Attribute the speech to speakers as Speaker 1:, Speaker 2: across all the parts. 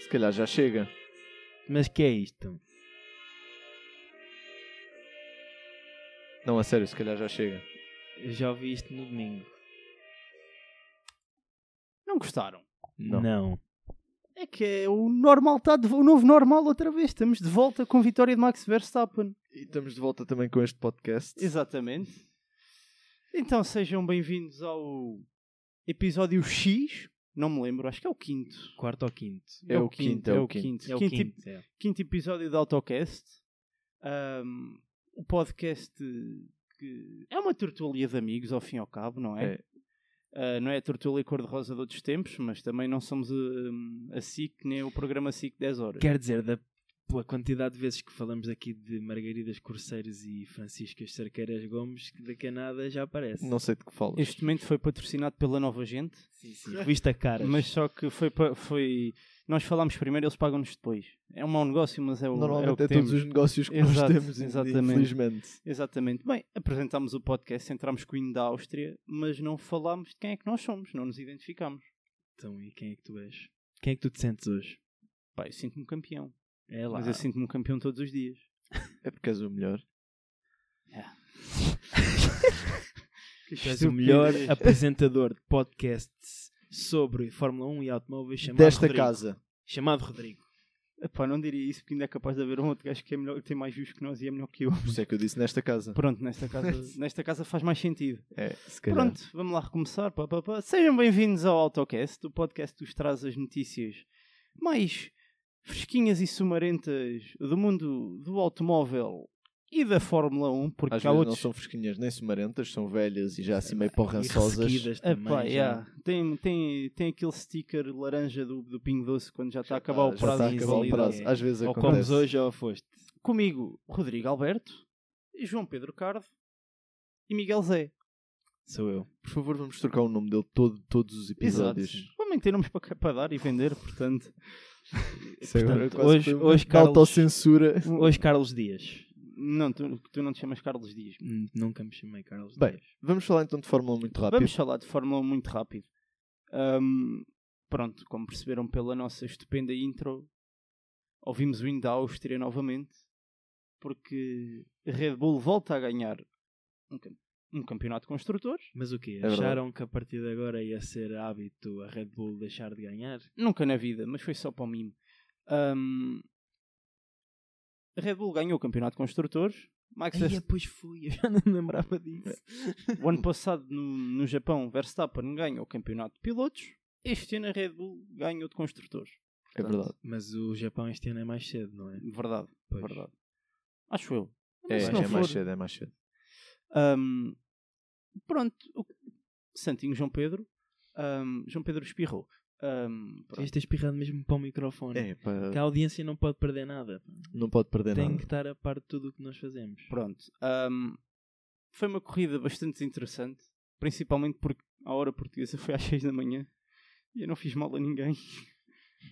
Speaker 1: Se calhar já chega.
Speaker 2: Mas que é isto?
Speaker 1: Não, a sério, se calhar já chega.
Speaker 2: Eu já ouvi isto no domingo.
Speaker 3: Não gostaram.
Speaker 1: Não.
Speaker 3: É que é o normal está de vo- o novo normal outra vez. Estamos de volta com a vitória de Max Verstappen.
Speaker 1: E estamos de volta também com este podcast.
Speaker 3: Exatamente. Então sejam bem-vindos ao episódio X. Não me lembro, acho que é o quinto.
Speaker 2: Quarto ou quinto?
Speaker 1: É o quinto, é o quinto.
Speaker 2: É o
Speaker 3: Quinto
Speaker 2: quinto.
Speaker 3: ep-
Speaker 2: é.
Speaker 3: quinto episódio da AutoCast. Ahm, o podcast eh, que é uma tertulia de amigos, ao fim e ao cabo, não é?
Speaker 1: É.
Speaker 3: Ah, não é a tertulia cor-de-rosa de outros tempos, mas também não somos hum, a SIC nem o programa SIC 10 horas.
Speaker 2: Quer dizer, da, pela quantidade de vezes que falamos aqui de Margaridas Corceiros e Franciscas Cerqueiras Gomes, que daqui a nada já aparece.
Speaker 1: Não sei de que falas.
Speaker 3: Este momento foi patrocinado pela Nova Gente,
Speaker 2: Sim, sim. Vista caras.
Speaker 3: mas só que foi. pa- foi... Nós falámos primeiro, eles pagam-nos depois. É um mau negócio, mas é o, é o
Speaker 1: Normalmente
Speaker 3: que
Speaker 1: é, todos
Speaker 3: temos.
Speaker 1: os negócios que nós
Speaker 3: Exato,
Speaker 1: temos,
Speaker 3: exatamente.
Speaker 1: infelizmente.
Speaker 3: Exatamente. Bem, apresentámos o podcast, entramos com o hino da Áustria, mas não falámos de quem é que nós somos, não nos identificámos.
Speaker 2: Então, e quem é que tu és? Quem é que tu te sentes hoje?
Speaker 3: Pá, eu sinto-me um campeão.
Speaker 2: É lá.
Speaker 3: Mas eu sinto-me um campeão todos os dias.
Speaker 1: É porque és o melhor.
Speaker 2: Tu és o melhor apresentador de podcasts sobre Fórmula 1 e automóveis chamado
Speaker 1: Desta
Speaker 2: Rodrigo.
Speaker 1: casa.
Speaker 2: Chamado Rodrigo.
Speaker 3: Epá, não diria isso porque ainda é capaz de haver um outro gajo que é melhor, que tem mais views que nós e é melhor que eu.
Speaker 1: Por isso é que eu disse nesta casa.
Speaker 3: Pronto, nesta casa, nesta casa faz mais sentido.
Speaker 1: É, se calhar.
Speaker 3: Pronto, vamos lá recomeçar. Pá, pá, pá. Sejam bem-vindos ao AutoCast, o podcast que vos traz as notícias mais fresquinhas e sumarentas do mundo do automóvel e da Fórmula 1, porque
Speaker 1: Às
Speaker 3: há
Speaker 1: vezes
Speaker 3: outros
Speaker 1: não são fresquinhas nem sumarentas, são velhas e já assim meio porrançosas.
Speaker 2: ressequidas
Speaker 3: Ah,
Speaker 2: também,
Speaker 3: pá,
Speaker 2: já.
Speaker 3: yeah. tem, tem, tem aquele sticker laranja do, do Pingo Doce quando já está a acabar
Speaker 1: Ah,
Speaker 3: o
Speaker 1: já
Speaker 3: prazo.
Speaker 1: está a
Speaker 3: de
Speaker 1: acabar o
Speaker 3: validade.
Speaker 1: prazo. Às vezes
Speaker 2: né? Ou comes
Speaker 1: acontece.
Speaker 2: hoje ou foste.
Speaker 3: Comigo, Rodrigo Alberto, João Pedro Cardo e Miguel Zé.
Speaker 2: Sou eu.
Speaker 1: Por favor, vamos trocar o nome dele todo, todos os episódios.
Speaker 3: Homem, tem nomes para, ca- para dar e vender, portanto.
Speaker 1: Isso é agora
Speaker 2: Portanto,
Speaker 1: quase
Speaker 2: hoje-
Speaker 1: foi
Speaker 2: hoje
Speaker 1: uma
Speaker 2: Carlos-
Speaker 1: autocensura.
Speaker 2: Hoje, Carlos Dias.
Speaker 3: Não, tu, tu não te chamas Carlos Dias.
Speaker 2: Hum, Nunca me chamei Carlos
Speaker 1: Bem,
Speaker 2: Dias.
Speaker 1: Vamos falar então de Fórmula muito rápido.
Speaker 3: Vamos falar de Fórmula 1 muito rápido. Ahm, pronto, como perceberam pela nossa estupenda intro, ouvimos o hino da Áustria novamente, porque a Red Bull volta a ganhar um, cam- um campeonato de construtores.
Speaker 2: Mas o quê?
Speaker 1: É verdade.
Speaker 2: Acharam que a partir de agora ia ser hábito a Red Bull deixar de ganhar?
Speaker 3: Nunca na vida, mas foi só para o mimo. Ahm, a Red Bull ganhou o campeonato de construtores.
Speaker 1: É
Speaker 3: Max
Speaker 2: Ai,
Speaker 3: Verstappen,
Speaker 2: pois fui, eu já não me lembrava disso.
Speaker 3: o ano passado no, no Japão, Verstappen ganhou o campeonato de pilotos. Este ano a Red Bull ganhou de construtores.
Speaker 1: É verdade.
Speaker 2: Mas o Japão este ano é mais cedo, não é?
Speaker 3: Verdade,
Speaker 2: Pois.
Speaker 3: verdade. Acho eu.
Speaker 1: É,
Speaker 3: Mas se não
Speaker 1: é mais
Speaker 3: for-
Speaker 1: cedo, é mais cedo.
Speaker 3: Ahm, pronto. O... Santinho João Pedro. Ahm, João Pedro espirrou. Ahm, pronto.
Speaker 2: Tens de ter espirrado mesmo para o microfone.
Speaker 1: É, pá,
Speaker 2: Que a audiência não pode perder nada.
Speaker 1: não pode perder
Speaker 2: Tem
Speaker 1: nada.
Speaker 2: que estar a par de tudo o que nós fazemos.
Speaker 3: Pronto. Ahm, foi uma corrida bastante interessante, principalmente porque a hora portuguesa foi às 6 da manhã e eu não fiz mal a ninguém.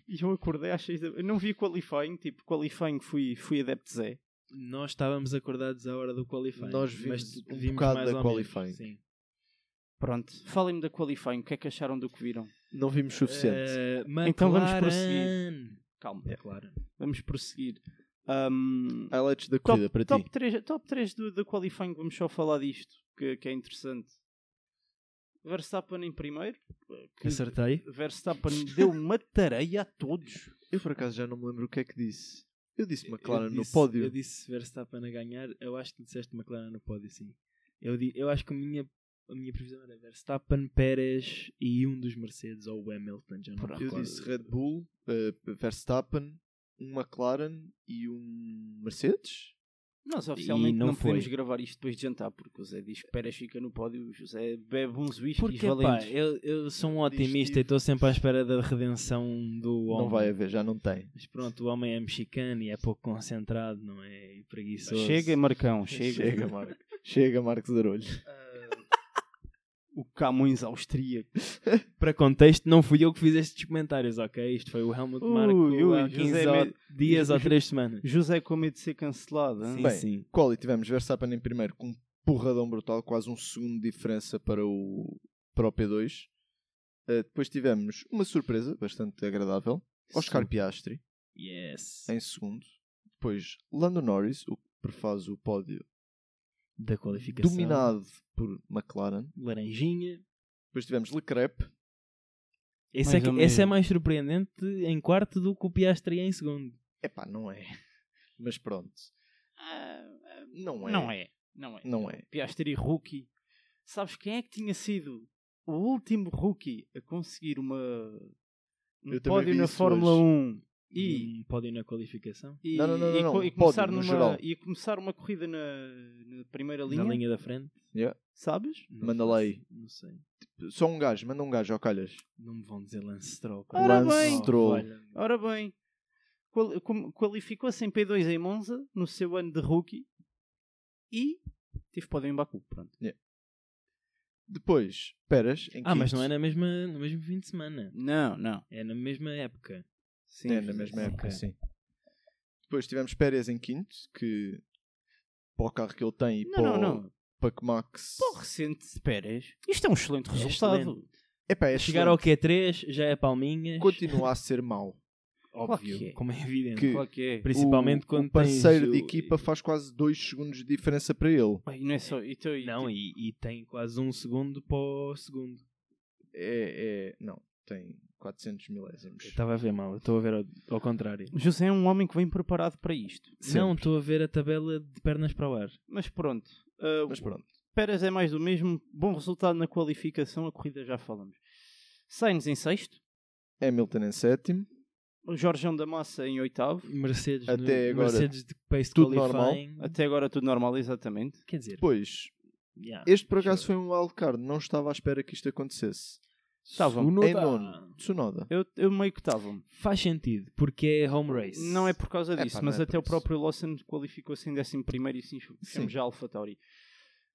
Speaker 3: E eu acordei às 6 da manhã. Não vi qualifying, tipo, qualifying fui, fui adepto Zé.
Speaker 2: Nós estávamos acordados à hora do qualifying.
Speaker 1: Nós
Speaker 2: mas
Speaker 1: vimos um bocado da
Speaker 2: ou
Speaker 1: qualifying.
Speaker 2: menos, sim.
Speaker 3: Pronto, falem-me da qualifying, o que é que acharam do que viram?
Speaker 1: Não vimos suficiente.
Speaker 2: Eh,
Speaker 3: Então vamos
Speaker 2: McLaren.
Speaker 3: prosseguir. Calma,
Speaker 2: É claro.
Speaker 3: vamos prosseguir. Ahm,
Speaker 1: Highlights da corrida para
Speaker 3: top,
Speaker 1: ti.
Speaker 3: 3, top 3 do, do qualifying, vamos só falar disto, que, que é interessante. Verstappen em primeiro. que-
Speaker 2: É. Acertei.
Speaker 3: Verstappen deu uma tareia a todos.
Speaker 1: Eu por acaso já não me lembro o que é que disse. Eu disse
Speaker 2: Eu
Speaker 1: McLaren no
Speaker 2: disse-
Speaker 1: pódio.
Speaker 2: Eu disse Verstappen a ganhar. Eu acho que disseste McLaren no pódio, sim. Eu, di- eu acho que a minha, a minha previsão era Verstappen, Pérez e um dos Mercedes ou o Hamilton. Já não
Speaker 3: Pronto.
Speaker 1: Eu
Speaker 2: recordo.
Speaker 1: disse Red Bull, eh, Verstappen, um McLaren e um Mercedes.
Speaker 3: Nós oficialmente
Speaker 2: E
Speaker 3: não,
Speaker 2: não
Speaker 3: podemos
Speaker 2: foi.
Speaker 3: gravar isto depois de jantar, porque o Zé diz que Pérez fica no pódio e o José bebe uns whiskies
Speaker 2: Porque, pá,
Speaker 3: valentes.
Speaker 2: eu, eu sou um
Speaker 1: Diz
Speaker 2: otimista
Speaker 1: Steve.
Speaker 2: e estou sempre à espera da redenção do homem.
Speaker 1: Não vai haver, já não tem.
Speaker 2: Mas pronto, o homem é mexicano e é pouco concentrado, não é? E preguiçoso.
Speaker 3: Chega, Marcão, chega.
Speaker 1: Chega, Marco. Chega, Marcos Arolho.
Speaker 3: O Camões austríaco.
Speaker 2: Para contexto, não fui eu que fiz estes comentários, ok? Isto foi o Helmut
Speaker 3: Ui,
Speaker 2: Marko há
Speaker 3: ui,
Speaker 2: 15
Speaker 3: José
Speaker 2: ou-
Speaker 3: Me-
Speaker 2: dias ou
Speaker 3: Ju-
Speaker 2: 3 semanas.
Speaker 3: José com medo de ser cancelado. hein?
Speaker 2: Sim,
Speaker 1: Bem,
Speaker 2: sim.
Speaker 1: Quali tivemos Verstappen em primeiro com um porradão brutal, quase um segundo de diferença para o, para o P2. Eh, depois tivemos uma surpresa bastante agradável. Oscar Piastri
Speaker 2: Yes.
Speaker 1: em segundo. Depois Lando Norris, o que prefaz o pódio
Speaker 2: Da qualificação.
Speaker 1: dominado por McLaren.
Speaker 2: Laranjinha.
Speaker 1: Depois tivemos Leclerc.
Speaker 2: Esse é,
Speaker 3: Mais
Speaker 2: que-
Speaker 3: ou
Speaker 2: esse é
Speaker 3: menos.
Speaker 2: mais surpreendente em quarto do que o Piastri em segundo.
Speaker 1: Epá, não é. Mas pronto. Não é.
Speaker 3: Não é. Não é.
Speaker 1: Não é.
Speaker 3: Piastri rookie. Sabes quem é que tinha sido o último rookie a conseguir uma um
Speaker 1: Eu também
Speaker 3: pódio
Speaker 1: vi
Speaker 3: na
Speaker 1: isso
Speaker 3: Fórmula
Speaker 1: hoje. Hum.
Speaker 3: 1 e,
Speaker 2: E um pódio na qualificação.
Speaker 3: e,
Speaker 1: Não, não, não,
Speaker 3: e
Speaker 1: não,
Speaker 3: co-
Speaker 1: não.
Speaker 3: e começar
Speaker 1: Pódio, no
Speaker 3: numa
Speaker 1: geral.
Speaker 3: e começar uma corrida na, na primeira linha,
Speaker 2: Na linha da frente.
Speaker 3: sabes?
Speaker 2: Não
Speaker 1: Manda lá aí.
Speaker 2: faço- Não sei.
Speaker 1: Só um gajo, manda um gajo ao calhas.
Speaker 2: Não me vão dizer Lance Stroll.
Speaker 3: Ora
Speaker 1: Lance
Speaker 3: bem.
Speaker 1: Stroll.
Speaker 2: olha.
Speaker 3: Ora bem, qual- com- qualificou-se em P2 em Monza no seu ano de rookie e teve pódio em Baku, pronto.
Speaker 1: Depois, Pérez, em
Speaker 2: Ah, mas não é
Speaker 1: quinto.
Speaker 2: na mesma, no mesmo fim de semana.
Speaker 3: Não, não.
Speaker 2: É na mesma época.
Speaker 3: Sim,
Speaker 1: é, na mesma
Speaker 2: sim.
Speaker 1: época,
Speaker 2: Ok.
Speaker 1: sim. Depois tivemos Pérez em quinto, que para o carro que ele tem e
Speaker 3: Não,
Speaker 1: para,
Speaker 3: não,
Speaker 1: o-
Speaker 3: não.
Speaker 1: para que Max.
Speaker 3: Pô, recente de Pérez. Isto é um excelente resultado.
Speaker 2: excelente.
Speaker 1: Epá, é
Speaker 2: Chegar ao Q3 já é palminhas.
Speaker 1: Continua a ser mau.
Speaker 3: Claro
Speaker 2: Óbvio,
Speaker 3: que é.
Speaker 2: como é evidente.
Speaker 1: Que-
Speaker 3: Claro que é.
Speaker 2: Principalmente
Speaker 1: o,
Speaker 2: quando
Speaker 1: o parceiro
Speaker 2: tens
Speaker 1: de
Speaker 2: o-
Speaker 1: equipa faz quase 2 segundos de diferença para ele.
Speaker 3: Ai, não é só. Então, e
Speaker 2: Não,
Speaker 3: tipo,
Speaker 2: e, e tem quase um segundo para o segundo.
Speaker 1: É, é- não, tem 400 milésimos.
Speaker 2: Eu estava a ver mal, eu estou a ver ao, ao contrário.
Speaker 3: José é um homem que vem preparado para isto.
Speaker 2: Não, estou a ver a tabela de pernas para o ar.
Speaker 3: Mas pronto. ah,
Speaker 1: Mas pronto,
Speaker 3: Pérez é mais do mesmo. Bom resultado na qualificação. A corrida já falamos. Sainz em sexto.
Speaker 1: Hamilton em sétimo,
Speaker 3: O Jorgeão da Massa em oitavo.
Speaker 2: Mercedes,
Speaker 1: Até
Speaker 2: no-
Speaker 1: agora,
Speaker 2: Mercedes de pace
Speaker 1: tudo
Speaker 2: qualifying.
Speaker 3: Até agora tudo normal, exatamente.
Speaker 2: Quer dizer,
Speaker 1: depois
Speaker 2: yeah,
Speaker 1: Este por acaso foi um wildcard, não estava à espera que isto acontecesse.
Speaker 3: Estavam.
Speaker 2: Tsunoda.
Speaker 1: Em nono, Tsunoda.
Speaker 3: Eu, eu meio que estava.
Speaker 2: faz sentido, porque é home race.
Speaker 3: Não é por causa
Speaker 1: Epá,
Speaker 3: disso,
Speaker 1: não
Speaker 3: mas
Speaker 1: é
Speaker 3: até
Speaker 1: por
Speaker 3: o
Speaker 1: isso.
Speaker 3: próprio Lawson qualificou-se em décimo primeiro e sim,
Speaker 1: Sim.
Speaker 3: chamo já Alfa Tauri.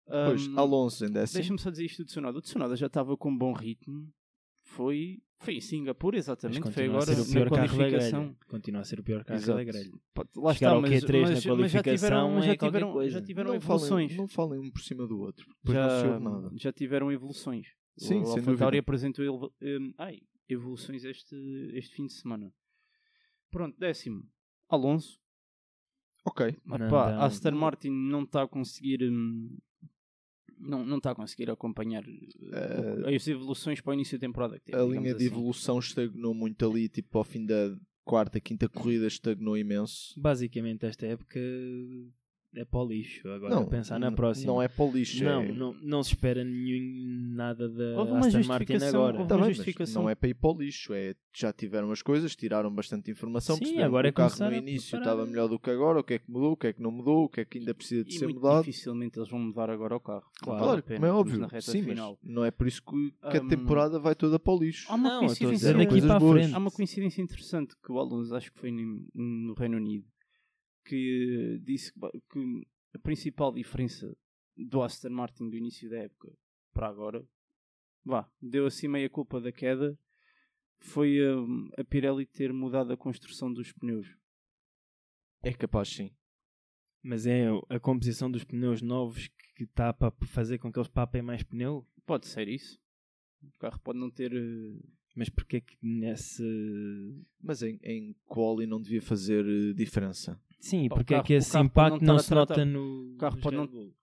Speaker 1: Depois
Speaker 3: Ahm,
Speaker 1: Alonso em décimo.
Speaker 3: Hum, Deixa-me só dizer isto do Tsunoda. O Tsunoda já estava com bom ritmo. Foi, foi em Singapura,
Speaker 2: Mas
Speaker 3: exatamente. Foi
Speaker 2: continua a
Speaker 3: agora
Speaker 2: ser o pior
Speaker 3: na
Speaker 2: carro da grelha.
Speaker 3: qualificação.
Speaker 2: Continua a ser o pior carro
Speaker 1: Exato.
Speaker 2: da grelha.
Speaker 3: Pá, Lá
Speaker 2: Chegar ao Q3 na
Speaker 3: já tiveram,
Speaker 2: qualificação
Speaker 3: já
Speaker 2: é qualquer
Speaker 3: tiveram,
Speaker 2: coisa.
Speaker 3: já tiveram
Speaker 1: não,
Speaker 3: evoluções.
Speaker 1: falem, não falem um por cima do outro, depois não se ouve
Speaker 3: já,
Speaker 1: nada.
Speaker 3: já tiveram evoluções.
Speaker 1: Sim,
Speaker 3: o
Speaker 1: sem
Speaker 3: AlphaTauri
Speaker 1: dúvida.
Speaker 3: apresentou ele, hum, ai, evoluções este, este fim de semana. Pronto, décimo. Alonso.
Speaker 1: Ok,
Speaker 3: Mas
Speaker 2: Não
Speaker 3: pá,
Speaker 2: dá.
Speaker 3: a Aston Martin não está a conseguir. hum, não não está a conseguir acompanhar uh, as evoluções para o início da temporada. que teve,
Speaker 1: Eh, a
Speaker 3: digamos
Speaker 1: linha de
Speaker 3: assim.
Speaker 1: evolução estagnou muito ali, tipo ao fim da quarta, quinta corrida estagnou imenso.
Speaker 2: Basicamente, esta época é para o lixo. Agora,
Speaker 1: não,
Speaker 2: pensar na
Speaker 1: n-
Speaker 2: próxima.
Speaker 1: Não é para o lixo.
Speaker 2: Não,
Speaker 1: é...
Speaker 2: não, não se espera nenhum nada da
Speaker 3: Houve uma
Speaker 2: Aston Martin
Speaker 3: justificação,
Speaker 2: agora.
Speaker 3: houve-
Speaker 1: Tá
Speaker 3: uma
Speaker 1: bem, mas
Speaker 3: justificação.
Speaker 1: não é para ir para o lixo, é, já tiveram as coisas, tiraram bastante informação,
Speaker 2: Sim,
Speaker 1: perceberam
Speaker 2: agora
Speaker 1: que
Speaker 2: é
Speaker 1: o carro
Speaker 2: começar
Speaker 1: no
Speaker 2: a
Speaker 1: início
Speaker 2: preparar.
Speaker 1: estava melhor do que agora, o que é que mudou, o que é que não mudou, o que é que ainda precisa de
Speaker 3: E
Speaker 1: ser
Speaker 3: muito
Speaker 1: mudado.
Speaker 3: dificilmente eles vão mudar agora o carro. Não
Speaker 2: Claro,
Speaker 3: vale a
Speaker 1: Claro,
Speaker 3: pena,
Speaker 1: como é
Speaker 3: estamos
Speaker 1: óbvio.
Speaker 3: na reta
Speaker 1: Sim,
Speaker 3: final.
Speaker 1: mas não é por isso que, que a
Speaker 3: Hum.
Speaker 1: temporada vai toda para o lixo.
Speaker 3: Há uma
Speaker 2: Não, eu estou a
Speaker 3: coincidência
Speaker 2: dizer
Speaker 1: São
Speaker 2: daqui
Speaker 1: coisas
Speaker 2: para a
Speaker 1: boas.
Speaker 2: frente.
Speaker 3: Há uma coincidência interessante que o Alonso, acho que foi no, no Reino Unido, que eh, disse que ba- que a principal diferença do Aston Martin do início da época para agora, vá, deu assim meia culpa da queda, foi hum, a Pirelli ter mudado a construção dos pneus.
Speaker 1: É capaz, sim.
Speaker 2: Mas é a composição dos pneus novos que
Speaker 1: tá
Speaker 2: está para fazer com que eles papem mais pneu?
Speaker 3: Pode ser isso. O carro pode não ter. eh,
Speaker 2: Mas porquê que nesse.
Speaker 1: Mas em, em quali não devia fazer eh, diferença.
Speaker 2: Sim,
Speaker 3: Pá, o
Speaker 2: porque é
Speaker 3: carro-
Speaker 2: que
Speaker 3: o
Speaker 2: esse
Speaker 3: carro pode
Speaker 2: impacto
Speaker 3: não
Speaker 2: não,
Speaker 3: estar a
Speaker 2: se nota
Speaker 3: tratar-
Speaker 2: no.
Speaker 3: O carro
Speaker 2: no
Speaker 3: pode não.
Speaker 2: Red Bull?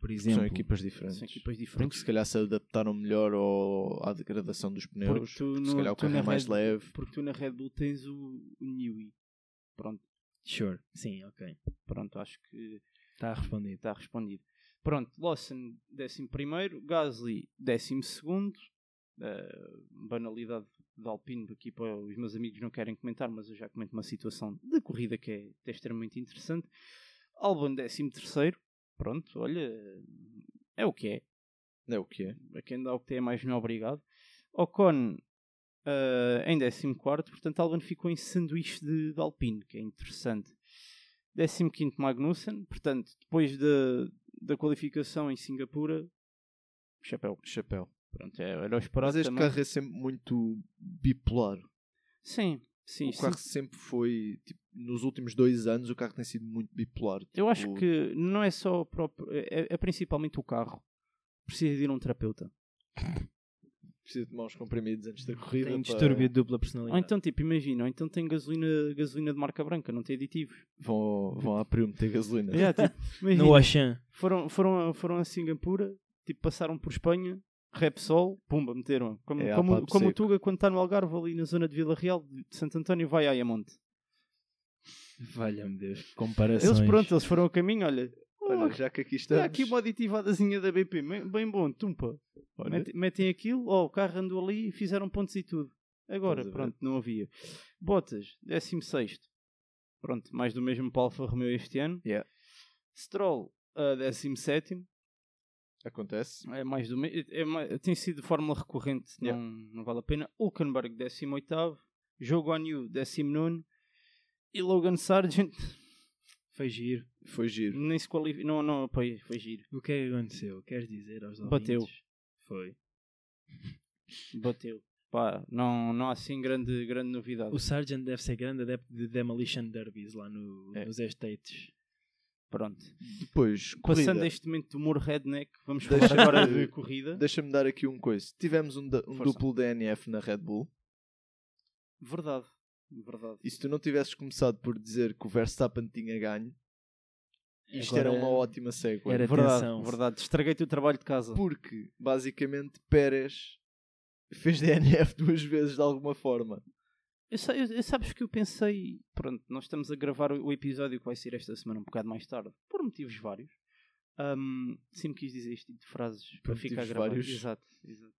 Speaker 2: Por exemplo.
Speaker 1: São equipas diferentes.
Speaker 3: São equipas
Speaker 1: Porque
Speaker 3: diferentes.
Speaker 1: se calhar se adaptaram melhor ao- à degradação dos pneus.
Speaker 3: tu
Speaker 1: porque se
Speaker 3: no-
Speaker 1: calhar o
Speaker 3: tu na
Speaker 1: carro é mais
Speaker 3: Red-
Speaker 1: leve.
Speaker 3: Porque tu na Red Bull tens o, o Newey. Pronto,
Speaker 2: Sure. Sim, ok.
Speaker 3: pronto, acho que
Speaker 2: Está respondido.
Speaker 3: está respondido. Pronto, Lawson, 11, Gasly, 12. Uh, banalidade de Alpine, aqui para os meus amigos não querem comentar, mas eu já comento uma situação de corrida que é até extremamente interessante. Albon, 13. Pronto, olha, é o que é.
Speaker 1: É o que é.
Speaker 3: A quem dá o que tem é mais não obrigado. Ocon eh, em 14, portanto Albon ficou em sanduíche de, de Alpine, que é interessante. 15 Magnussen, portanto, depois da, da qualificação em Singapura, chapéu.
Speaker 1: Chapéu.
Speaker 3: Pronto, é- era o
Speaker 1: Mas
Speaker 3: esperado
Speaker 1: este
Speaker 3: também.
Speaker 1: carro é sempre muito bipolar.
Speaker 3: Sim, sim,
Speaker 1: o
Speaker 3: sim.
Speaker 1: carro sempre foi. tipo, nos últimos dois anos, o carro tem sido muito bipolar.
Speaker 3: Eu acho
Speaker 1: Tipo,
Speaker 3: que não é só o próprio, é, é principalmente o carro. Precisa de ir a um terapeuta.
Speaker 1: precisa tomar uns comprimidos antes da corrida.
Speaker 2: Tem
Speaker 1: para-
Speaker 2: distúrbio de dupla
Speaker 3: Ou
Speaker 2: personalidade.
Speaker 3: então, tipo, imagina, ou então tem gasolina, gasolina de marca branca, não tem aditivos.
Speaker 1: Vão, vão à Prium ter gasolina.
Speaker 3: Yeah, tipo, imagina,
Speaker 2: no Oxan.
Speaker 3: foram, foram, a- foram a Singapura, tipo, passaram por Espanha, Repsol, pumba, meteram. Como,
Speaker 1: É,
Speaker 3: como,
Speaker 1: papo
Speaker 3: como o
Speaker 1: seco.
Speaker 3: Tuga, quando está no Algarve, ali na zona de Vila Real, de Santo António, vai a Ayamonte.
Speaker 2: Valha-me Deus, que comparações.
Speaker 3: Eles, pronto, eles foram a caminho, olha.
Speaker 1: É Olha,
Speaker 3: Olha,
Speaker 1: já que aqui
Speaker 3: Há
Speaker 1: estamos.
Speaker 3: aqui uma aditivadazinha da BP, bem- bem bom, tumpa.
Speaker 1: olha,
Speaker 3: Mete- metem aquilo, ó, o carro andou ali e fizeram pontos e tudo. Agora,
Speaker 1: Estás a ver?
Speaker 3: pronto, não havia. Bottas, 16. Pronto, mais do mesmo para a Alfa Romeo este ano.
Speaker 1: Yeah.
Speaker 3: Stroll, a 17.
Speaker 1: Acontece.
Speaker 3: É mais do mesmo. tem sido fórmula recorrente,
Speaker 1: Yeah.
Speaker 3: não, não vale a pena. Hulkenberg, 18. Jogo a New, 19. E Logan Sargent,
Speaker 2: Foi giro.
Speaker 1: Foi giro.
Speaker 3: nem se qualificou. Não, não, foi, foi giro.
Speaker 2: O que é que aconteceu? Queres dizer aos ouvintes?
Speaker 3: Bateu.
Speaker 2: Foi.
Speaker 3: Bateu. Pá, não, não há assim grande, grande novidade.
Speaker 2: O Sargent deve ser grande adepto de Demolition Derbies lá no,
Speaker 1: É.
Speaker 2: nos Estates.
Speaker 3: Pronto.
Speaker 1: Depois,
Speaker 3: Hum. Passando
Speaker 1: corrida.
Speaker 3: este momento de humor redneck, vamos
Speaker 1: Deixa-
Speaker 3: falar agora de corrida.
Speaker 1: Deixa-me dar aqui um coisa. Tivemos um, da- um
Speaker 3: Força.
Speaker 1: duplo DNF na Red Bull.
Speaker 3: Verdade. Verdade.
Speaker 1: E se tu não tivesses começado por dizer que o Verstappen tinha ganho, isto era
Speaker 2: Agora-
Speaker 1: uma ótima segue.
Speaker 2: era-
Speaker 3: verdade,
Speaker 2: atenção.
Speaker 3: verdade. Estraguei-te o trabalho de casa.
Speaker 1: Porque, basicamente, Pérez fez DNF duas vezes de alguma forma.
Speaker 3: Eu, sa- eu- eu sabes que eu pensei. Pronto, nós estamos a gravar o, o episódio que vai sair esta semana um bocado mais tarde, por motivos vários. Ahm, sempre quis dizer este tipo de frases para ficar
Speaker 1: motivos
Speaker 3: gravado.
Speaker 1: vários.
Speaker 3: Exato, exato.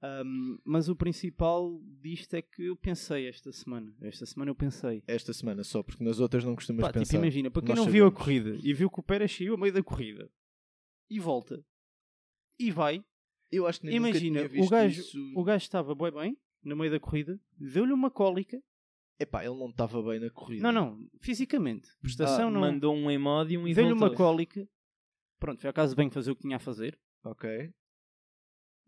Speaker 3: Ahm, mas o principal disto é que eu pensei esta semana. Esta semana eu pensei.
Speaker 1: Esta semana só, porque nas outras não costumas
Speaker 3: Pá, tipo,
Speaker 1: pensar.
Speaker 3: imagina, para quem
Speaker 1: Nós
Speaker 3: não viu a
Speaker 1: sabemos.
Speaker 3: corrida e viu que o Pérez saiu a meio da corrida e volta e vai,
Speaker 1: Eu acho que nem nunca
Speaker 3: imagina,
Speaker 1: tinha visto
Speaker 3: o gajo,
Speaker 1: isso.
Speaker 3: o gajo estava bem bem no meio da corrida, deu-lhe uma cólica.
Speaker 1: Epá, ele não estava bem na corrida.
Speaker 3: Não, não, fisicamente. Prestação
Speaker 2: Ah,
Speaker 3: não.
Speaker 2: Mandou um Emodium e
Speaker 3: Deu-lhe
Speaker 2: voltou.
Speaker 3: uma cólica. Pronto, foi a casa bem fazer o que tinha a fazer.
Speaker 1: Ok.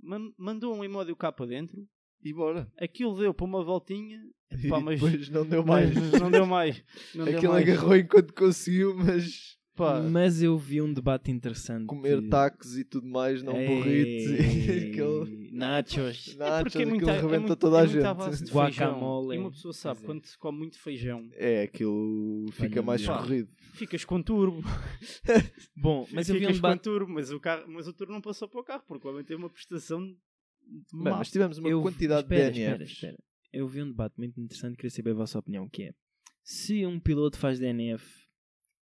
Speaker 3: Man- mandou um imóvel cá para dentro.
Speaker 1: E bora.
Speaker 3: Aquilo deu para uma voltinha.
Speaker 1: E
Speaker 3: Pá, mas-
Speaker 1: depois não deu mais.
Speaker 3: Mas não deu mais. Não deu
Speaker 1: Aquilo
Speaker 3: mais.
Speaker 1: agarrou enquanto conseguiu, mas pá,
Speaker 2: Mas eu vi um debate interessante.
Speaker 1: comer tacos e tudo mais, não burritos. E
Speaker 2: Ei,
Speaker 1: aquele...
Speaker 2: Nachos.
Speaker 3: É
Speaker 1: Nachos,
Speaker 3: porque é muito,
Speaker 1: aquilo
Speaker 3: é
Speaker 1: rebenta
Speaker 3: muito,
Speaker 1: toda
Speaker 3: é
Speaker 1: a
Speaker 3: muito à base
Speaker 1: gente.
Speaker 3: de feijão.
Speaker 2: Guacamole.
Speaker 3: E uma pessoa sabe,
Speaker 2: Pois é.
Speaker 3: quando se come muito feijão,
Speaker 1: É, aquilo fica
Speaker 2: Olha,
Speaker 1: mais
Speaker 3: pá.
Speaker 1: corrido.
Speaker 3: ficas com turbo.
Speaker 2: Bom, mas eu vi um
Speaker 3: ficas com
Speaker 2: debate.
Speaker 3: turbo, mas o, carro, mas o turbo não passou para o carro, porque o homem teve uma prestação de
Speaker 1: Bem,
Speaker 3: má.
Speaker 1: mas tivemos uma
Speaker 2: eu...
Speaker 1: quantidade
Speaker 2: espera,
Speaker 1: de
Speaker 2: espera,
Speaker 1: DNFs.
Speaker 2: espera. Eu vi um debate muito interessante, queria saber a vossa opinião, que é se um piloto faz DNF,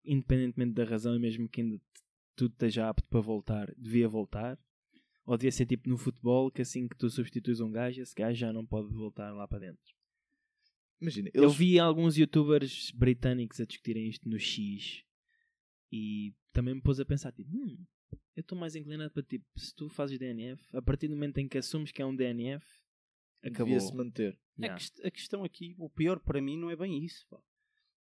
Speaker 2: independentemente da razão, e mesmo que ainda t- tudo esteja apto para voltar, devia voltar, ou devia ser tipo no futebol, que assim que tu substituis um gajo, esse gajo já não pode voltar lá para dentro.
Speaker 1: Imagina,
Speaker 2: Eu
Speaker 1: eles
Speaker 2: vi alguns youtubers britânicos a discutirem isto no X e também me pôs a pensar, tipo, "Hum, eu estou mais inclinado para tipo, se tu fazes DNF, a partir do momento em que assumes que é um DNF, acabou.
Speaker 1: devia-se manter.
Speaker 3: A, quest- a questão aqui, o pior para mim não é bem isso. pá.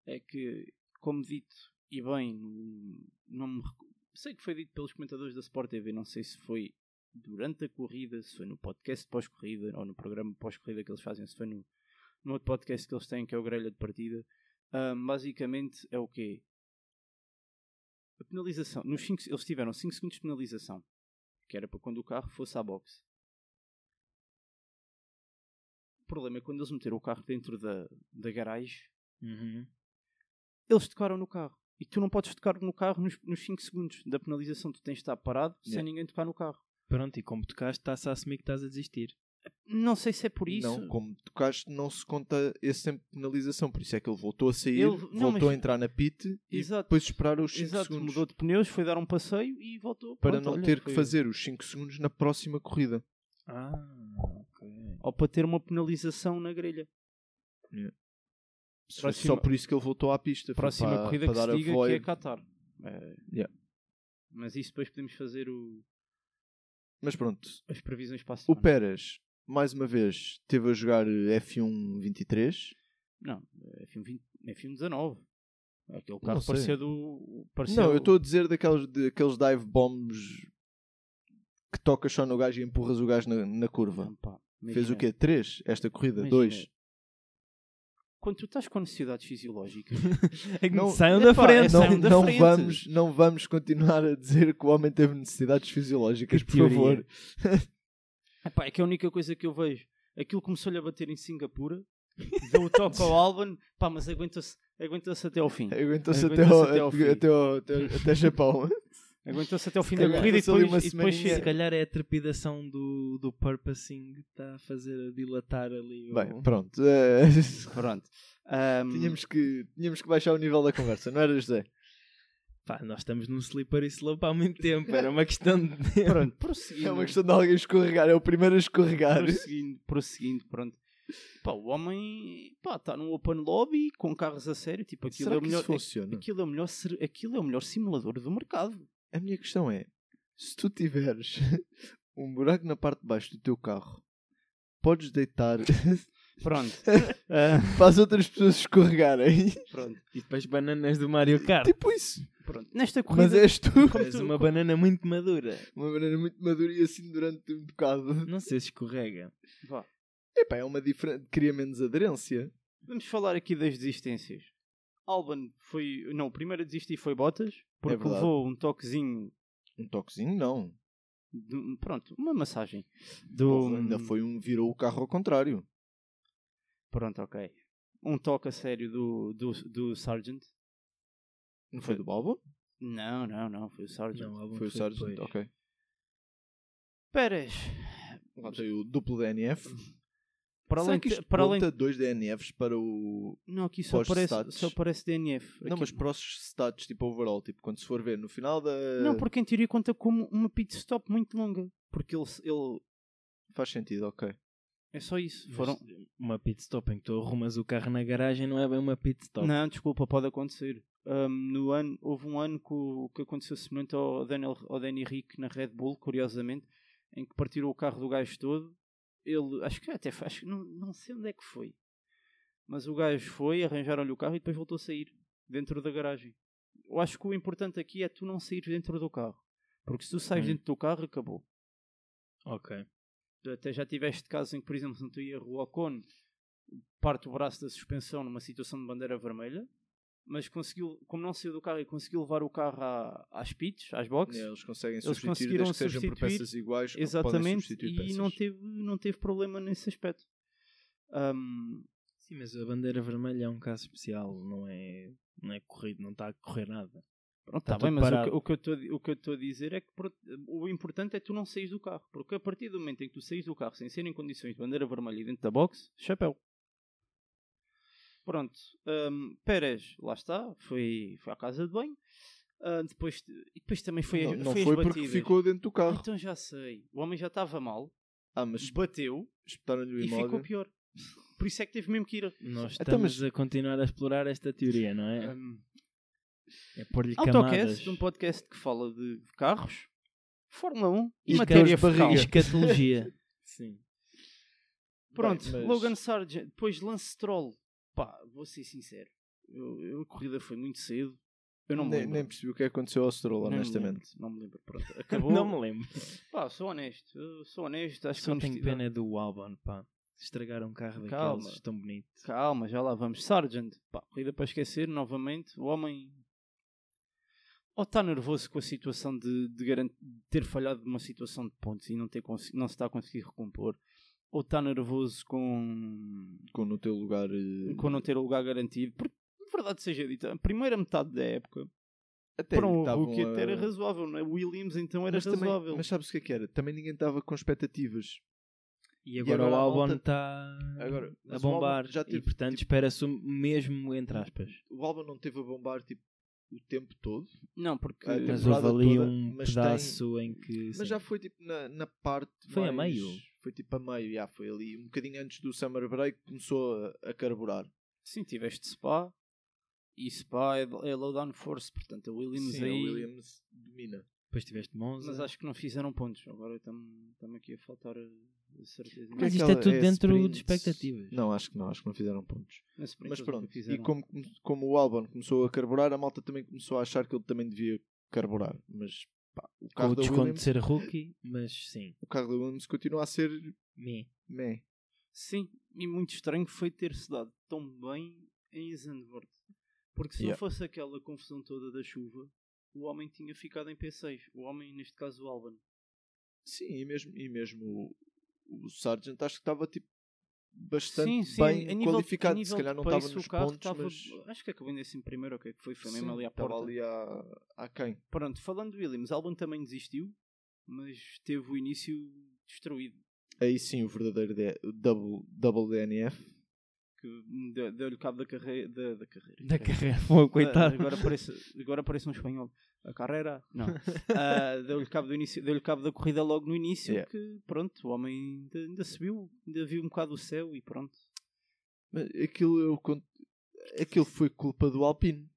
Speaker 3: É que, como dito, e bem, no- não me recu- sei que foi dito pelos comentadores da Sport TV, não sei se foi durante a corrida, se foi no podcast pós-corrida ou no programa pós-corrida que eles fazem, se foi no, no outro podcast que eles têm, que é o Grelha de Partida. Ah, basicamente é o quê? A penalização. Nos cinco, eles tiveram 5 segundos de penalização, que era para quando o carro fosse à boxe. O problema é que quando eles meteram o carro dentro da, da garagem,
Speaker 2: Uhum.
Speaker 3: eles tocaram no carro. E tu não podes tocar no carro nos 5 segundos da penalização. Tu tens de estar parado
Speaker 1: Yeah.
Speaker 3: sem ninguém tocar no carro.
Speaker 2: Pronto, e como tocaste, estás a assumir que estás a desistir.
Speaker 3: Não sei se é por isso.
Speaker 1: Não, como tocaste, não se conta esse tempo de penalização. Por isso é que ele voltou a sair,
Speaker 3: Ele-
Speaker 1: voltou
Speaker 3: não, mas-
Speaker 1: a entrar na pit e
Speaker 3: Exato.
Speaker 1: depois esperar os 5
Speaker 3: Exato,
Speaker 1: segundos.
Speaker 3: mudou de pneus, foi dar um passeio e voltou.
Speaker 1: Para
Speaker 3: Pronto,
Speaker 1: não
Speaker 3: olha,
Speaker 1: ter que
Speaker 3: foi-
Speaker 1: fazer os 5 segundos na próxima corrida.
Speaker 2: Ah, ok.
Speaker 3: Ou para ter uma penalização na grelha.
Speaker 1: Se foi
Speaker 3: Próxima-
Speaker 1: Só por isso que ele voltou à pista. foi
Speaker 3: Próxima
Speaker 1: para,
Speaker 3: corrida
Speaker 1: para
Speaker 3: que
Speaker 1: dar
Speaker 3: se
Speaker 1: a
Speaker 3: diga
Speaker 1: voz.
Speaker 3: que é Qatar. É.
Speaker 1: Yeah.
Speaker 3: Mas isso depois podemos fazer o-
Speaker 1: Mas pronto,
Speaker 3: as previsões para a
Speaker 1: o
Speaker 3: semana.
Speaker 1: Pérez, mais uma vez, teve a jogar eh, F1 23.
Speaker 3: Não, é F1, 19. Aquele carro
Speaker 1: Não sei.
Speaker 3: parecia do. Parecia
Speaker 1: Não, eu estou a dizer daqueles, daqueles dive bombs que tocas só no gajo e empurras o gajo na, na curva.
Speaker 3: Não, pá,
Speaker 1: Fez o
Speaker 3: imagina.
Speaker 1: quê? 3 esta corrida?
Speaker 3: Imagina.
Speaker 1: 2.
Speaker 3: Quando tu estás com necessidades fisiológicas,
Speaker 1: Não-
Speaker 2: É Saiam da
Speaker 3: Epá,
Speaker 2: frente!
Speaker 3: essa-
Speaker 1: Não,
Speaker 3: Saiam da
Speaker 1: um não
Speaker 3: frente.
Speaker 1: vamos, não vamos continuar a dizer que o homem teve necessidades fisiológas,
Speaker 2: Que
Speaker 1: por favor.
Speaker 3: Epá, é que a única coisa que eu vejo, aquilo começou-lhe a bater em Singapura, deu o toque ao Alban, pá, mas aguentou-se aguentou até ao fim.
Speaker 1: Aguentou-se até, ao-
Speaker 3: Aguentou-se até ao fim.
Speaker 1: até, ao- até, até Japão.
Speaker 3: Aguentou-se até ao
Speaker 1: Se
Speaker 3: fim da
Speaker 2: É
Speaker 1: calhar
Speaker 3: corrida e
Speaker 1: passou ali
Speaker 3: depois,
Speaker 1: uma
Speaker 3: e depois
Speaker 1: semaninha.
Speaker 2: Se
Speaker 3: chega.
Speaker 2: calhar é a trepidação do, do purposing que está a fazer a dilatar ali. o-
Speaker 1: Bem, pronto.
Speaker 3: Hum.
Speaker 1: eh,
Speaker 3: Pronto. Ahm,
Speaker 1: tínhamos, que, tínhamos que baixar o nível da conversa, não era, José?
Speaker 2: Pá, nós estamos num sleeper e slope há muito tempo. Era uma questão de tempo.
Speaker 3: Pronto, prosseguindo.
Speaker 1: É uma questão de alguém escorregar, é o primeiro a escorregar.
Speaker 3: prosseguindo, prosseguindo, pronto. Pá, o homem está num open lobby com carros a sério. Tipo, aquilo, é
Speaker 1: Será
Speaker 3: o
Speaker 1: que isso
Speaker 3: melhor,
Speaker 1: funciona?
Speaker 3: aquilo, é o melhor, ser- aquilo é o melhor simulador do mercado.
Speaker 1: A minha questão é: se tu tiveres um buraco na parte de baixo do teu carro, podes deitar
Speaker 3: Pronto. Ah,
Speaker 1: para as outras pessoas escorregarem?
Speaker 3: pronto,
Speaker 2: E depois bananas do Mario Kart.
Speaker 1: Tipo isso.
Speaker 3: pronto. Nesta
Speaker 1: Mas
Speaker 3: corrida.
Speaker 1: és tu.
Speaker 3: como
Speaker 2: És
Speaker 3: tu-
Speaker 2: uma banana muito madura.
Speaker 1: Uma maneira muito madura e assim durante um bocado.
Speaker 2: Não sei se escorrega.
Speaker 3: Vá,
Speaker 1: Epá, é uma diferente. Cria menos aderência. É
Speaker 3: Vamos falar aqui das desistências. Alban foi.
Speaker 1: é-
Speaker 3: Não, o primeiro a desistir foi Bottas, porque
Speaker 1: verdade.
Speaker 3: levou um toquezinho.
Speaker 1: Um toquezinho, não.
Speaker 3: de- Hum, pronto, uma massagem.
Speaker 1: Porra,
Speaker 3: Do,
Speaker 1: Ainda foi um. Virou o carro ao contrário.
Speaker 3: Pronto, ok. Um toque a sério do, do, do Sargent.
Speaker 1: Não foi do Balbo?
Speaker 3: Não, não, não, foi o Sargent.
Speaker 2: Não,
Speaker 1: Foi o Sargent,
Speaker 2: depois.
Speaker 1: ok.
Speaker 3: Pérez.
Speaker 1: Lá tem o duplo DNF.
Speaker 3: Para
Speaker 1: Será
Speaker 3: além,
Speaker 1: que
Speaker 3: de-
Speaker 1: isto
Speaker 3: para além
Speaker 1: conta dois DNFs para o.
Speaker 3: Não, aqui só
Speaker 1: pós
Speaker 3: aparece,
Speaker 1: status?
Speaker 3: só aparece DNF.
Speaker 1: Não,
Speaker 3: Aqui-
Speaker 1: mas para os stats, tipo overall, tipo quando se for ver no final da.
Speaker 3: Não, porque em teoria conta como uma pit stop muito longa. Porque ele, ele...
Speaker 1: Faz sentido, ok.
Speaker 3: É só isso.
Speaker 2: Mas
Speaker 3: Foram...
Speaker 2: Uma pit stop em que tu arrumas o carro na garagem não é bem uma pit stop.
Speaker 3: Não, desculpa, pode acontecer. Ahm, no ano, houve um ano que, o- que aconteceu semelhante ao Daniel, ao Danny Rick na Red Bull, curiosamente, em que partiram o carro do gajo todo. Ele, acho que até faz, não, não sei onde é que foi, mas o gajo foi, arranjaram-lhe o carro e depois voltou a sair dentro da garagem. Eu acho que o importante aqui é tu não sair dentro do carro, porque se tu saís
Speaker 2: Hum.
Speaker 3: dentro do carro, acabou.
Speaker 2: Ok.
Speaker 3: Tu até já tiveste caso em que, por exemplo, se não tu ia o Ocon, parte o braço da suspensão numa situação de bandeira vermelha, mas conseguiu, como não saiu do carro e conseguiu levar o carro à- às pits, às boxes,
Speaker 1: Eles conseguem
Speaker 3: Eles
Speaker 1: substituir
Speaker 3: conseguiram
Speaker 1: desde que sejam por
Speaker 3: substituir,
Speaker 1: peças iguais. ou podem
Speaker 3: exatamente,
Speaker 1: substituir
Speaker 3: e
Speaker 1: peças.
Speaker 3: não teve, não teve problema nesse aspecto. Ahm,
Speaker 2: Sim, mas a bandeira vermelha é um caso especial. Não é, não é corrido, não está a correr nada.
Speaker 3: pronto,
Speaker 2: Tá
Speaker 3: tá bem,
Speaker 2: tudo
Speaker 3: mas o que-
Speaker 2: parado.
Speaker 3: o que eu tô a di- o que eu estou a dizer é que pronto, o importante é tu não saís do carro, porque a partir do momento em que tu saís do carro sem ser em condições de bandeira vermelha e dentro da box, chapéu. Pronto, hum, Pérez, lá está, foi, foi à casa de banho. Ah, depois, e depois também foi,
Speaker 1: Não, não
Speaker 3: foi,
Speaker 1: foi
Speaker 3: as
Speaker 1: porque
Speaker 3: batidas.
Speaker 1: ficou dentro do carro.
Speaker 3: Então já sei, o homem já estava mal,
Speaker 1: Ah, mas
Speaker 3: bateu
Speaker 1: espetaram-lhe o
Speaker 3: e ficou
Speaker 1: imóvel.
Speaker 3: pior. Por isso é que teve mesmo que ir. a-
Speaker 2: Nós
Speaker 1: Então,
Speaker 2: estamos
Speaker 1: mas-
Speaker 2: a continuar a explorar esta teoria, não é?
Speaker 3: Hum,
Speaker 2: É pôr-lhe camadas.
Speaker 3: Autocast, um podcast que fala de carros, Fórmula 1 e,
Speaker 2: E
Speaker 3: matéria
Speaker 2: aquelas
Speaker 3: fecal.
Speaker 1: barrigas.
Speaker 2: Escatologia. Sim.
Speaker 3: Pronto,
Speaker 1: Bem, mas-
Speaker 3: Logan Sargent, depois Lance Stroll. Pá, vou ser sincero. Eu, eu- a corrida foi muito cedo. Eu não me
Speaker 1: nem,
Speaker 3: lembro.
Speaker 1: nem percebi o que aconteceu ao Stroll,
Speaker 3: Nem me
Speaker 1: honestamente.
Speaker 3: lembro, Não me lembro. Pronto, acabou.
Speaker 2: Não me lembro.
Speaker 3: Pá, sou honesto. eu Sou honesto. Acho
Speaker 2: Só
Speaker 3: que
Speaker 2: tenho
Speaker 3: honestidade-
Speaker 2: pena do Albon, pá. Estragar um carro
Speaker 3: Calma.
Speaker 2: daqueles tão bonito.
Speaker 3: Calma, já lá vamos. Sargent, pá, corrida para esquecer novamente. O homem. Ou está nervoso com a situação de, de garan- de ter falhado uma situação de pontos e não, ter consi- não se está a conseguir recompor. Ou está nervoso com.
Speaker 1: Com no teu lugar. eh,
Speaker 3: com não ter o lugar garantido. Porque, verdade seja dita, a primeira metade da época
Speaker 1: até
Speaker 3: para um
Speaker 1: estavam
Speaker 3: rookie até
Speaker 1: a-
Speaker 3: era razoável, não é? O Williams então era
Speaker 1: mas, também-
Speaker 3: razoável.
Speaker 1: mas sabes o que é que era? Também ninguém estava com expectativas.
Speaker 2: E agora,
Speaker 1: agora
Speaker 2: o
Speaker 1: a
Speaker 2: Albon
Speaker 1: malta-
Speaker 2: está
Speaker 1: Agora,
Speaker 2: a
Speaker 1: mas o Albon
Speaker 2: bombar.
Speaker 1: já teve,
Speaker 2: e portanto
Speaker 1: tipo-
Speaker 2: espera-se o mesmo, entre aspas.
Speaker 1: O Alba não teve a bombar tipo, o tempo todo,
Speaker 3: Não, porque.
Speaker 1: Ah,
Speaker 2: Mas
Speaker 1: temporada
Speaker 2: houve ali
Speaker 1: toda,
Speaker 2: um
Speaker 1: mas tem-
Speaker 2: pedaço em que. sim.
Speaker 1: mas já foi tipo na, na parte.
Speaker 2: Foi a
Speaker 1: mais-
Speaker 2: meio?
Speaker 1: Foi tipo a meio, já foi ali. Um bocadinho antes do Summer Break começou a, a carburar.
Speaker 3: Sim, tiveste Spa e Spa é, é low down force, portanto a Williams
Speaker 1: Sim,
Speaker 3: aí.
Speaker 1: o Williams domina.
Speaker 2: Depois tiveste Monza.
Speaker 3: Mas acho que não fizeram pontos. Agora estamos aqui a faltar a, a certeza.
Speaker 2: Mas isto é
Speaker 1: ela-
Speaker 2: tudo dentro
Speaker 1: sprint?
Speaker 2: de expectativas.
Speaker 1: Não, acho que não, acho que não fizeram pontos.
Speaker 3: Na sprint
Speaker 1: Mas
Speaker 3: eles nunca
Speaker 1: pronto, e
Speaker 3: fizeram.
Speaker 1: como, como o Albon começou a carburar, a malta também começou a achar que ele também devia carburar. Mas pá, o,
Speaker 2: Com
Speaker 1: carro
Speaker 2: o
Speaker 1: da
Speaker 2: desconto
Speaker 1: Williams,
Speaker 2: de ser rookie, mas sim.
Speaker 1: o carro da Williams continua a ser
Speaker 2: Me.
Speaker 1: meh.
Speaker 3: Sim, e muito estranho foi ter-se dado tão bem em Zandvoort. Porque se
Speaker 1: Yeah.
Speaker 3: não fosse aquela confusão toda da chuva, o homem tinha ficado em P6. O homem, neste caso, o Alban.
Speaker 1: Sim, e mesmo, e mesmo o, o Sargent acho que estava tipo bastante
Speaker 3: sim, sim,
Speaker 1: bem
Speaker 3: a nível- a
Speaker 1: qualificado.
Speaker 3: nível
Speaker 1: Se calhar não
Speaker 3: de
Speaker 1: estava
Speaker 3: pace,
Speaker 1: nos
Speaker 3: o carro
Speaker 1: pontos,
Speaker 3: estava-
Speaker 1: mas
Speaker 3: Acho que acabou ainda assim primeiro, ou o que é que foi? Foi
Speaker 1: Sim,
Speaker 3: mesmo ali à
Speaker 1: estava
Speaker 3: porta.
Speaker 1: ali à, à quem?
Speaker 3: Pronto, falando de Williams, Albon também desistiu, mas teve o início destruído.
Speaker 1: Aí sim o verdadeiro D- double, double DNF.
Speaker 3: Que deu- deu-lhe cabo da carreira. Da, da carreira.
Speaker 2: Da carreira, foi coitado.
Speaker 3: Ah, Agora parece, agora parece um espanhol. A carreira? Não. Ah, deu-lhe cabo, do início- deu-lhe cabo da corrida logo no início.
Speaker 1: Yeah.
Speaker 3: Que pronto, o homem ainda, ainda subiu, ainda viu um bocado o céu e pronto.
Speaker 1: Mas aquilo, eu, con- aquilo foi culpa do Alpine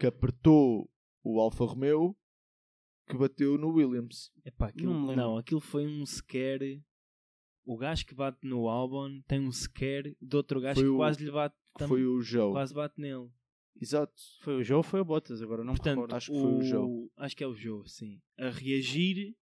Speaker 1: que apertou o Alfa Romeo que bateu no Williams.
Speaker 2: Epá, aquilo,
Speaker 3: Não me
Speaker 2: não,
Speaker 3: lembro.
Speaker 2: aquilo foi um sequer. O gajo que bate no Albon tem um sequer de outro gajo
Speaker 1: Foi
Speaker 2: que
Speaker 1: o-
Speaker 2: quase lhe bate.
Speaker 1: Que
Speaker 2: tam-
Speaker 1: foi o Joe.
Speaker 2: Quase bate nele.
Speaker 1: Exato.
Speaker 3: Foi o Joe ou foi o Bottas? Agora não me
Speaker 2: Portanto,
Speaker 3: recordo.
Speaker 1: acho que foi o Joe.
Speaker 2: Acho que é o jogo, sim. A reagir,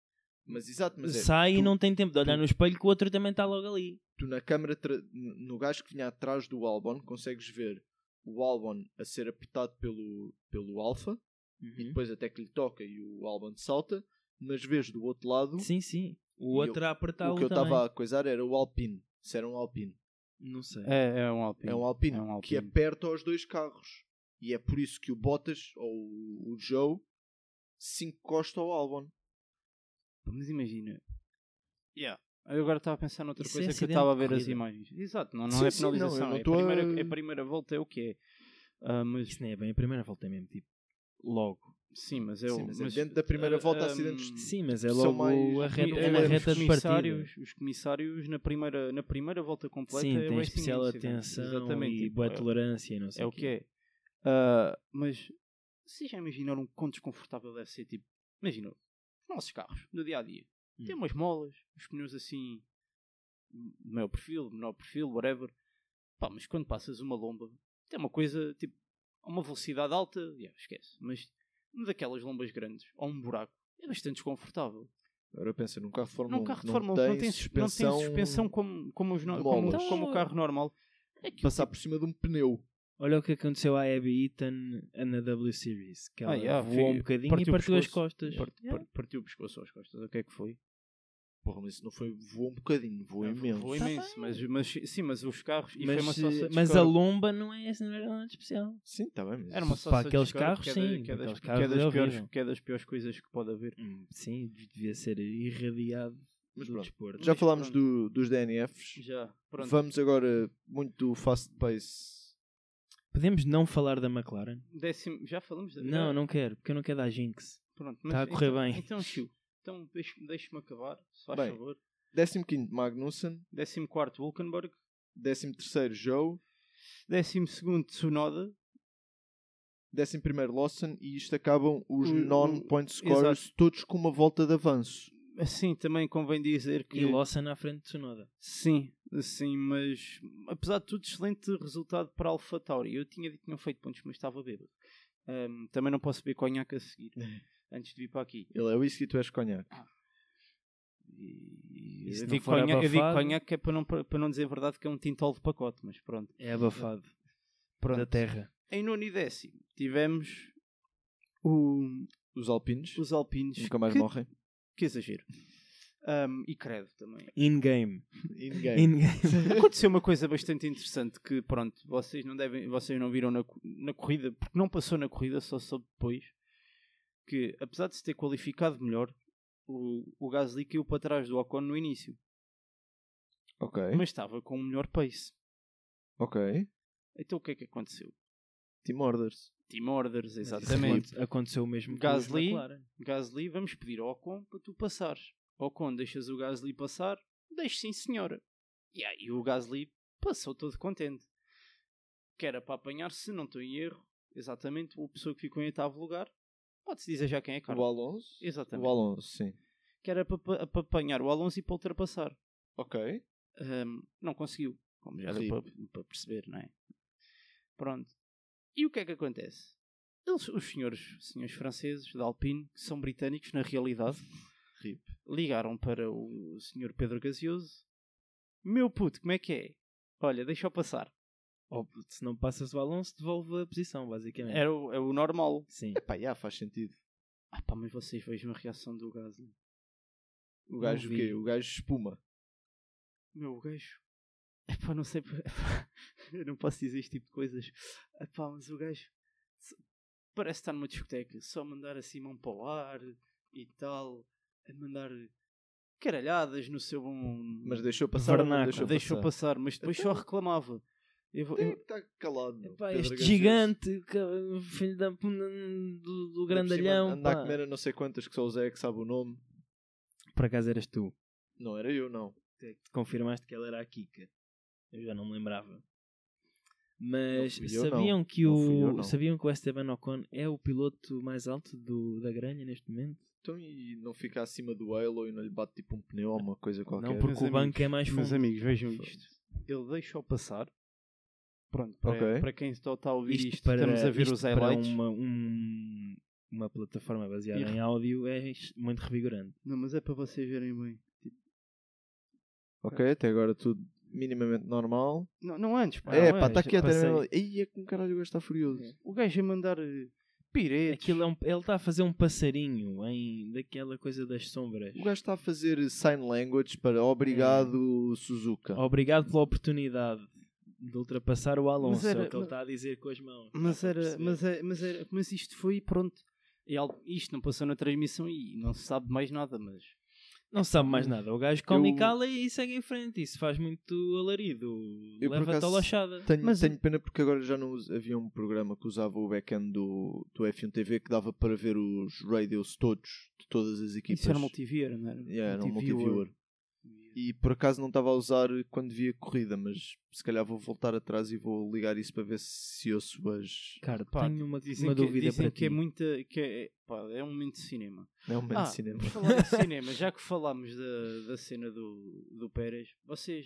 Speaker 1: Mas exato, mas é,
Speaker 2: sai e
Speaker 1: tu-
Speaker 2: não tem tempo de olhar
Speaker 1: tu-
Speaker 2: no espelho que o outro também está logo ali.
Speaker 1: tu na câmara tra- no gajo que vinha atrás do Albon consegues ver o Albon a ser apertado pelo, pelo Alfa e depois até que lhe toca e o Albon salta mas vês do outro
Speaker 3: Hum?
Speaker 1: lado
Speaker 2: Sim, sim. O
Speaker 1: E
Speaker 2: outro
Speaker 1: o
Speaker 2: a
Speaker 3: Tá um
Speaker 2: apertá-lo
Speaker 1: que eu
Speaker 2: também.
Speaker 1: estava a coisar era o Alpine se era um Alpine
Speaker 2: Não sei.
Speaker 3: É, é um Alpine.
Speaker 1: é um Alpine,
Speaker 3: É um
Speaker 1: que
Speaker 3: Alpine.
Speaker 1: aperta os dois carros e é por isso que o Bottas ou o- o Joe se encosta ao Albon
Speaker 3: Mas imagina. Yeah. Eu agora estava a pensar noutra
Speaker 2: Isso é
Speaker 3: coisa que eu
Speaker 2: acidente
Speaker 3: estava a
Speaker 2: de
Speaker 3: ver as
Speaker 2: corrida.
Speaker 3: imagens. Exato, não, não
Speaker 1: Sim,
Speaker 3: é
Speaker 1: sim, não, eu
Speaker 3: penalização.
Speaker 1: não
Speaker 3: é, a
Speaker 1: estou a-
Speaker 3: primeira, é a primeira volta, é o que é. Ah, mas,
Speaker 2: Isso nem é bem. A primeira volta é mesmo, tipo, logo.
Speaker 3: sim, mas é o.
Speaker 1: Sim, mas é dentro da primeira
Speaker 3: ah,
Speaker 1: volta,
Speaker 3: ah,
Speaker 1: acidentes de-
Speaker 2: Sim, mas é
Speaker 3: tipo,
Speaker 1: São
Speaker 2: logo
Speaker 1: mais-
Speaker 2: a
Speaker 3: comi-
Speaker 2: reta,
Speaker 3: é,
Speaker 2: na
Speaker 1: os
Speaker 2: reta de partida.
Speaker 3: comissários, os comissários na primeira, na primeira volta completa
Speaker 2: Sim,
Speaker 3: é
Speaker 2: tem
Speaker 3: racing
Speaker 2: especial
Speaker 3: incident.
Speaker 2: atenção
Speaker 3: Exatamente,
Speaker 2: e
Speaker 3: tipo,
Speaker 2: boa
Speaker 3: é-
Speaker 2: tolerância e não sei
Speaker 3: é o que é. Ah, mas vocês já imaginaram o quão desconfortável deve ser? Tipo, imagina, os nossos carros, no dia a dia,
Speaker 2: Hum.
Speaker 3: tem umas molas, os pneus assim, maior perfil, menor perfil, whatever. Pá, mas quando passas uma lomba, tem uma coisa tipo, a uma velocidade alta, yeah, esquece. Mas uma daquelas lombas grandes, ou um buraco, é bastante desconfortável.
Speaker 1: agora pensa num carro de Fórmula
Speaker 3: Num
Speaker 1: 1
Speaker 3: carro
Speaker 1: que
Speaker 3: de Fórmula 1 não tem sus- não
Speaker 1: suspensão,
Speaker 3: tem suspensão como, como, os no-
Speaker 1: de
Speaker 3: como,
Speaker 1: molas.
Speaker 3: como o carro normal. Aquilo,
Speaker 1: passar
Speaker 3: tipo,
Speaker 1: por cima de um pneu
Speaker 2: Olha o que aconteceu à Abby Eaton na W Series. Que ela
Speaker 3: Ah, yeah,
Speaker 2: voou
Speaker 3: fi-
Speaker 2: um bocadinho
Speaker 3: partiu
Speaker 2: e
Speaker 3: o
Speaker 2: partiu as
Speaker 3: pescoço.
Speaker 2: costas.
Speaker 3: Part-
Speaker 2: Yeah.
Speaker 3: par- Partiu o pescoço às costas, o que é que foi?
Speaker 1: Porra, mas isso não foi. Voou um bocadinho, voou imenso.
Speaker 3: Voou
Speaker 2: Tá
Speaker 3: imenso, mas, mas sim, mas os carros. E
Speaker 2: mas,
Speaker 3: foi uma sausage
Speaker 2: eh, mas
Speaker 3: curve.
Speaker 2: a lomba não é essa, não era nada de especial.
Speaker 1: Sim, está bem, mas.
Speaker 3: Era uma
Speaker 2: Para
Speaker 3: sausage
Speaker 2: aqueles
Speaker 3: curve,
Speaker 2: carros,
Speaker 3: que é
Speaker 2: sim,
Speaker 3: da- Que é
Speaker 2: para
Speaker 3: das,
Speaker 2: aqueles carros
Speaker 3: que é das
Speaker 2: é horrível.
Speaker 3: piores, que é das piores coisas que pode haver.
Speaker 2: Hum, Sim, devia ser irradiado
Speaker 1: Mas
Speaker 2: do
Speaker 1: pronto.
Speaker 2: desporto.
Speaker 1: Já
Speaker 3: Mas
Speaker 1: falámos
Speaker 3: pronto.
Speaker 1: do- dos DNFs.
Speaker 3: Já, pronto.
Speaker 1: Vamos agora muito fast pace.
Speaker 2: Podemos não falar da McLaren?
Speaker 3: Décimo, já falamos da.
Speaker 2: Não,
Speaker 3: já,
Speaker 2: não quero, porque eu não quero dar jinx.
Speaker 3: Pronto, mas
Speaker 2: Está a correr
Speaker 3: então,
Speaker 2: bem.
Speaker 3: Então, Chiu, então deixa- deixa-me acabar, se faz
Speaker 1: Bem.
Speaker 3: favor.
Speaker 1: 15 Magnussen.
Speaker 3: Décimo quarto, Wolkenberg.
Speaker 1: 13 Joe.
Speaker 3: Décimo segundo, Tsunoda.
Speaker 1: 11 Lawson. E isto acabam os
Speaker 3: O- o-
Speaker 1: non-point scorers, todos com uma volta de avanço.
Speaker 3: Assim, também convém dizer que.
Speaker 2: E Lawson à frente de Sonoda.
Speaker 3: Sim, sim, mas apesar de tudo, excelente resultado para Alpha Tauri. Eu tinha dito que tinham feito pontos, mas estava bêbado. Ahm, também não posso beber conhaque a seguir,
Speaker 2: Uhum.
Speaker 3: antes de vir para aqui.
Speaker 1: Ele é whisky, tu és conhaque.
Speaker 3: E-
Speaker 2: E se
Speaker 3: eu,
Speaker 2: não
Speaker 3: digo
Speaker 2: for
Speaker 3: conha, eu digo
Speaker 2: abafado?
Speaker 3: conhaque que é para não, para não dizer a verdade que é um tintol de pacote, mas pronto.
Speaker 2: É abafado. Da
Speaker 3: pronto.
Speaker 2: terra.
Speaker 3: Em nono e décimo tivemos o-
Speaker 1: Os alpinos.
Speaker 3: os alpinos.
Speaker 1: Nunca mais
Speaker 3: que,
Speaker 1: morrem.
Speaker 3: que exagero. Ahm, e credo também.
Speaker 2: In-game. É.
Speaker 1: In-game.
Speaker 2: In-game.
Speaker 3: Aconteceu uma coisa bastante interessante que, pronto, vocês não, devem, vocês não viram na, co- na corrida, porque não passou na corrida, só soube depois, que apesar de se ter qualificado melhor, o, o Gasly caiu para trás do Ocon no início,
Speaker 1: Ok.
Speaker 3: mas estava com um melhor pace.
Speaker 1: Ok.
Speaker 3: Então o que é que aconteceu?
Speaker 1: Team orders.
Speaker 3: Team orders,
Speaker 2: Mas isso
Speaker 3: exatamente.
Speaker 2: aconte- Aconteceu o mesmo com os
Speaker 3: Gasly.
Speaker 2: McLaren.
Speaker 3: Gasly, vamos pedir ao Ocon para tu passares. Ocon, deixas o Gasly passar? Deixe sim, senhora. E aí o Gasly passou todo contente. Que era para apanhar, se não estou em erro, exatamente o pessoa que ficou em oitavo lugar. Pode-se dizer já quem é,
Speaker 1: O
Speaker 3: Carlos.
Speaker 1: Alonso.
Speaker 3: Exatamente.
Speaker 1: O Alonso, sim.
Speaker 3: Que era para, pa- para apanhar o Alonso e para ultrapassar.
Speaker 1: Ok.
Speaker 3: Ahm, não conseguiu. Como já deu
Speaker 1: Horrível.
Speaker 3: para, para perceber, não é? Pronto. E o que é que acontece? Eles, os senhores, senhores franceses da Alpine, que são britânicos na realidade,
Speaker 1: Rip.
Speaker 3: ligaram para o senhor Pedro Gaseoso. Meu puto, como é que é? Olha, deixa eu passar.
Speaker 2: Ou, se não passas o Alonso, devolve a posição, basicamente.
Speaker 3: Era o, é o normal.
Speaker 2: Sim.
Speaker 1: Epá, já faz sentido.
Speaker 3: Ah pá, mas vocês vejam a reação do Gasly.
Speaker 1: O gajo o
Speaker 2: vi.
Speaker 1: quê? O gajo espuma.
Speaker 3: Meu, o gajo. Epá, não sei. epá, eu não posso dizer este tipo de coisas. Epá, mas o gajo. s- Parece estar numa discoteca. Só mandar assim mão para o ar e tal. A mandar caralhadas no seu.
Speaker 1: Mas deixou passar. ou não
Speaker 2: Vernáculo.
Speaker 1: Deixou,
Speaker 3: deixou
Speaker 1: passar.
Speaker 3: passar. mas depois
Speaker 2: Então.
Speaker 3: só reclamava. Eu vou- eu-
Speaker 1: Está tá calado. meu.
Speaker 2: Epá,
Speaker 1: Pedro
Speaker 2: este
Speaker 1: Garcês.
Speaker 2: gigante, ca- filho da p- do, do
Speaker 1: Ainda por cima,
Speaker 2: grandalhão.
Speaker 1: Andar a
Speaker 2: pá.
Speaker 1: comer a não sei quantas que só o Zé é que sabe o nome.
Speaker 2: Por acaso eras tu.
Speaker 1: Não era eu, não.
Speaker 2: que te confirmaste que ela era a Kika. Eu já não me lembrava. Mas
Speaker 1: Não fui eu,
Speaker 2: sabiam que
Speaker 1: Não fui eu,
Speaker 2: o
Speaker 1: não.
Speaker 2: sabiam que o Esteban Ocon é o piloto mais alto do, da grelha neste momento?
Speaker 1: Então e não fica acima do Halo e não lhe bate tipo um pneu ou uma coisa qualquer.
Speaker 2: Não, porque
Speaker 3: Meus
Speaker 2: o banco é mais
Speaker 3: Meus
Speaker 2: fundo.
Speaker 3: amigos, vejam
Speaker 2: Foda-se.
Speaker 3: isto. Ele deixou passar. Pronto, para,
Speaker 1: Ok.
Speaker 3: para quem está a ouvir isto,
Speaker 2: Isto para,
Speaker 3: estamos a ver
Speaker 2: isto
Speaker 3: os
Speaker 2: para
Speaker 3: highlights.
Speaker 2: uma, um- uma plataforma baseada
Speaker 3: E re-
Speaker 2: em áudio é ex- muito revigorante.
Speaker 3: Não, mas é para vocês verem bem.
Speaker 1: Ok, até agora tudo minimamente normal.
Speaker 3: Não, não antes, pá.
Speaker 1: é,
Speaker 3: Ah, não Uhum.
Speaker 1: pá,
Speaker 3: antes,
Speaker 1: está aqui até
Speaker 2: passei.
Speaker 1: mesmo. Ei, é como caralho o gajo está furioso.
Speaker 3: O gajo a mandar eh, piretes.
Speaker 2: Aquilo é um- ele está a fazer um passarinho em, daquela coisa das sombras.
Speaker 1: O gajo está a fazer sign language para obrigado Suzuka.
Speaker 2: Obrigado pela oportunidade de ultrapassar o Alonso.
Speaker 3: era-
Speaker 2: é o que ele
Speaker 3: mas-
Speaker 2: está a dizer com as mãos.
Speaker 3: Mas
Speaker 2: Dá para
Speaker 3: era,
Speaker 2: perceber.
Speaker 3: mas, é, mas, era, mas isto foi pronto. E al- Isto não passou na transmissão e não se sabe mais nada, mas
Speaker 2: Não sabe mais nada. O gajo come
Speaker 1: Eu-
Speaker 2: e cala e segue em frente. Isso faz muito alarido.
Speaker 1: Eu, por
Speaker 2: Leva-te à
Speaker 1: acaso,
Speaker 2: lochada.
Speaker 1: Tenho,
Speaker 3: Mas-
Speaker 1: tenho pena porque agora já não uso- havia um programa que usava o backend do, do F1 TV que dava para ver os radios todos, de todas as equipas.
Speaker 3: isso era multiviewer, não era?
Speaker 1: Yeah, era um multiviewer. E por acaso não estava a usar quando via corrida, mas se calhar vou voltar atrás e vou ligar isso para ver se ouço as.
Speaker 2: Cara,
Speaker 3: Pá,
Speaker 2: tenho uma,
Speaker 3: Dizem,
Speaker 2: uma
Speaker 3: que,
Speaker 2: dúvida
Speaker 3: dizem
Speaker 2: para
Speaker 3: que
Speaker 2: ti.
Speaker 3: é muita. Que é, pá, é um momento de cinema.
Speaker 1: É um momento
Speaker 3: ah,
Speaker 1: de cinema.
Speaker 3: por falar de cinema, já que falámos da, da cena do, do Pérez, vocês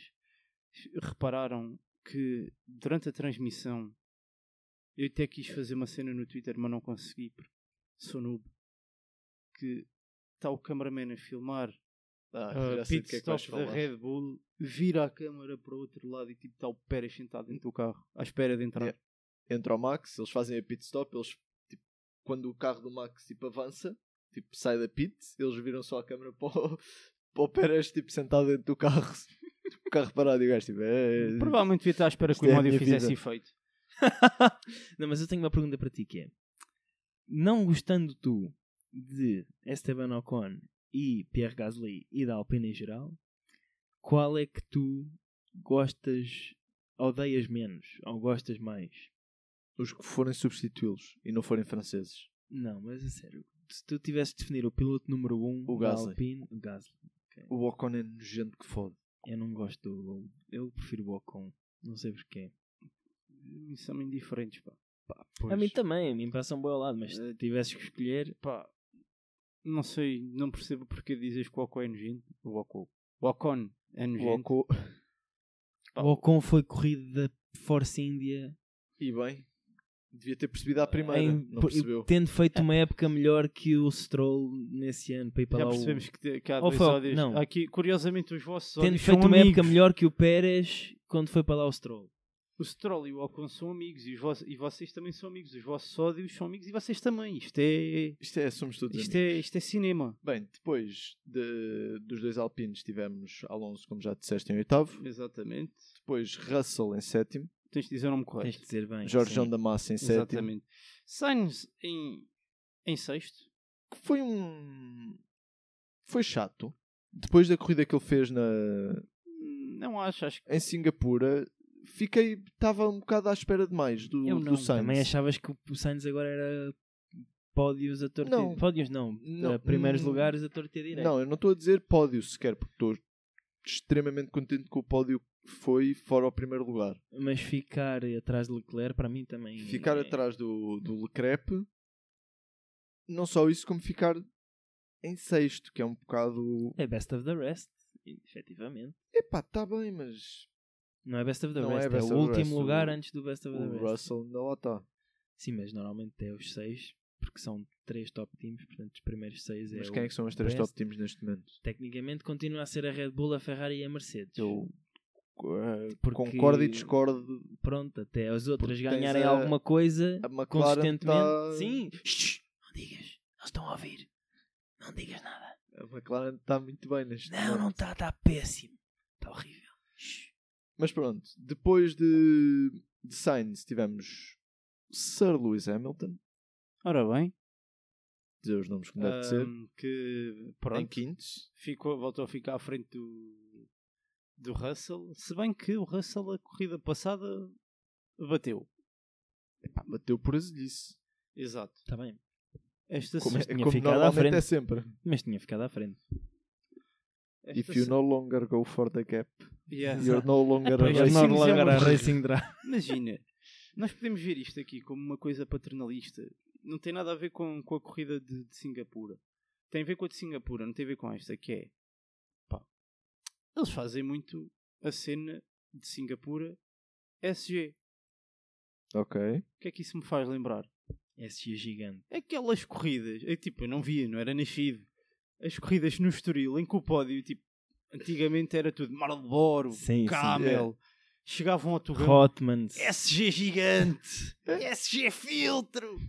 Speaker 3: repararam que durante a transmissão eu até quis fazer uma cena no Twitter, mas não consegui porque sou noob. Que está o cameraman a filmar
Speaker 1: Ah,
Speaker 3: a
Speaker 1: já sei do
Speaker 3: pit
Speaker 1: que é que vais
Speaker 3: stop da
Speaker 1: falar.
Speaker 3: Red Bull, vira a câmera para o outro lado e tipo está o Pérez sentado dentro do carro à espera de entrar.
Speaker 1: Yeah. Entra o Max, eles fazem a pit stop, eles tipo, quando o carro do Max tipo, avança, tipo, sai da pit, eles viram só a câmera para o, para o Pérez tipo, sentado dentro do carro, tipo, o carro parado e o gajo tipo. "Eh,
Speaker 3: Provavelmente devia estar à espera
Speaker 1: Isto
Speaker 3: que o
Speaker 1: é a
Speaker 3: Imódio
Speaker 1: minha
Speaker 3: fizesse
Speaker 1: vida.
Speaker 3: efeito.
Speaker 2: Não, mas eu tenho uma pergunta para ti que é... Não gostando tu de Esteban Ocon e Pierre Gasly e da Alpine em geral, qual é que tu gostas, odeias menos ou gostas mais?
Speaker 1: Os que forem substituí-los e não forem franceses.
Speaker 2: Não, mas a sério. Se tu tivesse de definir o piloto número 1 um
Speaker 1: O
Speaker 2: da
Speaker 1: Gasly.
Speaker 2: Alpine, o Gasly.
Speaker 1: O Ocon é nojento que fode.
Speaker 2: Eu não gosto do. Eu prefiro o Ocon. Não sei porquê.
Speaker 3: Isso são indiferentes, pá.
Speaker 2: A mim também, a mim passam bem ao lado, mas
Speaker 3: Eh,
Speaker 2: se tivesses que escolher.
Speaker 3: Pá, não sei, não percebo porque dizes que o Ocon é nojento. O Ocon. O Ocon é
Speaker 1: O
Speaker 3: nojento.
Speaker 1: Ocon.
Speaker 3: Pá.
Speaker 2: O Ocon foi corrido da Force India
Speaker 1: E bem, devia ter percebido à primeira.
Speaker 2: em-
Speaker 1: não
Speaker 2: por-
Speaker 1: percebeu.
Speaker 2: tendo feito uma época melhor que o Stroll nesse ano para ir para
Speaker 3: Já
Speaker 2: lá o-
Speaker 3: percebemos que, te- que há
Speaker 2: Oh,
Speaker 3: dois
Speaker 2: fuck,
Speaker 3: ódios.
Speaker 2: não.
Speaker 3: Aqui, curiosamente, os vossos
Speaker 2: Tendo
Speaker 3: ódios
Speaker 2: feito
Speaker 3: são
Speaker 1: um
Speaker 2: uma
Speaker 3: amigos.
Speaker 2: época melhor que o Pérez quando foi para lá o Stroll.
Speaker 3: O Stroll e o Ocon são amigos e, os vossos- e vocês também são amigos. Os vossos ódios são amigos e vocês também. Isto é,
Speaker 1: Isto é, somos todos
Speaker 3: isto é, isto é cinema.
Speaker 1: Bem, depois de- dos dois alpinos tivemos Alonso, como já disseste, em oitavo.
Speaker 3: Exatamente.
Speaker 1: Depois Russell em sétimo.
Speaker 3: Tens de dizer o nome
Speaker 2: Tens
Speaker 3: correto.
Speaker 2: de dizer bem.
Speaker 1: Jorgeão
Speaker 2: sim.
Speaker 1: da Massa em sétimo.
Speaker 3: Exatamente. Sainz em, em sexto.
Speaker 1: Que foi um... Foi chato. Depois da corrida que ele fez na...
Speaker 3: Hum, Não acho, acho que
Speaker 1: em Singapura, fiquei... Estava um bocado à espera demais do,
Speaker 3: Eu
Speaker 1: do
Speaker 3: não,
Speaker 1: Sainz.
Speaker 2: Também achavas que o Sainz agora era pódios a torta
Speaker 1: Não.
Speaker 2: Pódios não,
Speaker 1: Não,
Speaker 2: a primeiros
Speaker 1: hum,
Speaker 2: lugares a torta e direito.
Speaker 1: Não, eu não estou a dizer pódio sequer, porque estou extremamente contente com o pódio que foi fora o primeiro lugar.
Speaker 2: Mas ficar atrás de Leclerc para mim também.
Speaker 1: ficar
Speaker 2: é-
Speaker 1: atrás do, do Lecrep, não só isso, como ficar em sexto, que é um bocado.
Speaker 2: É best of the rest, efetivamente.
Speaker 1: Epá, tá bem, mas
Speaker 2: Não é best of the
Speaker 1: Não é
Speaker 2: rest, é,
Speaker 1: best of
Speaker 2: o
Speaker 1: the
Speaker 2: último
Speaker 1: rest,
Speaker 2: lugar
Speaker 1: o-
Speaker 2: antes do best of the
Speaker 1: o
Speaker 2: rest.
Speaker 1: Russell ainda lá tá. está.
Speaker 2: Sim, mas normalmente é os seis, porque são três top teams, portanto os primeiros seis é.
Speaker 1: Mas
Speaker 2: o
Speaker 1: quem é que são as três
Speaker 2: best.
Speaker 1: top teams neste momento?
Speaker 2: Tecnicamente continua a ser a Red Bull, a Ferrari e a Mercedes.
Speaker 1: Eu eh,
Speaker 2: Porque-
Speaker 1: concordo e discordo.
Speaker 2: Pronto, até as outras
Speaker 1: Porque
Speaker 2: ganharem
Speaker 1: tens a-
Speaker 2: alguma coisa
Speaker 1: A McLaren tá
Speaker 2: consistentemente.
Speaker 1: está.
Speaker 2: Sim, Shhh, não digas, eles estão a ouvir. Não digas nada.
Speaker 1: A McLaren está muito bem neste
Speaker 2: Não,
Speaker 1: momento.
Speaker 2: não está, está péssimo. Está horrível.
Speaker 1: Mas pronto, depois de, de Sainz tivemos Sir Lewis Hamilton,
Speaker 3: Ora bem.
Speaker 1: dizer os nomes como deve de ser,
Speaker 3: ahm, hum, que
Speaker 1: em
Speaker 3: pronto.
Speaker 1: quinto.
Speaker 3: ficou, voltou a ficar à frente do, do Russell. Se bem que o Russell, a corrida passada, bateu.
Speaker 1: Epá, bateu por azelice.
Speaker 3: Exato.
Speaker 2: Está bem.
Speaker 3: Esta,
Speaker 1: Como, é,
Speaker 2: tinha
Speaker 1: como
Speaker 2: ficado à
Speaker 1: normalmente
Speaker 2: frente.
Speaker 1: é sempre.
Speaker 2: Mas tinha ficado à frente.
Speaker 3: esta
Speaker 1: If you
Speaker 3: se-
Speaker 1: no longer go for the cap,
Speaker 3: Yeah.
Speaker 1: you're no longer
Speaker 3: Pois,
Speaker 1: a
Speaker 3: Racing
Speaker 2: não
Speaker 1: racing.
Speaker 3: Drive.
Speaker 2: logo a é Racing Drive.
Speaker 3: Imagina, nós podemos ver isto aqui como uma coisa paternalista. Não tem nada a ver com, com a corrida de, de Singapura. Tem a ver com a de Singapura, não tem a ver com esta, que é. Pá, eles fazem muito a cena de Singapura SG.
Speaker 1: Ok.
Speaker 3: O que é que isso me faz lembrar?
Speaker 2: SG gigante.
Speaker 3: aquelas corridas, eu, tipo, eu não via, não era nascido. As corridas no Estoril, em que o pódio, tipo, antigamente era tudo Marlboro,
Speaker 2: Sim, é. sim.
Speaker 3: Camel, chegavam ao Tugão,
Speaker 2: Hotmans.
Speaker 3: SG gigante, SG filtro,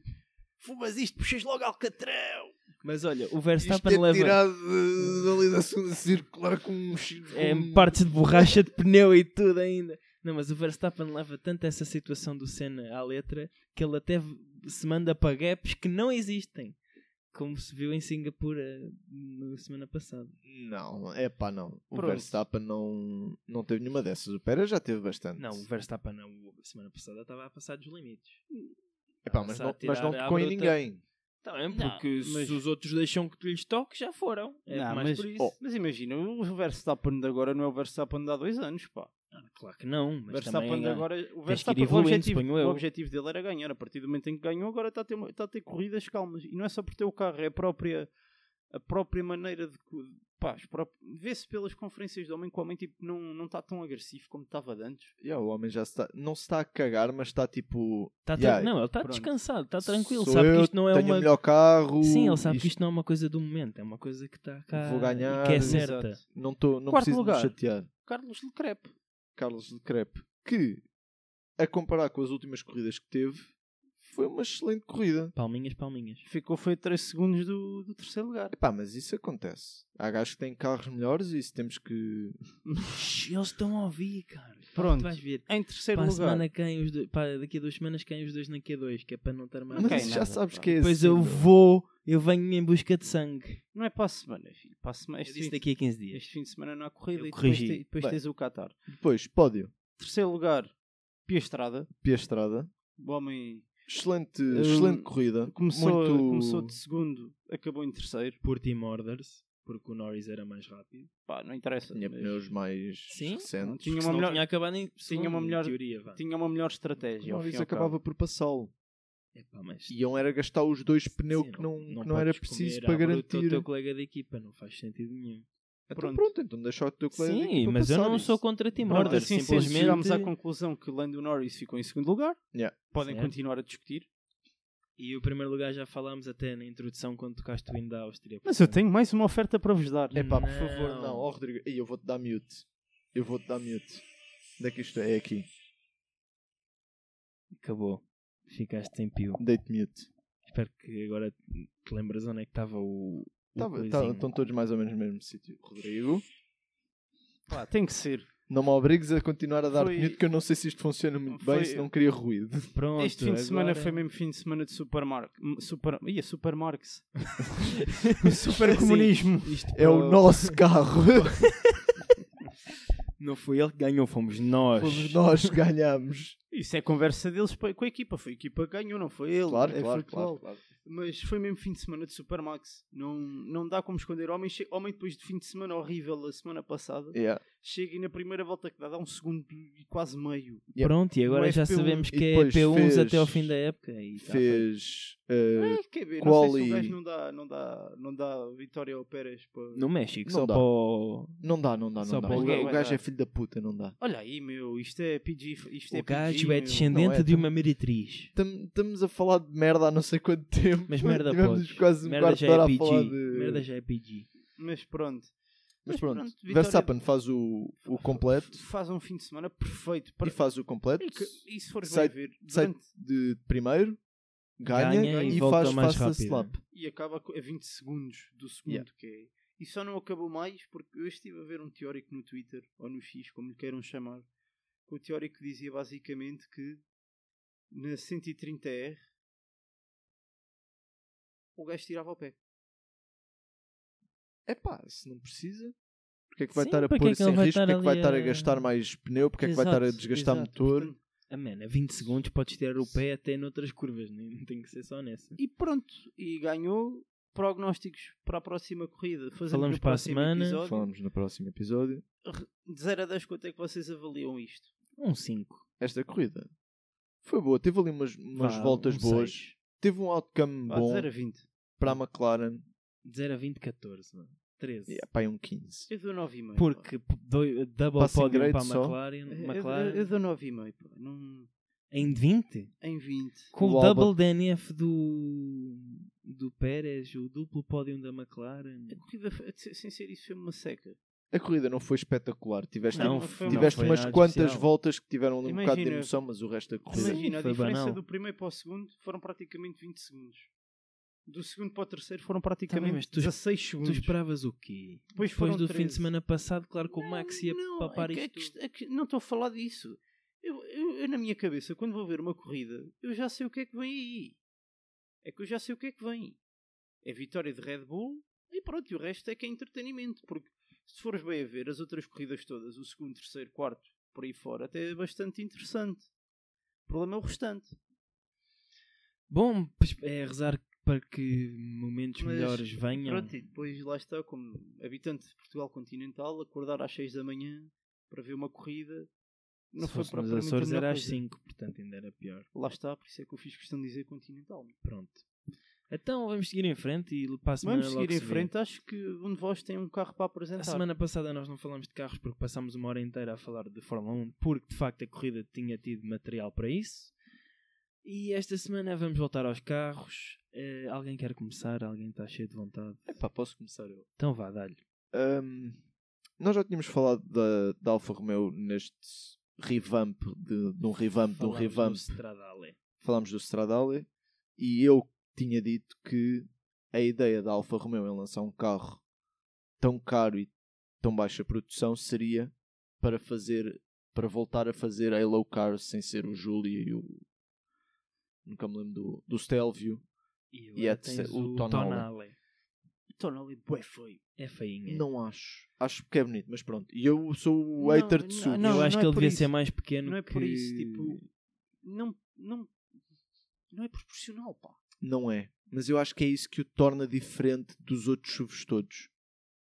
Speaker 3: fumas isto, puxas logo Alcatrão.
Speaker 2: Mas olha, o
Speaker 1: Isto
Speaker 2: Verstappen
Speaker 1: é
Speaker 2: leva
Speaker 1: tirado de- dali da segunda circular com um chifre.
Speaker 2: é, partes de borracha de pneu e tudo ainda. Não, mas o Verstappen leva tanto essa situação do Senna à letra que ele até v- se manda para gaps que não existem. Como se viu em Singapura hum, na semana passada.
Speaker 1: Não, é pá, não. O
Speaker 3: Pronto.
Speaker 1: Verstappen não, não teve nenhuma dessas. O Pérez já teve bastante.
Speaker 2: Não, o Verstappen não. O- A semana passada estava a passar dos limites.
Speaker 1: é pá, mas,
Speaker 2: Só
Speaker 1: não,
Speaker 2: tirar
Speaker 1: mas não
Speaker 2: à
Speaker 1: tocou em
Speaker 2: bruta.
Speaker 1: ninguém.
Speaker 2: Também,
Speaker 3: Não,
Speaker 2: Tá porque se
Speaker 3: mas-
Speaker 2: os outros deixam que lhes toque, já foram. É
Speaker 3: Não,
Speaker 2: mais
Speaker 3: mas-
Speaker 2: por isso.
Speaker 1: oh.
Speaker 3: Mas imagina, o Verstappen de agora não é o Verstappen de há dois anos, pá.
Speaker 2: Claro que não,
Speaker 3: O
Speaker 2: mas
Speaker 3: Verstappen
Speaker 2: também... é.
Speaker 3: de agora, o
Speaker 2: Tens que ir
Speaker 3: Verstappen, o
Speaker 2: evoluindo,
Speaker 3: objetivo,
Speaker 2: suponho eu.
Speaker 3: o objetivo dele era ganhar. A partir do momento em que ganhou, agora está a ter, uma- está a ter corridas calmas. E não é só por ter o carro, é a própria, a própria maneira de. co- Pá, as pró- vê-se pelas conferências de homem com homem, tipo, não, não está tão agressivo como estava de antes.
Speaker 1: Yeah, o homem já se está, não se está a cagar, mas está tipo.
Speaker 2: Tá tra-
Speaker 1: Yeah,
Speaker 2: Não, ele está
Speaker 3: pronto.
Speaker 2: descansado, está tranquilo.
Speaker 1: sou
Speaker 2: Sabe
Speaker 1: eu,
Speaker 2: que isto não é
Speaker 1: tenho o
Speaker 2: uma
Speaker 1: melhor carro.
Speaker 2: Sim, ele sabe que isto não é uma coisa do momento, é uma coisa que está cá
Speaker 1: Vou ganhar,
Speaker 2: e que é certa.
Speaker 3: Exato.
Speaker 1: Não, tô, não
Speaker 3: Quarto
Speaker 1: preciso de me
Speaker 3: lugar.
Speaker 1: chatear.
Speaker 3: Carlos Lecrepe.
Speaker 1: Carlos de Crepe, que, a comparar com as últimas corridas que teve, foi uma excelente corrida.
Speaker 2: Palminhas, palminhas.
Speaker 3: Ficou foi a 3 segundos do, do terceiro lugar.
Speaker 1: Epá, mas isso acontece. Há gajos que têm carros melhores e isso temos que.
Speaker 2: Shhh, Eles estão a ouvir, cara.
Speaker 3: Pronto.
Speaker 2: Tu vais ver.
Speaker 3: Em terceiro
Speaker 2: Para a
Speaker 3: lugar.
Speaker 2: semana caem os dois, para daqui a duas semanas caem os dois na Q2, que é para não estar mais.
Speaker 1: Mas
Speaker 3: Ok,
Speaker 1: isso já
Speaker 3: nada,
Speaker 1: sabes
Speaker 3: pá.
Speaker 1: que é
Speaker 2: Depois
Speaker 1: assim,
Speaker 2: eu
Speaker 1: meu.
Speaker 2: vou, eu venho em busca de sangue.
Speaker 3: Não é para a semana, filho. Para a semana,
Speaker 2: Eu
Speaker 3: este, fim,
Speaker 2: disse daqui a 15 dias.
Speaker 3: este fim de semana não há corrida
Speaker 2: Eu
Speaker 3: e depois,
Speaker 2: corrigi.
Speaker 3: te- e depois
Speaker 1: Bem.
Speaker 3: tens o Qatar.
Speaker 1: Depois, pódio.
Speaker 3: Terceiro lugar, Piastrada.
Speaker 1: Piastrada.
Speaker 3: O homem
Speaker 1: Excelente,
Speaker 3: Hum,
Speaker 1: excelente corrida.
Speaker 3: Começou,
Speaker 1: Muito...
Speaker 3: começou de segundo, acabou em terceiro.
Speaker 2: Por Team Orders, porque o Norris era mais rápido.
Speaker 3: Pá, não interessa.
Speaker 1: Tinha
Speaker 3: mas
Speaker 1: pneus mais
Speaker 2: Sim.
Speaker 1: recentes.
Speaker 3: Tinha
Speaker 2: Porque
Speaker 3: uma
Speaker 2: senão
Speaker 3: melhor-
Speaker 2: tinha acabado em segundo,
Speaker 3: uma
Speaker 2: em
Speaker 3: melhor-
Speaker 2: teoria, vá.
Speaker 3: tinha uma melhor estratégia. ao
Speaker 1: Norris
Speaker 3: fim e ao
Speaker 1: acabava
Speaker 3: cabo.
Speaker 1: por passá-lo.
Speaker 2: Epá, É mas-
Speaker 1: Iam era gastar os dois pneus
Speaker 2: Sim,
Speaker 1: que não, que não era
Speaker 2: podes
Speaker 1: preciso
Speaker 2: comer
Speaker 1: para
Speaker 2: à bruta O
Speaker 1: garantir.
Speaker 2: teu colega de equipa não faz sentido nenhum.
Speaker 1: Então
Speaker 3: Pronto.
Speaker 1: pronto, então deixa o teu colega.
Speaker 2: Sim, mas eu não sou contra Team
Speaker 3: Pronto,
Speaker 2: Orders.
Speaker 3: assim sendo,
Speaker 2: simplesmente.
Speaker 3: chegámos à conclusão que Lando Norris ficou em segundo lugar.
Speaker 1: Yeah.
Speaker 3: Podem
Speaker 2: Certo.
Speaker 3: continuar a discutir.
Speaker 2: E o primeiro lugar já falámos até na introdução quando tocaste o hino da Áustria.
Speaker 3: Mas eu
Speaker 2: portanto.
Speaker 3: tenho mais uma oferta para vos dar.
Speaker 1: É pá, por favor,
Speaker 2: Não.
Speaker 1: não. Ó Rodrigo, Ei, eu vou-te dar mute. Eu vou-te dar mute. Onde é que isto é? É aqui.
Speaker 2: Acabou. Ficaste sem pio.
Speaker 1: Date mute.
Speaker 2: Espero que agora te lembras onde é que estava o. o
Speaker 1: Tá-
Speaker 2: Um coisinho.
Speaker 1: tá- estão todos mais ou menos no mesmo sítio. Rodrigo,
Speaker 3: Pá, tem que ser.
Speaker 1: não me obrigues a continuar a dar
Speaker 3: Foi-
Speaker 1: mute, que eu não sei se isto funciona muito
Speaker 3: Foi-
Speaker 1: bem, se não cria ruído.
Speaker 2: Pronto,
Speaker 3: este fim de semana
Speaker 2: agora-
Speaker 3: foi mesmo fim de semana de Supermark. m- Super... Ia, Supermarx. Supercomunismo.
Speaker 2: Isto
Speaker 1: É o
Speaker 2: para-
Speaker 1: nosso carro.
Speaker 2: Não foi ele que ganhou, fomos nós.
Speaker 1: Fomos nós que ganhamos.
Speaker 3: Isso é conversa deles pa- com a equipa. Foi a equipa que ganhou, não foi ele.
Speaker 1: Claro,
Speaker 3: É
Speaker 1: claro,
Speaker 3: futebol.
Speaker 1: claro, claro.
Speaker 3: Mas foi mesmo fim de semana de Supermax. Não, não dá como esconder. Homem, che- homem depois de fim de semana horrível a semana passada,
Speaker 1: Yeah.
Speaker 3: chega e na primeira volta que dá, dá um segundo e quase meio.
Speaker 1: Yeah.
Speaker 2: Pronto, e agora
Speaker 3: O
Speaker 2: já
Speaker 3: FP1
Speaker 2: sabemos
Speaker 1: e
Speaker 2: que é
Speaker 1: depois
Speaker 2: P1
Speaker 1: fez-
Speaker 2: até ao fim da época. E tá feito.
Speaker 1: Fez. eh,
Speaker 3: É, quer ver, não sei se
Speaker 1: quali-
Speaker 3: o gajo não dá, não dá, não dá vitória ao Pérez. Para...
Speaker 2: No México,
Speaker 1: Não
Speaker 2: só
Speaker 1: dá.
Speaker 2: para o.
Speaker 1: não dá, não dá, não
Speaker 2: Só
Speaker 1: dá.
Speaker 2: para
Speaker 1: O,
Speaker 2: o
Speaker 1: ga-
Speaker 3: gajo-
Speaker 1: o gajo é filho da puta, não dá.
Speaker 3: Olha aí, meu, isto é PG. f- Isto é
Speaker 2: O
Speaker 3: PG,
Speaker 2: gajo é
Speaker 3: meu.
Speaker 1: Não
Speaker 2: descendente
Speaker 1: é,
Speaker 2: de uma meretriz.
Speaker 1: Estamos a falar de merda há não sei quanto tempo.
Speaker 2: Mas merda
Speaker 1: Tivemos
Speaker 2: podes.
Speaker 1: quase um
Speaker 2: merda,
Speaker 1: quarto
Speaker 2: já
Speaker 1: de hora
Speaker 2: é
Speaker 1: a
Speaker 2: PG.
Speaker 1: falar de-
Speaker 2: merda já é PG.
Speaker 3: Mas pronto,
Speaker 1: Mas,
Speaker 3: Mas
Speaker 1: pronto,
Speaker 3: pronto, vitória-
Speaker 1: Verstappen faz o, o completo
Speaker 3: faz um fim de semana perfeito.
Speaker 1: e
Speaker 3: Para...
Speaker 1: faz o completo
Speaker 3: E, que, e se fores
Speaker 1: Sai-
Speaker 3: bem ver,
Speaker 1: sai
Speaker 3: durante...
Speaker 1: de primeiro, ganha,
Speaker 2: Ganha e
Speaker 1: e,
Speaker 2: volta
Speaker 1: faz
Speaker 2: mais
Speaker 1: fast
Speaker 2: rápido.
Speaker 1: slap.
Speaker 3: e acaba co- a 20 segundos do segundo, que é. E só não acabou mais porque eu estive a ver um teórico no Twitter, ou no X, como lhe queiram chamar, que o teórico dizia basicamente que na 130R o gajo tirava o pé.
Speaker 1: É pá, se não precisa, porque é que vai
Speaker 2: Sim,
Speaker 1: estar a
Speaker 2: para que
Speaker 1: pôr
Speaker 2: é que
Speaker 1: isso
Speaker 2: ele
Speaker 1: em
Speaker 2: vai
Speaker 1: risco?
Speaker 2: estar
Speaker 1: Porque é que vai
Speaker 2: ali
Speaker 1: estar a
Speaker 2: a-
Speaker 1: gastar mais pneu? Porque é que vai estar a
Speaker 2: Exato,
Speaker 1: desgastar
Speaker 2: exato.
Speaker 1: motor?
Speaker 3: Portanto,
Speaker 2: Ah, mano, a 20 segundos podes tirar o pé até noutras curvas, né? não tem que ser só nessa.
Speaker 3: E pronto, e ganhou prognósticos para a próxima corrida. Fazemos
Speaker 2: Falamos
Speaker 3: no
Speaker 2: para a
Speaker 3: próximo
Speaker 2: semana.
Speaker 3: episódio.
Speaker 1: Falamos no próximo episódio.
Speaker 3: De 0 a 10, quanto é que vocês avaliam isto?
Speaker 2: Um 5.
Speaker 1: Esta corrida foi boa, teve ali umas, umas
Speaker 2: Vá,
Speaker 1: voltas
Speaker 2: um
Speaker 1: boas,
Speaker 2: seis.
Speaker 1: teve um outcome
Speaker 3: Vá, Ah, de
Speaker 1: bom
Speaker 3: 0 a 20.
Speaker 1: para a McLaren
Speaker 2: De 0 a 20, 14, mano. 13.
Speaker 1: e é pá, é um 15.
Speaker 3: Eu dou 9,5. pá.
Speaker 2: Porque p- doi- double
Speaker 1: Passing
Speaker 2: pódio
Speaker 1: grade
Speaker 2: para a
Speaker 1: só.
Speaker 3: Eu-
Speaker 2: McLaren,
Speaker 3: eu-
Speaker 2: McLaren
Speaker 3: Eu, dou 9,5. pá. Num-
Speaker 2: em 20?
Speaker 3: Em 20.
Speaker 2: Com
Speaker 1: O
Speaker 2: o,
Speaker 1: Albon-
Speaker 2: double DNF do, do Pérez, o duplo pódio da McLaren.
Speaker 3: A corrida, foi- se- sem ser isso, foi uma seca.
Speaker 1: A corrida não foi espetacular, tiveste,
Speaker 3: Não, não
Speaker 1: tiveste
Speaker 2: foi
Speaker 1: umas
Speaker 2: nada
Speaker 1: quantas
Speaker 2: especial.
Speaker 1: voltas que tiveram ali um bocado de
Speaker 3: Imagina-
Speaker 1: emoção, mas o resto da corrida.
Speaker 2: Sim,
Speaker 3: Imagina, a
Speaker 2: foi
Speaker 3: diferença
Speaker 2: banal.
Speaker 3: do primeiro para o segundo foram praticamente 20 segundos. Do segundo para o terceiro foram
Speaker 2: Tá bem,
Speaker 3: praticamente
Speaker 2: mas tu-
Speaker 3: 16
Speaker 2: Tu
Speaker 3: segundos.
Speaker 2: esperavas o quê?
Speaker 3: Depois
Speaker 2: Depois
Speaker 3: foram
Speaker 2: do fim de
Speaker 3: 13.
Speaker 2: semana passado, claro que o Max ia
Speaker 3: Não,
Speaker 2: papar
Speaker 3: é que- é
Speaker 2: isto.
Speaker 3: que isto- é que não estou a falar disso. Eu, eu- eu, na minha cabeça, quando vou ver uma corrida, eu já sei o que é que vem aí. É que eu já sei o que é que vem. É vitória de Red Bull e pronto, e o resto é que é entretenimento. Porque se fores bem a ver as outras corridas todas, o segundo, terceiro, quarto, por aí fora, até é bastante interessante. O problema é o restante.
Speaker 2: Bom, pois é rezar para que momentos
Speaker 3: Mas,
Speaker 2: melhores venham.
Speaker 3: Pronto, e depois lá está, como habitante de Portugal continental, acordar às 6 da manhã para ver uma corrida. Não
Speaker 2: Se
Speaker 3: foi
Speaker 2: fosse nos
Speaker 3: propriamente a
Speaker 2: Açores
Speaker 3: melhor
Speaker 2: era às
Speaker 3: coisa.
Speaker 2: 5, portanto ainda era pior.
Speaker 3: Lá está, por isso é que eu fiz questão de dizer continental.
Speaker 2: Pronto. Então vamos seguir em frente e para a semana
Speaker 3: Vamos
Speaker 2: logo
Speaker 3: seguir em
Speaker 2: se vê.
Speaker 3: frente, acho que um de vós tem um carro para apresentar.
Speaker 2: A semana passada nós não falámos de carros porque passámos uma hora inteira a falar de Fórmula 1 porque de facto a corrida tinha tido material para isso. E esta semana vamos voltar aos carros. Eh, alguém quer começar? Alguém está cheio de vontade?
Speaker 1: Epá, posso começar eu?
Speaker 2: Então vá, dá-lhe.
Speaker 1: Hum, nós já tínhamos falado da, da Alfa Romeo neste revamp, de, de um revamp, de um
Speaker 2: Falámos do
Speaker 1: revamp.
Speaker 2: Stradale.
Speaker 1: Falámos do Stradale e eu tinha dito que a ideia da Alfa Romeo em lançar um carro tão caro e tão baixa produção seria para fazer para voltar a fazer a low car sem ser o Julia e o nunca me lembro do, do Stelvio
Speaker 2: E,
Speaker 1: é
Speaker 2: agora
Speaker 1: de
Speaker 2: tens
Speaker 1: ser- o
Speaker 2: o
Speaker 1: Tonale.
Speaker 2: Tonale.
Speaker 3: Torna ali bué feio.
Speaker 2: É feinha.
Speaker 1: não acho acho que é bonito mas pronto e eu sou o
Speaker 3: Não,
Speaker 1: hater
Speaker 3: não,
Speaker 1: de SUV
Speaker 3: não,
Speaker 2: eu acho
Speaker 3: é
Speaker 2: que ele
Speaker 3: por
Speaker 2: devia
Speaker 3: isso.
Speaker 2: ser mais pequeno
Speaker 3: Não é
Speaker 2: que...
Speaker 3: por isso, tipo, não, não, não é proporcional, pá.
Speaker 1: Não é. Mas eu acho que é isso que o torna diferente dos outros SUVs todos.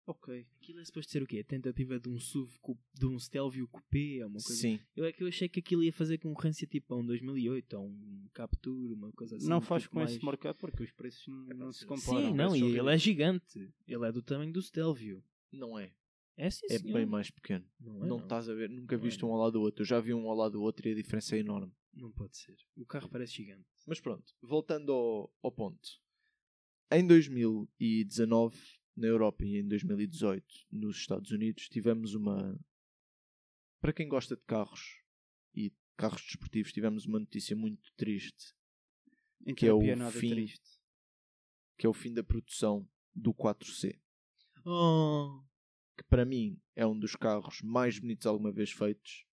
Speaker 3: Ok.
Speaker 2: Aquilo é suposto ser o quê? A tentativa de um SUV, cu- de um Stelvio Coupé, é uma coisa
Speaker 1: Sim.
Speaker 2: Eu é que eu achei que aquilo ia fazer concorrência tipo a um 2008, a um Capture, uma coisa assim.
Speaker 3: não
Speaker 2: um
Speaker 3: faz
Speaker 2: pouco
Speaker 3: com
Speaker 2: mais-
Speaker 3: esse markup porque os preços não, não se comparam.
Speaker 2: Sim, não,
Speaker 3: Preços
Speaker 2: e
Speaker 3: são
Speaker 2: ele é gigante. Ele é do tamanho do Stelvio.
Speaker 1: Não é.
Speaker 2: É sim,
Speaker 1: É
Speaker 2: senhor.
Speaker 1: bem mais pequeno.
Speaker 2: Não,
Speaker 1: não
Speaker 2: é,
Speaker 1: tá.
Speaker 2: não,
Speaker 1: estás a ver. Nunca
Speaker 2: Não é,
Speaker 1: viste
Speaker 2: não.
Speaker 1: um ao lado do outro. Eu já vi um ao lado do outro e a diferença é enorme.
Speaker 2: não pode ser. O carro parece gigante.
Speaker 1: Mas pronto, voltando ao, ao ponto. Em 2019, na Europa e em 2018, nos Estados Unidos, tivemos uma. Para quem gosta de carros e de carros desportivos, tivemos uma notícia muito triste
Speaker 3: Em
Speaker 1: que é o
Speaker 3: terapia nada
Speaker 1: fim.
Speaker 3: triste.
Speaker 1: que é o fim da produção do 4C,
Speaker 2: Oh,
Speaker 1: que para mim é um dos carros mais bonitos alguma vez feitos,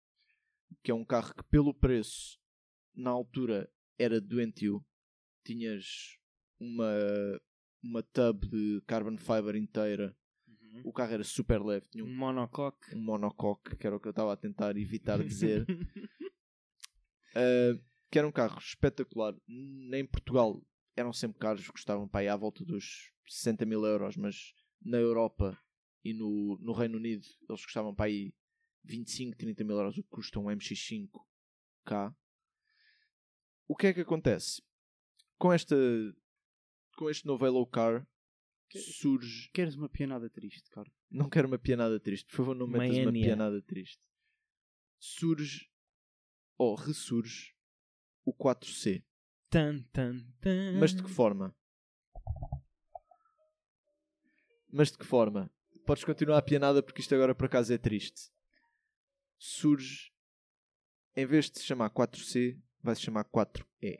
Speaker 1: que é um carro que pelo preço na altura era doentio. Tinhas uma uma tub de carbon fiber inteira. O carro era super leve, tinha um,
Speaker 2: Uhum. um monocoque.
Speaker 1: um monocoque, que era o que eu estava Tá a tentar evitar dizer. Uh, que era um carro espetacular. N- Em Portugal eram sempre caros, custavam para aí à volta dos 60 mil euros, mas na Europa e no, no Reino Unido eles custavam para aí 25, 30 mil euros, o que custa um MX5K. O que é que acontece? Com, esta, com este novo Hello Car surge
Speaker 3: Queres uma pianada triste, cara?
Speaker 1: não quero uma pianada triste. Por favor, não
Speaker 2: Uma
Speaker 1: metas uma
Speaker 2: hérnia.
Speaker 1: pianada triste. Surge ou ressurge o 4C.
Speaker 2: Tan, tan, tan.
Speaker 1: Mas de que forma? Mas de que forma? Podes continuar a pianada porque isto agora por acaso é triste. Surge em vez de se chamar 4C, vai se chamar 4E,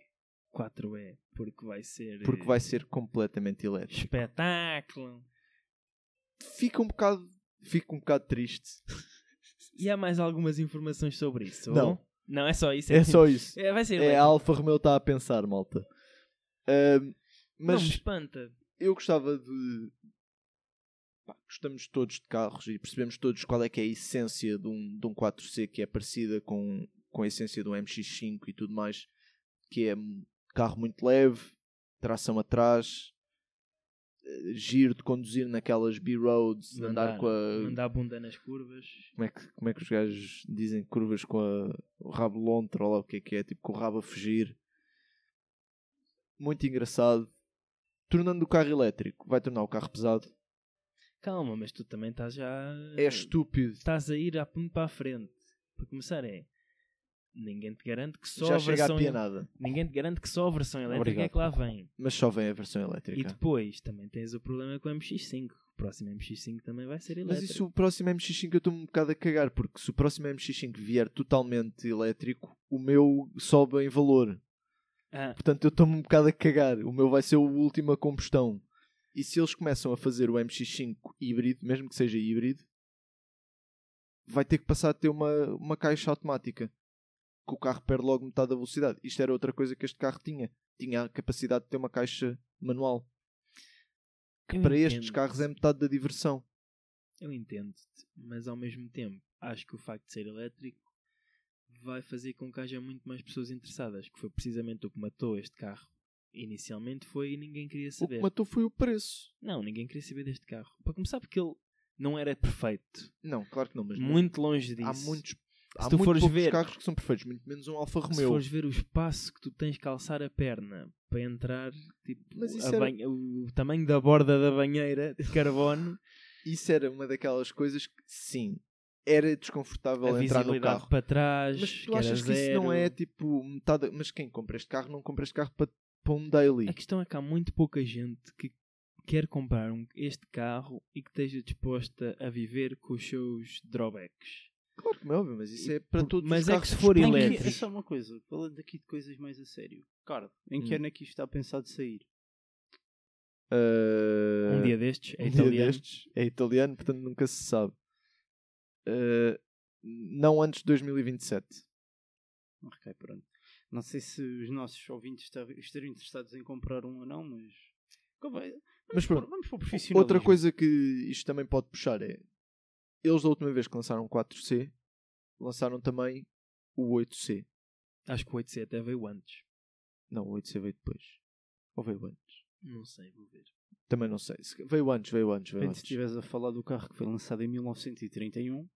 Speaker 2: 4E, porque vai ser. eh,
Speaker 1: porque vai ser completamente elétrico.
Speaker 2: Espetáculo.
Speaker 1: fica um bocado, fica um bocado triste.
Speaker 2: E há mais algumas informações sobre isso? ou?
Speaker 1: Não.
Speaker 2: Não, é só isso.
Speaker 1: É só isso.
Speaker 2: É, vai ser.
Speaker 1: É
Speaker 2: elétrico.
Speaker 1: a Alfa Romeo está a pensar, malta. Ahm,
Speaker 2: Não me
Speaker 1: mas
Speaker 2: espanta.
Speaker 1: eu gostava de. Pá, Gostamos todos de carros e percebemos todos qual é que é a essência de um, de um 4C que é parecida com, com a essência do MX5 e tudo mais, que é um carro muito leve, tração atrás, eh, giro de conduzir naquelas B-roads, de andar, com a.
Speaker 2: Andar a bunda nas curvas.
Speaker 1: Como, é que, como é que os gajos dizem curvas com a- o rabo lontra ou lá o que é que é, tipo com o rabo a fugir. Muito engraçado. Tornando o carro elétrico, vai tornar o carro pesado.
Speaker 2: Calma, mas tu também estás já.
Speaker 1: é estúpido.
Speaker 2: Estás a ir a- muito para a frente. Para começar é. Ninguém te garante que só
Speaker 1: Já
Speaker 2: a
Speaker 1: chega
Speaker 2: versão.
Speaker 1: a pianada.
Speaker 2: Ninguém te garante que só a versão elétrica é
Speaker 3: Obrigado.
Speaker 2: que lá vem.
Speaker 1: Mas só vem a versão
Speaker 2: E
Speaker 1: elétrica.
Speaker 2: depois também tens o problema com o MX5. O próximo MX5 também vai ser
Speaker 1: Mas
Speaker 2: elétrico.
Speaker 1: e se o próximo MX5 eu estou um bocado a cagar, porque se o próximo MX5 vier totalmente elétrico, o meu sobe em valor.
Speaker 2: Ah,
Speaker 1: Portanto, eu estou-me um bocado a cagar. O meu vai ser o último a combustão. E se eles começam a fazer o MX5 híbrido, mesmo que seja híbrido, vai ter que passar a ter uma, uma caixa automática. Que o carro perde logo metade da velocidade. Isto era outra coisa que este carro tinha. Tinha a capacidade de ter uma caixa manual. Que
Speaker 2: eu
Speaker 1: para
Speaker 2: entendo.
Speaker 1: estes carros é metade da diversão.
Speaker 2: Eu entendo-te, mas ao mesmo tempo acho que o facto de ser elétrico vai fazer com que haja muito mais pessoas interessadas, que foi precisamente o que matou este carro. Inicialmente foi e ninguém queria
Speaker 1: O que
Speaker 2: saber.
Speaker 1: matou foi o preço.
Speaker 2: Não, ninguém queria saber deste carro. Para começar, porque ele não era perfeito.
Speaker 1: Não, claro que não, mas
Speaker 2: muito longe disso.
Speaker 1: há muitos há
Speaker 2: tu
Speaker 1: muito
Speaker 2: fores
Speaker 1: poucos
Speaker 2: ver-
Speaker 1: carros que são perfeitos, muito menos um Alfa
Speaker 2: Se
Speaker 1: Romeo.
Speaker 2: fores ver o espaço que tu tens que calçar a perna para entrar, tipo,
Speaker 1: Mas isso
Speaker 2: a
Speaker 1: era-
Speaker 2: banhe- o tamanho da borda da banheira de carbono,
Speaker 1: Isso era uma daquelas coisas que sim, era desconfortável
Speaker 2: a
Speaker 1: entrar no
Speaker 2: visibilidade
Speaker 1: carro.
Speaker 2: para trás,
Speaker 1: Mas tu
Speaker 2: que era
Speaker 1: achas que isso não
Speaker 2: zero.
Speaker 1: é tipo metade. Mas quem compra este carro não compra este carro para, para um daily.
Speaker 2: A questão é que há muito pouca gente que quer comprar um- este carro e que esteja disposta a viver com os seus drawbacks.
Speaker 1: Claro que não é óbvio, mas isso é para todos
Speaker 2: mas
Speaker 1: os
Speaker 2: é que
Speaker 1: carros.
Speaker 2: se for
Speaker 1: Mas
Speaker 3: Em que-
Speaker 2: elétrico-
Speaker 3: É só uma coisa, falando aqui de coisas mais a sério. Ricardo, em que
Speaker 1: Hum.
Speaker 3: ano é que isto está pensado sair?
Speaker 1: Ah,
Speaker 2: um dia destes, é
Speaker 1: um dia
Speaker 2: italiano.
Speaker 1: destes é italiano, portanto nunca se sabe. Ah, não antes de 2027.
Speaker 3: Ok, pronto. Não sei se os nossos ouvintes esta- estariam interessados em comprar um ou não, mas. convém-
Speaker 1: Mas
Speaker 3: Vamos, para
Speaker 1: pronto.
Speaker 3: vamos para o profissional.
Speaker 1: Outra coisa que isto também pode puxar é. Eles, da última vez que lançaram o 4C, lançaram também o 8C.
Speaker 2: Acho que o 8C até veio antes.
Speaker 1: Não, o 8C veio depois. Ou veio antes?
Speaker 2: Não sei, vou ver.
Speaker 1: Também não sei. Se- Veio antes, veio antes, veio
Speaker 3: Depende se
Speaker 1: antes.
Speaker 3: estivesse a falar do carro que foi lançado em 1931.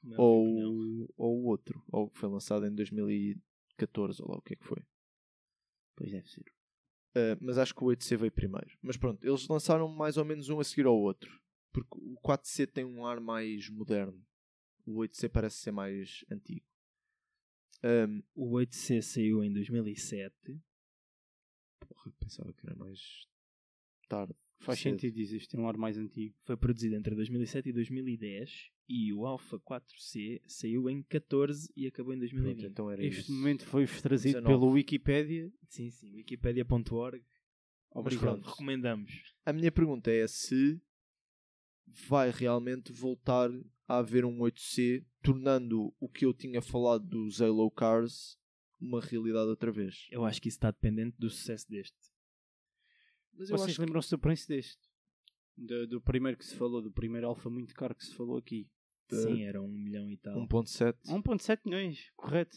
Speaker 2: Como é óbvio que não.
Speaker 1: Ou, ou o outro. Ou que foi lançado em 2014, ou lá o que é que foi.
Speaker 3: Pois deve ser.
Speaker 1: Uh, mas acho que o 8C veio primeiro. Mas pronto, eles lançaram mais ou menos um a seguir ao outro. Porque o 4C tem um ar mais moderno. O 8C parece ser mais antigo. Um,
Speaker 2: O 8C saiu em 2007.
Speaker 1: porra, pensava que era mais tarde.
Speaker 3: Faz
Speaker 1: Cedo.
Speaker 3: sentido dizer, isto tem um ar mais antigo.
Speaker 2: Foi produzido entre 2007 e 2010. E o Alpha 4C saiu em 14 e acabou em
Speaker 1: Pronto,
Speaker 2: 2020.
Speaker 1: então era
Speaker 3: Este
Speaker 1: isso.
Speaker 3: momento foi-vos trazido
Speaker 1: 19.
Speaker 3: pelo Wikipédia.
Speaker 2: Sim, sim. Wikipedia.org.
Speaker 1: Obrigado.
Speaker 2: Mas pronto, Recomendamos.
Speaker 1: A minha pergunta é se vai realmente voltar a haver um 8C, tornando o que eu tinha falado dos Halo Cars uma realidade outra vez.
Speaker 2: Eu acho que isso está dependente do sucesso deste.
Speaker 1: Mas eu
Speaker 3: Vocês
Speaker 1: acho que
Speaker 3: lembram-se do preço deste? Do, do primeiro que se falou, do primeiro alfa muito caro que se falou aqui.
Speaker 1: Eh,
Speaker 2: Sim, era um milhão e tal.
Speaker 1: 1.7.
Speaker 3: 1.7 milhões, correto.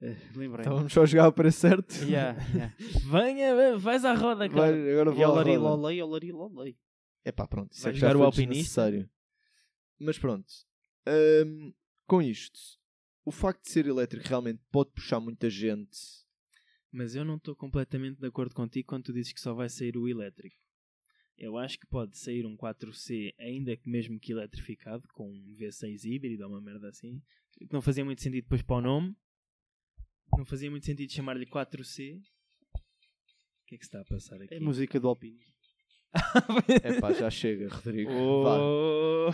Speaker 3: Eh, Lembrei.
Speaker 1: Estávamos Então só a jogar ao preço certo.
Speaker 3: Yeah, yeah.
Speaker 2: Venha, vais à roda,
Speaker 1: Vai,
Speaker 2: cara.
Speaker 1: agora
Speaker 3: E
Speaker 1: vou à
Speaker 3: olari
Speaker 1: roda.
Speaker 3: lolei, olari lolei.
Speaker 1: É pá, pronto. Isso
Speaker 2: Vai
Speaker 1: é que já
Speaker 2: jogar
Speaker 1: foi
Speaker 2: o alpinista?
Speaker 1: desnecessário. Mas pronto. hum, com isto, o facto de ser elétrico realmente pode puxar muita gente.
Speaker 2: Mas eu não estou completamente de acordo contigo quando tu dizes que só vai sair o elétrico. Eu acho que pode sair um 4C, ainda que mesmo que eletrificado, com um V6 híbrido ou uma merda assim. Que não fazia muito sentido depois para o nome. Não fazia muito sentido chamar-lhe 4C. O que é que se está a passar aqui?
Speaker 3: É a música do Alpine.
Speaker 1: É pá, já chega, Rodrigo. Vá.
Speaker 2: Oh.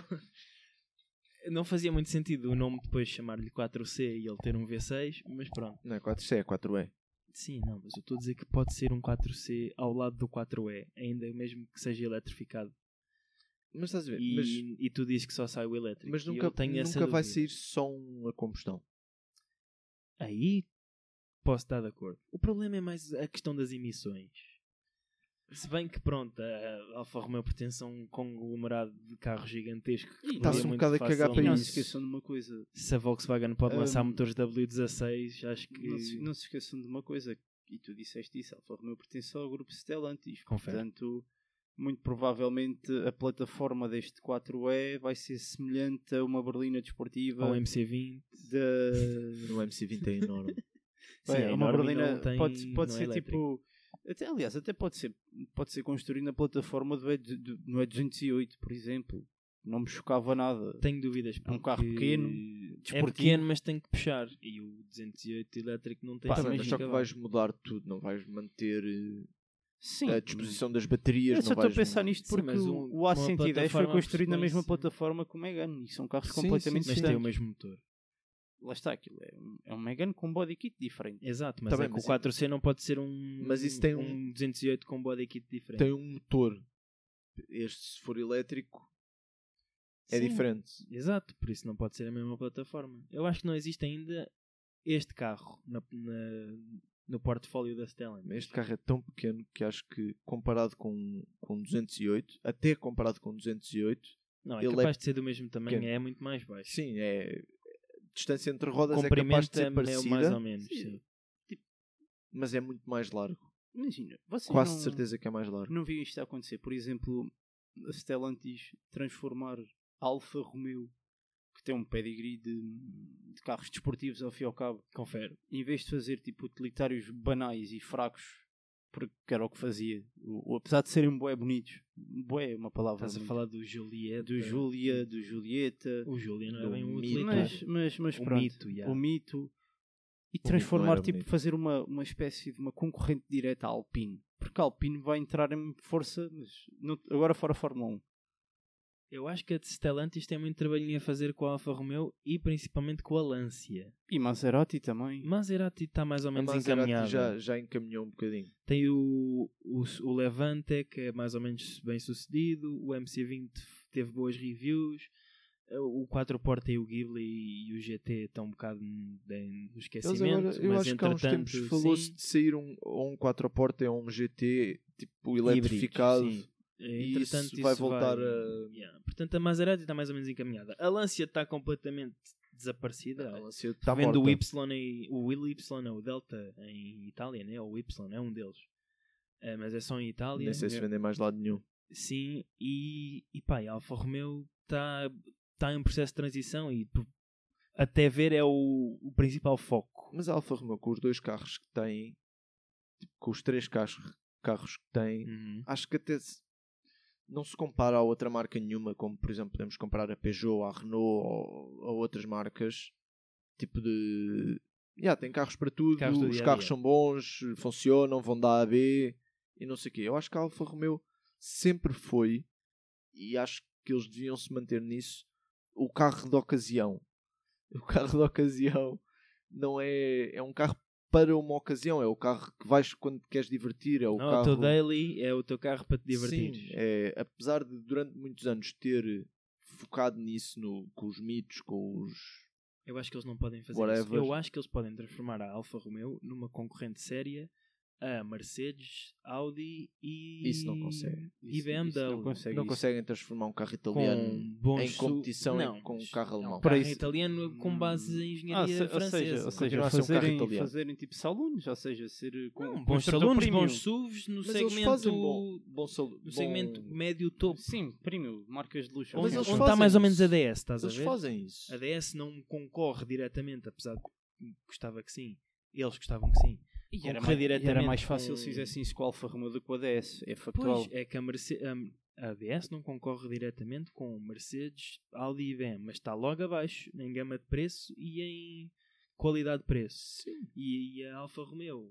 Speaker 2: Não fazia muito sentido o nome depois chamar-lhe 4C e ele ter um V6, mas pronto.
Speaker 1: Não é 4C, é 4E.
Speaker 2: Sim, não, mas eu estou a dizer que pode ser um 4C ao lado do 4E, ainda mesmo que seja eletrificado.
Speaker 1: Mas estás a ver?
Speaker 2: E,
Speaker 1: mas,
Speaker 2: e tu dizes que só sai o elétrico.
Speaker 1: mas
Speaker 2: E eu
Speaker 1: nunca,
Speaker 2: tenho essa
Speaker 1: nunca vai
Speaker 2: dúvida.
Speaker 1: sair só uma combustão.
Speaker 2: Aí posso estar de acordo. O problema é mais a questão das emissões. Se bem que, pronto, a Alfa Romeo pertence a um conglomerado de carros gigantesco. que
Speaker 3: E
Speaker 2: podia
Speaker 1: tá-se um
Speaker 2: muito
Speaker 1: bocado a cagar
Speaker 2: facilmente-
Speaker 3: E
Speaker 1: para
Speaker 3: não se
Speaker 1: isso. Hum.
Speaker 3: esqueçam de uma coisa.
Speaker 2: Se a Volkswagen pode lançar
Speaker 3: Ahm,
Speaker 2: motores W16, acho que.
Speaker 3: Não, se, não se esqueçam de uma coisa. E tu disseste isso. Alfa Romeo pertence ao grupo Stellantis.
Speaker 2: Confere.
Speaker 3: Portanto, muito provavelmente a plataforma deste 4E vai ser semelhante a uma berlina desportiva.
Speaker 2: Ou MC20.
Speaker 3: da-
Speaker 1: No MC20 é enorme.
Speaker 2: Sim,
Speaker 3: Bem,
Speaker 2: é
Speaker 3: uma
Speaker 2: enorme e
Speaker 3: berlina
Speaker 2: não tem-
Speaker 3: pode, pode
Speaker 2: não é
Speaker 3: ser
Speaker 2: elétrica.
Speaker 3: tipo. Até, aliás, até pode ser, pode ser construída na plataforma do, E- do, no E208, por exemplo. Não me chocava nada.
Speaker 2: Tenho dúvidas.
Speaker 3: É um carro
Speaker 2: porque
Speaker 3: pequeno,
Speaker 2: É
Speaker 3: desportivo.
Speaker 2: pequeno, mas tem que puxar. E o 208 elétrico não tem
Speaker 3: Pá,
Speaker 1: Sim,
Speaker 3: mas
Speaker 2: também.
Speaker 1: mas só que vais mudar tudo, não vais manter eh,
Speaker 3: Sim,
Speaker 1: a disposição das baterias.
Speaker 3: Eu só
Speaker 1: não
Speaker 3: estou a
Speaker 1: vais
Speaker 3: pensar
Speaker 1: mu-
Speaker 3: nisto
Speaker 2: Sim,
Speaker 3: porque
Speaker 2: mas
Speaker 3: o-
Speaker 2: um-
Speaker 3: o A110 foi
Speaker 2: uma plataforma
Speaker 3: construído na
Speaker 2: por
Speaker 3: mesma
Speaker 2: isso.
Speaker 3: plataforma que o Megane e são carros
Speaker 1: Sim,
Speaker 3: um completamente
Speaker 1: sim,
Speaker 2: Mas
Speaker 1: sim.
Speaker 2: tem o
Speaker 3: distantes.
Speaker 2: mesmo motor.
Speaker 3: Lá está, aquilo é um, é um Megane com um body kit diferente.
Speaker 2: Exato, mas
Speaker 1: Tá bem,
Speaker 2: é que
Speaker 1: mas
Speaker 2: o 4C não pode ser um.
Speaker 1: Mas isso tem
Speaker 2: um 208 com body kit diferente.
Speaker 1: Tem um motor. Este, se for elétrico, é
Speaker 2: Sim,
Speaker 1: diferente.
Speaker 2: Exato, por isso não pode ser a mesma plataforma. Eu acho que não existe ainda este carro na- na- no portfólio da Stellantis.
Speaker 1: Este carro é tão pequeno que acho que comparado com, com 208, até comparado com 208,
Speaker 2: Não, é
Speaker 1: ele é
Speaker 2: capaz de ser do mesmo tamanho,
Speaker 1: pequeno.
Speaker 2: é muito mais baixo.
Speaker 1: sim, é. A distância entre rodas é capaz de
Speaker 2: Comprimento
Speaker 1: ser
Speaker 2: é mais
Speaker 1: parecida,
Speaker 2: ou menos.
Speaker 3: Sim.
Speaker 2: sim.
Speaker 1: mas é muito mais largo.
Speaker 3: Imagina, vocês
Speaker 1: Quase
Speaker 3: não,
Speaker 1: certeza que é mais largo.
Speaker 3: não viam isto a acontecer. Por exemplo, a Stellantis transformar Alfa Romeo, que tem um pedigree de, de carros desportivos ao fim e ao cabo,
Speaker 2: Confere.
Speaker 3: em vez de fazer tipo utilitários banais e fracos, porque era o que fazia, o- o- apesar de serem bué bonitos, bué é uma palavra
Speaker 2: Estás a
Speaker 3: muito-
Speaker 2: falar do Julieta.
Speaker 3: do Júlia, do Julieta,
Speaker 2: O Julia não é
Speaker 1: Do
Speaker 2: bem um
Speaker 1: mito.
Speaker 2: utilitário.
Speaker 3: mas, mas, mas
Speaker 2: O
Speaker 3: pronto,
Speaker 2: mito, já.
Speaker 3: é? o mito e
Speaker 1: não era
Speaker 3: transformar, tipo,
Speaker 1: bonito.
Speaker 3: fazer uma, uma espécie de uma concorrente direta à Alpine, porque a Alpine vai entrar em força, mas no- agora fora a Fórmula 1.
Speaker 2: Eu acho que a Stellantis tem muito trabalhinho a fazer com a Alfa Romeo e principalmente com a Lancia.
Speaker 3: E Maserati também.
Speaker 2: Maserati está mais ou
Speaker 1: A
Speaker 2: menos encaminhada.
Speaker 1: Maserati É já, já encaminhou um bocadinho.
Speaker 2: Tem o, o, o Levante, que é mais ou menos bem sucedido. O MC20 teve boas reviews. O 4 Porta e o Ghibli e o GT estão um bocado em- no
Speaker 1: Eles
Speaker 2: esquecimento.
Speaker 1: agora, eu
Speaker 2: mas
Speaker 1: acho que há uns
Speaker 2: entretanto,
Speaker 1: tempos falou-se
Speaker 2: sim,
Speaker 1: de sair um, ou um 4 porta ou um GT tipo
Speaker 2: híbridos,
Speaker 1: eletrificado.
Speaker 2: sim.
Speaker 1: e
Speaker 2: Entretanto,
Speaker 1: isso vai voltar a-
Speaker 2: Yeah. Portanto, a Maserati está mais ou menos encaminhada. A Lancia está completamente desaparecida.
Speaker 1: Ela se-
Speaker 2: Está
Speaker 1: tá
Speaker 2: vendo o
Speaker 1: morta.
Speaker 2: Y, e- o Will Y, não, o Delta em Itália, né? Ou o Y, é um deles. Ah, mas é só em Itália.
Speaker 1: Nem sei se vendem mais lado nenhum.
Speaker 2: Sim, e, e pá, e a Alfa Romeo está tá em processo de transição e tu- até ver é o, o principal foco.
Speaker 1: Mas a Alfa Romeo, com os dois carros que tem, tipo, com os três carros, carros que tem,
Speaker 2: Uhum.
Speaker 1: acho que até se- não se compara a outra marca nenhuma, como por exemplo podemos comparar a Peugeot, a Renault ou a outras marcas. Tipo de. Já, tem carros para tudo,
Speaker 2: Carros do
Speaker 1: os
Speaker 2: dia a
Speaker 1: carros
Speaker 2: dia.
Speaker 1: são bons, funcionam, vão da A a B e não sei o quê. Eu acho que a Alfa Romeo sempre foi, e acho que eles deviam se manter nisso, o carro de ocasião. O carro de ocasião não é. É um carro para uma ocasião, é o carro que vais quando te queres divertir, é o
Speaker 2: Não,
Speaker 1: carro.
Speaker 2: o teu daily é o teu carro para te divertir.
Speaker 1: Sim, é, apesar de durante muitos anos ter focado nisso no, com os mitos, com os.
Speaker 2: Eu acho que eles não podem fazer isso.
Speaker 1: Whatever.
Speaker 2: Eu acho que eles podem transformar a Alfa Romeo numa concorrente séria a Mercedes, Audi e.
Speaker 1: Isso não consegue.
Speaker 2: E
Speaker 3: Isso- isso
Speaker 2: BMW.
Speaker 3: não consegue.
Speaker 1: não
Speaker 3: isso.
Speaker 1: conseguem transformar um carro italiano
Speaker 2: Com bons
Speaker 1: em
Speaker 2: su-
Speaker 1: competição em-
Speaker 2: Não,
Speaker 1: com um
Speaker 2: mas
Speaker 1: carro
Speaker 2: é um
Speaker 1: alemão.
Speaker 2: carro
Speaker 3: Para isso-
Speaker 2: italiano com base em
Speaker 3: Ah,
Speaker 2: engenharia
Speaker 3: se, ou
Speaker 2: francesa. assim,
Speaker 3: seja, ou
Speaker 1: Continua
Speaker 3: seja
Speaker 1: a ser um carro
Speaker 3: fazerem,
Speaker 1: italiano.
Speaker 3: fazerem tipo salunos, ou seja, ser eh, com
Speaker 2: Não, bons
Speaker 3: construtor
Speaker 2: alunos,
Speaker 3: premium.
Speaker 2: bons SUVs no
Speaker 1: Mas eles
Speaker 2: segmento,
Speaker 1: fazem bom, bom salu-
Speaker 2: no segmento
Speaker 1: bom-
Speaker 2: médio topo.
Speaker 3: Sim, premium, marcas de luxo.
Speaker 1: Mas
Speaker 2: onde
Speaker 1: eles
Speaker 2: onde está
Speaker 1: fazem
Speaker 2: mais ou menos a
Speaker 1: isso.
Speaker 2: DS, estás a
Speaker 1: Eles
Speaker 2: ver? É.
Speaker 1: fazem isso.
Speaker 2: A DS não concorre diretamente, apesar de que gostava que sim. Eles gostavam que sim.
Speaker 3: E era,
Speaker 2: Concorrer
Speaker 3: mais,
Speaker 2: diretamente
Speaker 3: era mais fácil
Speaker 2: com-
Speaker 3: se fizessem isso com a Alfa Romeo do que com a DS. É factual.
Speaker 2: Pois, é que a, Merce- a, a DS não concorre diretamente com Mercedes, Audi e IBM, mas está logo abaixo em gama de preço e em qualidade de preço. E, e a Alfa Romeo.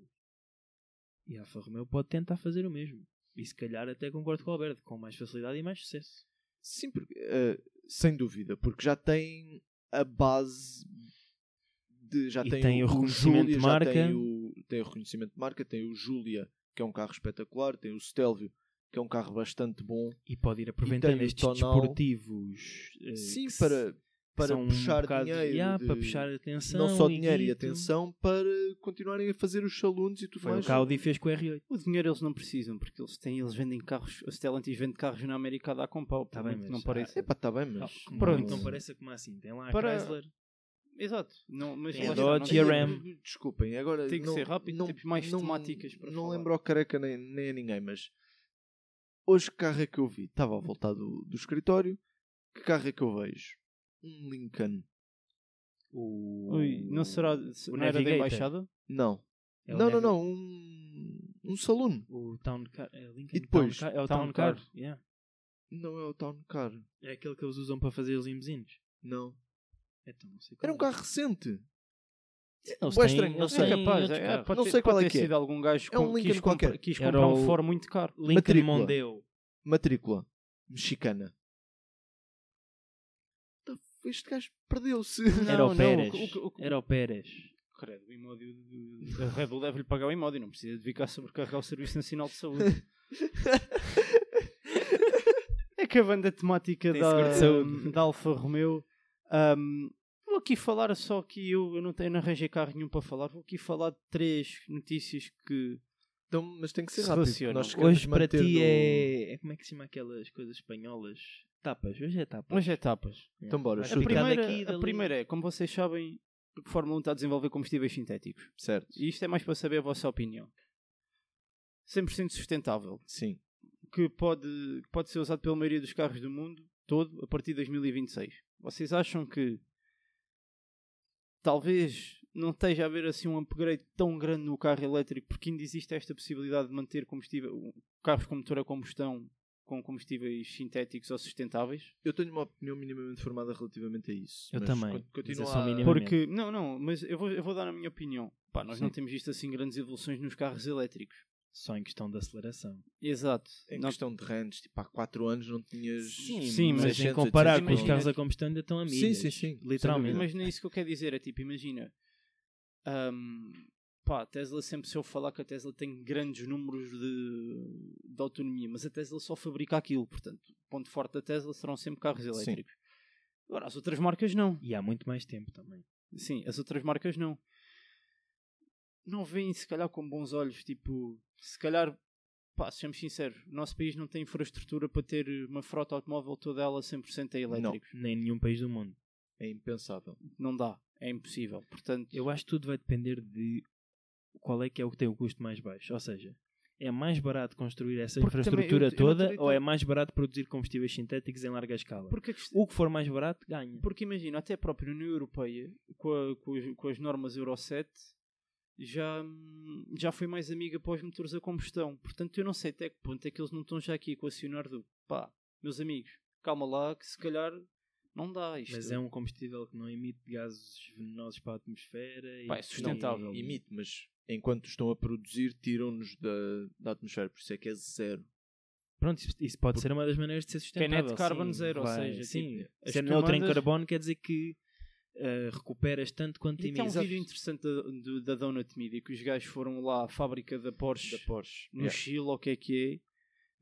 Speaker 2: E a Alfa Romeo pode tentar fazer o mesmo. E se calhar até concordo com o Alberto, com mais facilidade e mais sucesso.
Speaker 1: Sim, porque, eh, sem dúvida, porque já tem a base de já
Speaker 2: E tem o reconhecimento de
Speaker 1: já
Speaker 2: marca.
Speaker 1: tem o, tem o reconhecimento de marca, tem o Júlia, que é um carro espetacular, tem o Stelvio, que é um carro bastante bom.
Speaker 2: E pode ir aproveitando
Speaker 1: tem o
Speaker 2: estes
Speaker 1: tonal.
Speaker 2: desportivos. eh,
Speaker 1: Sim,
Speaker 2: que se-
Speaker 1: para, para
Speaker 2: são um
Speaker 1: puxar
Speaker 2: bocado-
Speaker 1: dinheiro.
Speaker 2: Ya,
Speaker 1: de-
Speaker 2: para puxar atenção.
Speaker 1: não só dinheiro e
Speaker 2: guito.
Speaker 1: atenção para continuarem a fazer os salunos e tudo
Speaker 3: um
Speaker 2: Foi o
Speaker 1: mais. Ah,
Speaker 2: que a Audi fez com o R8.
Speaker 3: O dinheiro eles não precisam, porque eles têm, eles vendem carros, a Stellantis vende carros na América a dar com pau,
Speaker 2: Tá
Speaker 3: tá
Speaker 2: bem,
Speaker 3: bem,
Speaker 2: mas-
Speaker 3: não parece.
Speaker 1: Epá, está bem, mas.
Speaker 2: Como
Speaker 3: Pronto.
Speaker 2: Não parece como assim. Tem lá a
Speaker 3: Para-
Speaker 2: Chrysler.
Speaker 3: Exato. Não, mas
Speaker 2: Tem
Speaker 3: lá
Speaker 2: a
Speaker 3: está,
Speaker 2: Dodge
Speaker 3: não-
Speaker 2: e a Ram.
Speaker 1: Desculpem, agora.
Speaker 3: Tem que
Speaker 1: não-
Speaker 3: ser rápido, temos mais temáticas para
Speaker 1: Não
Speaker 3: falar.
Speaker 1: lembro ao careca nem, nem a ninguém, mas. Hoje, que carro é que eu vi? Estava a voltar do, do escritório. Que carro é que eu vejo? Um Lincoln. O.
Speaker 3: Ui, não será não era da
Speaker 2: Navigator.
Speaker 3: embaixada?
Speaker 1: Não.
Speaker 2: É o
Speaker 1: não, não,
Speaker 2: Navi-
Speaker 1: não. Um. Um saluno.
Speaker 2: O Town Car. É, Lincoln
Speaker 1: E depois?
Speaker 2: Town Car- é o
Speaker 3: Town
Speaker 2: Town, Car.
Speaker 3: Car.
Speaker 2: yeah.
Speaker 1: Não é o Town Car.
Speaker 2: É aquele que eles usam para fazer os limbuzinos.
Speaker 1: Não.
Speaker 2: Então, não sei qual
Speaker 1: Era um
Speaker 2: é.
Speaker 1: carro recente.
Speaker 2: Eles
Speaker 1: bué
Speaker 2: têm-
Speaker 1: estranho, não
Speaker 2: eles
Speaker 1: sei.
Speaker 2: têm
Speaker 3: É capaz,
Speaker 2: outro
Speaker 3: é,
Speaker 2: carro.
Speaker 1: Não
Speaker 3: pode ter-
Speaker 1: sei qual
Speaker 3: pode
Speaker 1: é
Speaker 3: ter
Speaker 1: que é.
Speaker 3: sido algum gajo
Speaker 1: É um
Speaker 3: com-
Speaker 1: Lincoln
Speaker 3: quis comprar-
Speaker 1: qualquer.
Speaker 3: quis
Speaker 2: Era
Speaker 3: comprar um
Speaker 2: o-
Speaker 3: Ford muito caro.
Speaker 2: Lincoln
Speaker 1: Matrícula.
Speaker 2: Mondeo.
Speaker 1: Matrícula. Mexicana. Tá, Este gajo perdeu-se.
Speaker 2: Era o
Speaker 3: não,
Speaker 2: Pérez.
Speaker 3: o que- o que-
Speaker 2: Era o Pérez.
Speaker 3: Credo, o imódio de- de- a Red Bull deve-lhe pagar o imódio, não precisa de vir cá sobrecarregar o Serviço Nacional de Saúde. é que a banda temática
Speaker 2: Tem seguro
Speaker 3: da, hum,
Speaker 2: de saúde.
Speaker 3: da Alfa Romeo. ahm, vou aqui falar só que eu, eu não tenho não arranjei carro nenhum para falar. Vou aqui falar de três notícias que.
Speaker 1: Então, mas tem que ser
Speaker 3: Se
Speaker 1: rápido.
Speaker 3: relacionam.
Speaker 1: Nós queremos
Speaker 2: Hoje para
Speaker 1: manter
Speaker 2: ti
Speaker 1: no-
Speaker 2: é... é. Como é que se chama aquelas coisas espanholas? Tapas. Hoje é tapas.
Speaker 3: Hoje é etapas.
Speaker 1: Então bora,
Speaker 2: Vai
Speaker 3: A
Speaker 1: chuta.
Speaker 2: ficar
Speaker 3: primeira,
Speaker 2: daqui e
Speaker 3: a
Speaker 2: dali.
Speaker 3: primeira é, como vocês sabem, a Fórmula 1 está a desenvolver combustíveis sintéticos.
Speaker 1: Certo.
Speaker 3: E isto é mais para saber a vossa opinião. 100% sustentável.
Speaker 1: Sim.
Speaker 3: que pode, que pode ser usado pela maioria dos carros do mundo todo a partir de 2026. Vocês acham que talvez não esteja a haver assim um upgrade tão grande no carro elétrico porque ainda existe esta possibilidade de manter combustível, o- carros com motor a combustão com combustíveis sintéticos ou sustentáveis?
Speaker 1: Eu tenho uma opinião minimamente formada relativamente a isso.
Speaker 2: Eu
Speaker 1: mas
Speaker 2: também,
Speaker 1: con-
Speaker 2: mas
Speaker 1: Continua
Speaker 2: é só
Speaker 1: a-
Speaker 2: minimamente.
Speaker 3: Porque, não, não, mas eu vou, eu vou dar a minha opinião. Pá, nós não
Speaker 1: Sim.
Speaker 3: temos visto assim grandes evoluções nos carros elétricos.
Speaker 2: Só em questão de aceleração.
Speaker 3: Exato.
Speaker 1: Em
Speaker 3: Não-
Speaker 1: questão de range, tipo, há 4 anos não tinhas.
Speaker 3: sim, mas em
Speaker 1: 600,
Speaker 2: comparar
Speaker 1: 800
Speaker 2: com os
Speaker 1: km.
Speaker 2: carros a combustão ainda estão a milhas.
Speaker 1: Sim, sim, sim.
Speaker 2: Literalmente.
Speaker 1: Sem dúvida.
Speaker 3: Mas não é isso que eu quero dizer. É tipo, imagina. hum, pá, a Tesla sempre se eu falar que a Tesla tem grandes números de, de autonomia, mas a Tesla só fabrica aquilo. Portanto, o ponto forte da Tesla serão sempre carros elétricos. Agora, as outras marcas não.
Speaker 2: E há muito mais tempo também.
Speaker 3: Sim, as outras marcas não. Não veem, se calhar, com bons olhos. Tipo, se calhar, pá, sejamos sinceros, o nosso país não tem infraestrutura para ter uma frota automóvel toda ela 100% a elétricos.
Speaker 2: Nem em nenhum país do mundo.
Speaker 1: É impensável.
Speaker 3: Não. dá. É impossível. Portanto,
Speaker 2: Eu acho que tudo vai depender de qual é que é o que tem o custo mais baixo. Ou seja, é mais barato construir essa
Speaker 3: Porque também eu-
Speaker 2: infraestrutura
Speaker 3: eu não
Speaker 2: toda
Speaker 3: acredito-
Speaker 2: ou é mais barato produzir combustíveis sintéticos em larga escala?
Speaker 3: porque a questão,
Speaker 2: O que for mais barato ganha.
Speaker 3: Porque imagina, até a própria União Europeia, com, a- com as, com as normas Euro 7, já, hum, já foi mais amiga para os motores a combustão. Portanto, eu não sei até que ponto é que eles não estão já aqui a equacionar do pá, meus amigos, calma lá, que se calhar não dá isto.
Speaker 2: Mas é um combustível que não emite gases venenosos para a atmosfera. e
Speaker 3: Pá, é sustentável.
Speaker 2: Não, e-
Speaker 1: Emite, mas enquanto estão a produzir, tiram-nos da, da atmosfera. Por isso é que é zero.
Speaker 2: Pronto, isso- isso pode ser uma das maneiras de ser
Speaker 3: é
Speaker 2: sustentável.
Speaker 3: net carbon
Speaker 2: sim,
Speaker 3: zero, ou
Speaker 2: vai,
Speaker 3: seja, tipo,
Speaker 2: sim,
Speaker 3: as
Speaker 2: ser neutro em
Speaker 3: tomadas-
Speaker 2: carbono quer dizer que eh, recuperas tanto quanto
Speaker 3: E tem um
Speaker 2: emites.
Speaker 3: vídeo interessante da, do- da Donut Media que os gajos foram lá à fábrica da Porsche,
Speaker 1: Da Porsche.
Speaker 3: no
Speaker 1: Yeah.
Speaker 3: Chile, ou o que é que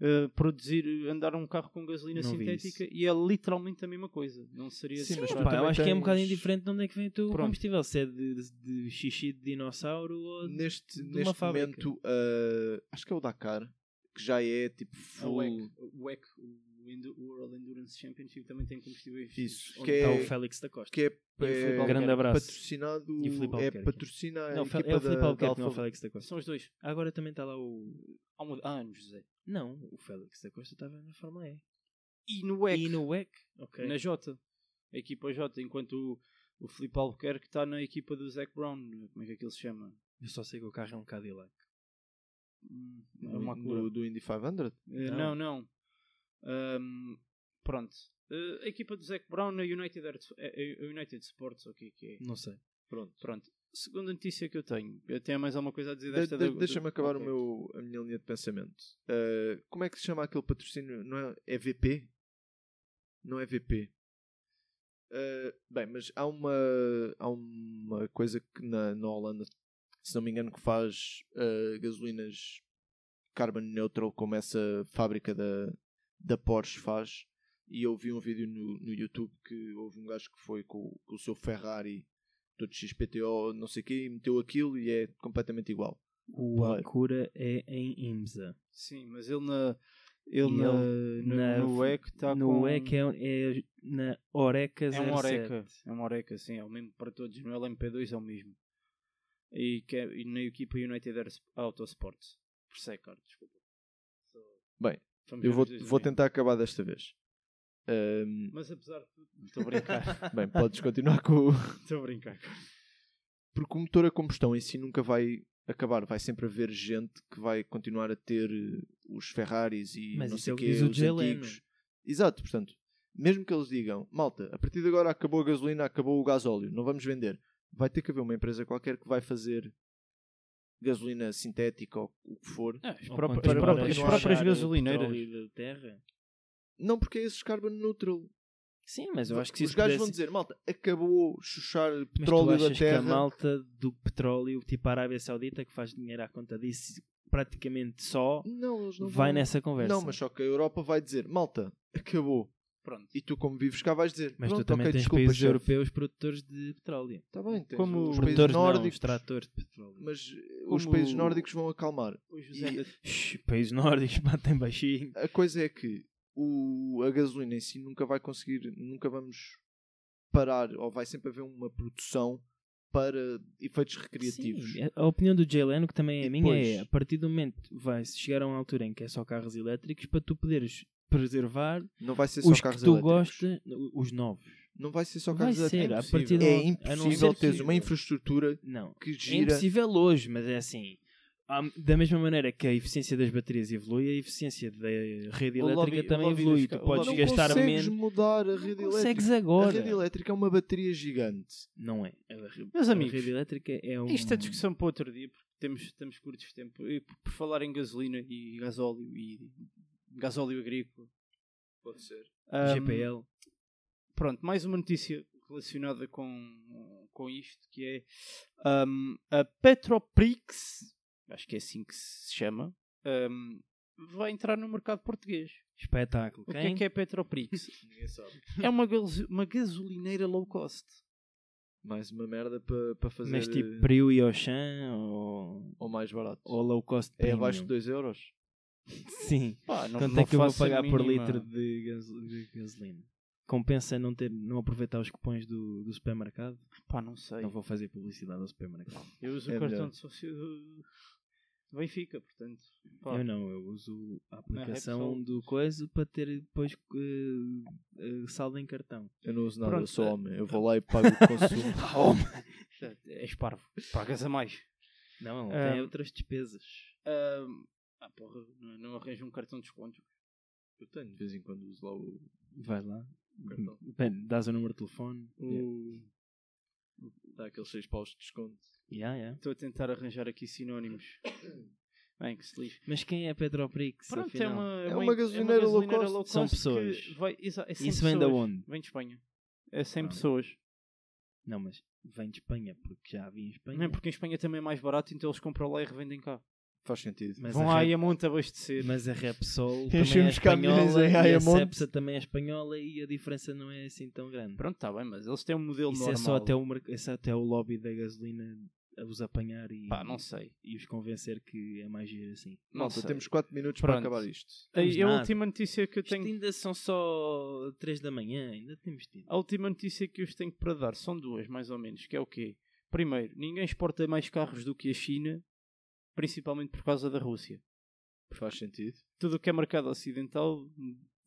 Speaker 3: é, eh, produzir, andar um carro com gasolina
Speaker 2: Não vi
Speaker 3: sintética e é literalmente a mesma coisa. Não seria assim
Speaker 1: Sim, mas
Speaker 2: Pá,
Speaker 1: tu
Speaker 2: eu
Speaker 1: também
Speaker 2: acho que é um
Speaker 1: tens-
Speaker 2: bocado indiferente de onde é que vem o teu
Speaker 3: Pronto.
Speaker 2: combustível, se é de, de- de xixi de dinossauro ou de...
Speaker 1: Neste,
Speaker 2: de uma
Speaker 1: neste
Speaker 2: fábrica.
Speaker 1: momento, ah, acho que é o Dakar, que já é tipo
Speaker 3: A
Speaker 1: full.
Speaker 3: WEC, o WEC, o Endu- o World Endurance Championship, também tem combustíveis.
Speaker 1: Isso,
Speaker 3: onde
Speaker 1: que
Speaker 2: Está
Speaker 1: é-
Speaker 2: o Félix da Costa.
Speaker 1: que é,
Speaker 3: o Felipe
Speaker 1: é
Speaker 3: Albuquerque.
Speaker 2: Grande abraço.
Speaker 1: patrocinado.
Speaker 2: E o Felipe
Speaker 1: É
Speaker 2: Albuquerque.
Speaker 1: patrocina a
Speaker 2: Não, Fel-
Speaker 1: equipa
Speaker 2: é o Felipe
Speaker 1: da, da
Speaker 2: Albuquerque,
Speaker 1: Alfa
Speaker 2: não o Félix da Costa.
Speaker 3: São os dois.
Speaker 2: Agora também está lá o...
Speaker 3: Há, um- há anos, José.
Speaker 2: Não, o Félix da Costa estava na Fórmula E.
Speaker 3: E no WEC,
Speaker 2: E no WEC. Ok.
Speaker 3: na Jota. A equipa Jota, enquanto o, o Filipe Albuquerque está na equipa do Zac Brown. Como é que aquilo se chama?
Speaker 2: Eu só sei que o carro é um Cadillac.
Speaker 3: Hum, é uma
Speaker 1: do,
Speaker 3: cura.
Speaker 1: do, do Indy 500.
Speaker 3: Eh, Não, não. Ahm, pronto. Eh, a equipa do Zac Brown na United, Earth- eh, eh, United Sports, ou o que é que é?
Speaker 2: Não sei.
Speaker 1: Pronto.
Speaker 3: Pronto. Segunda notícia que eu tenho. Eu tenho mais alguma coisa a dizer
Speaker 1: De-
Speaker 3: desta
Speaker 1: de-
Speaker 3: da-
Speaker 1: Deixa-me
Speaker 3: do-
Speaker 1: acabar o
Speaker 3: Ok.
Speaker 1: meu, a minha linha de pensamento. Ah, como é que se chama aquele patrocínio? Não é, é VP? Não é VP. Ah, bem, mas há uma, há uma coisa que na, na Holanda, se não me engano, que faz ah, gasolinas carbon neutral como essa fábrica da, da Porsche faz. E eu vi um vídeo no, no YouTube que houve um gajo que foi com, com o seu Ferrari todo XPTO, não sei o quê, e meteu aquilo e é completamente igual.
Speaker 2: O
Speaker 1: Porreiro.
Speaker 2: Acura é em Imsa.
Speaker 3: Sim, mas ele na. Ele
Speaker 2: E
Speaker 3: na,
Speaker 2: ele
Speaker 3: no,
Speaker 2: na-
Speaker 3: no EC
Speaker 1: Tá
Speaker 3: está
Speaker 2: no
Speaker 3: com.
Speaker 2: EC é, é na Oreca 07.
Speaker 3: É um Oreca. É um Oreca, sim. É o mesmo para todos. No LMP2 é o mesmo. E, que é- e na equipa United Air- Autosport. Por Secard, desculpa. So,
Speaker 1: Bem,
Speaker 3: vamos
Speaker 1: Eu
Speaker 3: ver
Speaker 1: vou,
Speaker 3: os dois
Speaker 1: vou
Speaker 3: bem.
Speaker 1: tentar acabar desta vez. Ahm,
Speaker 3: Mas apesar de tudo. Estou a brincar.
Speaker 1: bem, podes continuar com o.
Speaker 3: Estou a brincar.
Speaker 1: Porque o motor a combustão em si nunca vai acabar. Vai sempre haver gente que vai continuar a ter eh, os Ferraris e
Speaker 2: Mas
Speaker 1: não
Speaker 2: isso
Speaker 1: sei
Speaker 2: é o que
Speaker 1: quê,
Speaker 2: diz o
Speaker 1: os
Speaker 2: GLM.
Speaker 1: antigos. Exato, portanto, mesmo que eles digam, malta, a partir de agora acabou a gasolina, acabou o gasóleo, não vamos vender. Vai ter que haver uma empresa qualquer que vai fazer gasolina sintética ou o que for.
Speaker 3: as,
Speaker 2: Ou
Speaker 3: próprias-
Speaker 2: continuar
Speaker 3: as
Speaker 2: a
Speaker 3: próprias- as
Speaker 2: achar
Speaker 3: próprias
Speaker 2: o
Speaker 3: é gasolineiras.
Speaker 2: petróleo da terra.
Speaker 1: Não porque é esses carbon neutral.
Speaker 2: Sim, mas eu acho que se
Speaker 1: Os
Speaker 2: isso
Speaker 1: gajos
Speaker 2: pudesse-
Speaker 1: vão dizer, malta, acabou chuchar
Speaker 2: Mas tu
Speaker 1: petróleo da
Speaker 2: achas
Speaker 1: terra.
Speaker 2: que a malta do petróleo, tipo a Arábia Saudita, que faz dinheiro à conta disso, praticamente só
Speaker 1: Não, eles não
Speaker 2: vai
Speaker 1: vão.
Speaker 2: nessa conversa.
Speaker 1: Não, mas só que a Europa vai dizer, malta, acabou.
Speaker 3: Pronto.
Speaker 1: E tu, como vives cá, vais dizer,
Speaker 2: Mas
Speaker 1: pronto,
Speaker 2: tu também
Speaker 1: ok,
Speaker 2: tens
Speaker 1: desculpa,
Speaker 2: países
Speaker 1: chefe.
Speaker 2: europeus produtores de petróleo.
Speaker 1: Tá bem, tens
Speaker 3: Como
Speaker 1: os países
Speaker 2: Produtores não,
Speaker 1: nórdicos,
Speaker 2: extratores de petróleo.
Speaker 1: mas eh, os
Speaker 3: Como-
Speaker 1: países nórdicos vão acalmar.
Speaker 3: Pois,
Speaker 1: José, ainda-
Speaker 2: Shhh, países nórdicos batem baixinho.
Speaker 1: A coisa é que o, a gasolina em si nunca vai conseguir, nunca vamos parar, ou vai sempre haver uma produção para efeitos recreativos.
Speaker 2: Sim, é. a- a opinião do Jalen, que também é
Speaker 1: E
Speaker 2: a minha, é
Speaker 1: depois?
Speaker 2: a partir do momento vai chegar a uma altura em que é só carros elétricos para tu poderes preservar
Speaker 1: Não vai ser só
Speaker 2: os que
Speaker 1: carros
Speaker 2: tu
Speaker 1: elétricos.
Speaker 2: gostas, os novos.
Speaker 1: Não vai ser só
Speaker 2: Vai
Speaker 1: carros
Speaker 2: ser,
Speaker 1: elétricos.
Speaker 2: a
Speaker 3: impossível.
Speaker 2: partir do
Speaker 1: É
Speaker 2: a não ser
Speaker 1: impossível
Speaker 2: que-
Speaker 1: teres uma infraestrutura
Speaker 2: Não,
Speaker 1: que
Speaker 2: É
Speaker 1: gira.
Speaker 2: impossível hoje, mas é assim. há- Da mesma maneira que a eficiência das baterias evolui, a eficiência da rede
Speaker 3: O
Speaker 2: elétrica
Speaker 3: lobby- o
Speaker 2: também
Speaker 3: lobby
Speaker 2: evolui.
Speaker 3: dos
Speaker 2: Tu
Speaker 3: ca- o
Speaker 2: podes
Speaker 1: não
Speaker 3: lobby-
Speaker 2: gastar
Speaker 1: consegues
Speaker 2: menos.
Speaker 1: mudar a rede
Speaker 2: Não
Speaker 1: elétrica.
Speaker 2: consegues
Speaker 1: A
Speaker 2: agora.
Speaker 1: rede elétrica é uma bateria gigante.
Speaker 2: Não é. A da re-
Speaker 3: Meus
Speaker 2: a
Speaker 3: amigos,
Speaker 2: rede elétrica é um...
Speaker 3: Isto é discussão para outro dia, porque temos, estamos curtos de tempo. E por por falar em gasolina e gasóleo e gasóleo agrícola.
Speaker 1: Pode ser.
Speaker 3: ahm,
Speaker 2: GPL.
Speaker 3: Pronto, mais uma notícia relacionada com, com isto, que é ahm, a Petroprix, acho que é assim que se chama, ahm, vai entrar no mercado português.
Speaker 2: Espetáculo.
Speaker 3: O que
Speaker 2: Quem?
Speaker 3: é que é Petroprix?
Speaker 1: Ninguém sabe.
Speaker 3: é uma, gaso- uma gasolineira low cost.
Speaker 1: Mais uma merda para pa fazer.
Speaker 2: Mas
Speaker 1: eh,
Speaker 2: tipo Priu e Oxan ou,
Speaker 1: Ou mais barato.
Speaker 2: ou Low Cost
Speaker 1: é
Speaker 2: premium.
Speaker 1: abaixo de 2 euros.
Speaker 2: Sim.
Speaker 3: Pá, não-
Speaker 2: Quanto
Speaker 3: não
Speaker 2: é que eu vou
Speaker 3: faço a
Speaker 2: pagar por
Speaker 3: mínima.
Speaker 2: litro de, gaso- de gasolina? Compensa não, ter, não aproveitar os cupons do, do supermercado?
Speaker 3: Pá, não sei.
Speaker 2: Não vou fazer publicidade ao supermercado.
Speaker 3: Eu uso
Speaker 1: É
Speaker 3: o cartão
Speaker 1: melhor.
Speaker 3: de sócio do do Benfica, portanto. pá. é
Speaker 2: Eu não, eu uso a aplicação
Speaker 3: Repsol.
Speaker 2: do coisa para ter depois eh, eh, saldo em cartão.
Speaker 1: Eu não uso nada,
Speaker 3: Pronto,
Speaker 1: eu sou
Speaker 3: eh,
Speaker 1: homem. Eu vou lá e pago o consumo.
Speaker 3: És parvo. Pagas a mais.
Speaker 2: Não,
Speaker 3: Ah.
Speaker 2: tem outras despesas.
Speaker 3: Ahm, Ah, porra, não, não arranjo um cartão de desconto.
Speaker 1: eu tenho, de vez em quando uso lá o
Speaker 2: Vai lá.
Speaker 1: cartão.
Speaker 2: Bem, dás o número de telefone.
Speaker 3: O-
Speaker 1: Dá aqueles 6 paus de desconto.
Speaker 2: Yeah, yeah.
Speaker 3: Estou a tentar arranjar aqui sinónimos. Bem, que se lixe.
Speaker 2: Mas quem é Petroprix?
Speaker 3: Pronto, é
Speaker 2: afinal?
Speaker 3: uma,
Speaker 1: É uma gasolineira low cost.
Speaker 2: São
Speaker 3: que
Speaker 2: pessoas.
Speaker 3: vai- exa- é 100
Speaker 2: Isso vem de
Speaker 3: pessoas.
Speaker 2: onde?
Speaker 3: Vem de Espanha. É 100
Speaker 2: Ah.
Speaker 3: pessoas.
Speaker 2: Não, mas vem de Espanha, porque já havia em Espanha.
Speaker 3: Não é porque em Espanha também é mais barato, então eles compram lá e revendem cá.
Speaker 1: Faz sentido.
Speaker 2: Mas
Speaker 3: Vão
Speaker 2: a
Speaker 3: lá
Speaker 2: Rep-
Speaker 3: e a monte abastecer.
Speaker 2: Mas a Repsol
Speaker 1: Enchem
Speaker 2: também é
Speaker 1: os caminhões
Speaker 2: espanhola
Speaker 1: em
Speaker 2: e a
Speaker 1: Ayamonte.
Speaker 2: Cepsa também é espanhola e a diferença não é assim tão grande.
Speaker 3: Pronto, está bem, mas eles têm um modelo
Speaker 2: Isso
Speaker 3: normal.
Speaker 2: é só até o, merc- isso é até o lobby da gasolina a os apanhar e,
Speaker 3: Pá, não sei.
Speaker 2: e os convencer que é mais giro assim.
Speaker 3: Não
Speaker 1: Malta,
Speaker 3: sei.
Speaker 1: temos 4 minutos para
Speaker 3: Pronto.
Speaker 1: acabar isto.
Speaker 3: A,
Speaker 2: Temos
Speaker 3: a
Speaker 2: nada.
Speaker 3: última notícia que eu
Speaker 2: Isto
Speaker 3: tenho
Speaker 2: ainda são só 3 da manhã, ainda temos tempo.
Speaker 3: A última notícia que eu vos tenho para dar são duas, mais ou menos, que é o quê? Primeiro, ninguém exporta mais carros do que a China, principalmente por causa da Rússia.
Speaker 1: Faz sentido.
Speaker 3: Tudo o que é mercado ocidental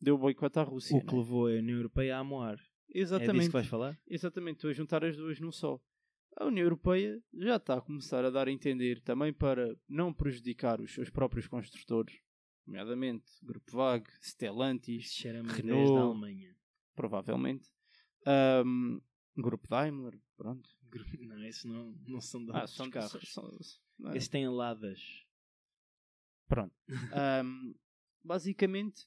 Speaker 3: deu boicote à Rússia.
Speaker 2: o que
Speaker 3: né?
Speaker 2: levou a União Europeia a moar. É disso
Speaker 3: Exatamente.
Speaker 2: que vais falar?
Speaker 3: Exatamente, estou a juntar as duas num só. A União Europeia já está a começar a dar a entender também para não prejudicar os seus próprios construtores, nomeadamente Grupo VAG, Stellantis,
Speaker 2: Isto cheira-me
Speaker 3: Renault.
Speaker 2: ideias da Alemanha.
Speaker 3: provavelmente, ahm, Grupo Daimler, pronto.
Speaker 2: Não, esses não, não são de
Speaker 3: Ah,
Speaker 2: outros
Speaker 3: são Ah.
Speaker 2: carros.
Speaker 3: são- são-
Speaker 2: Esses têm ladas.
Speaker 3: Pronto. Ahm, basicamente,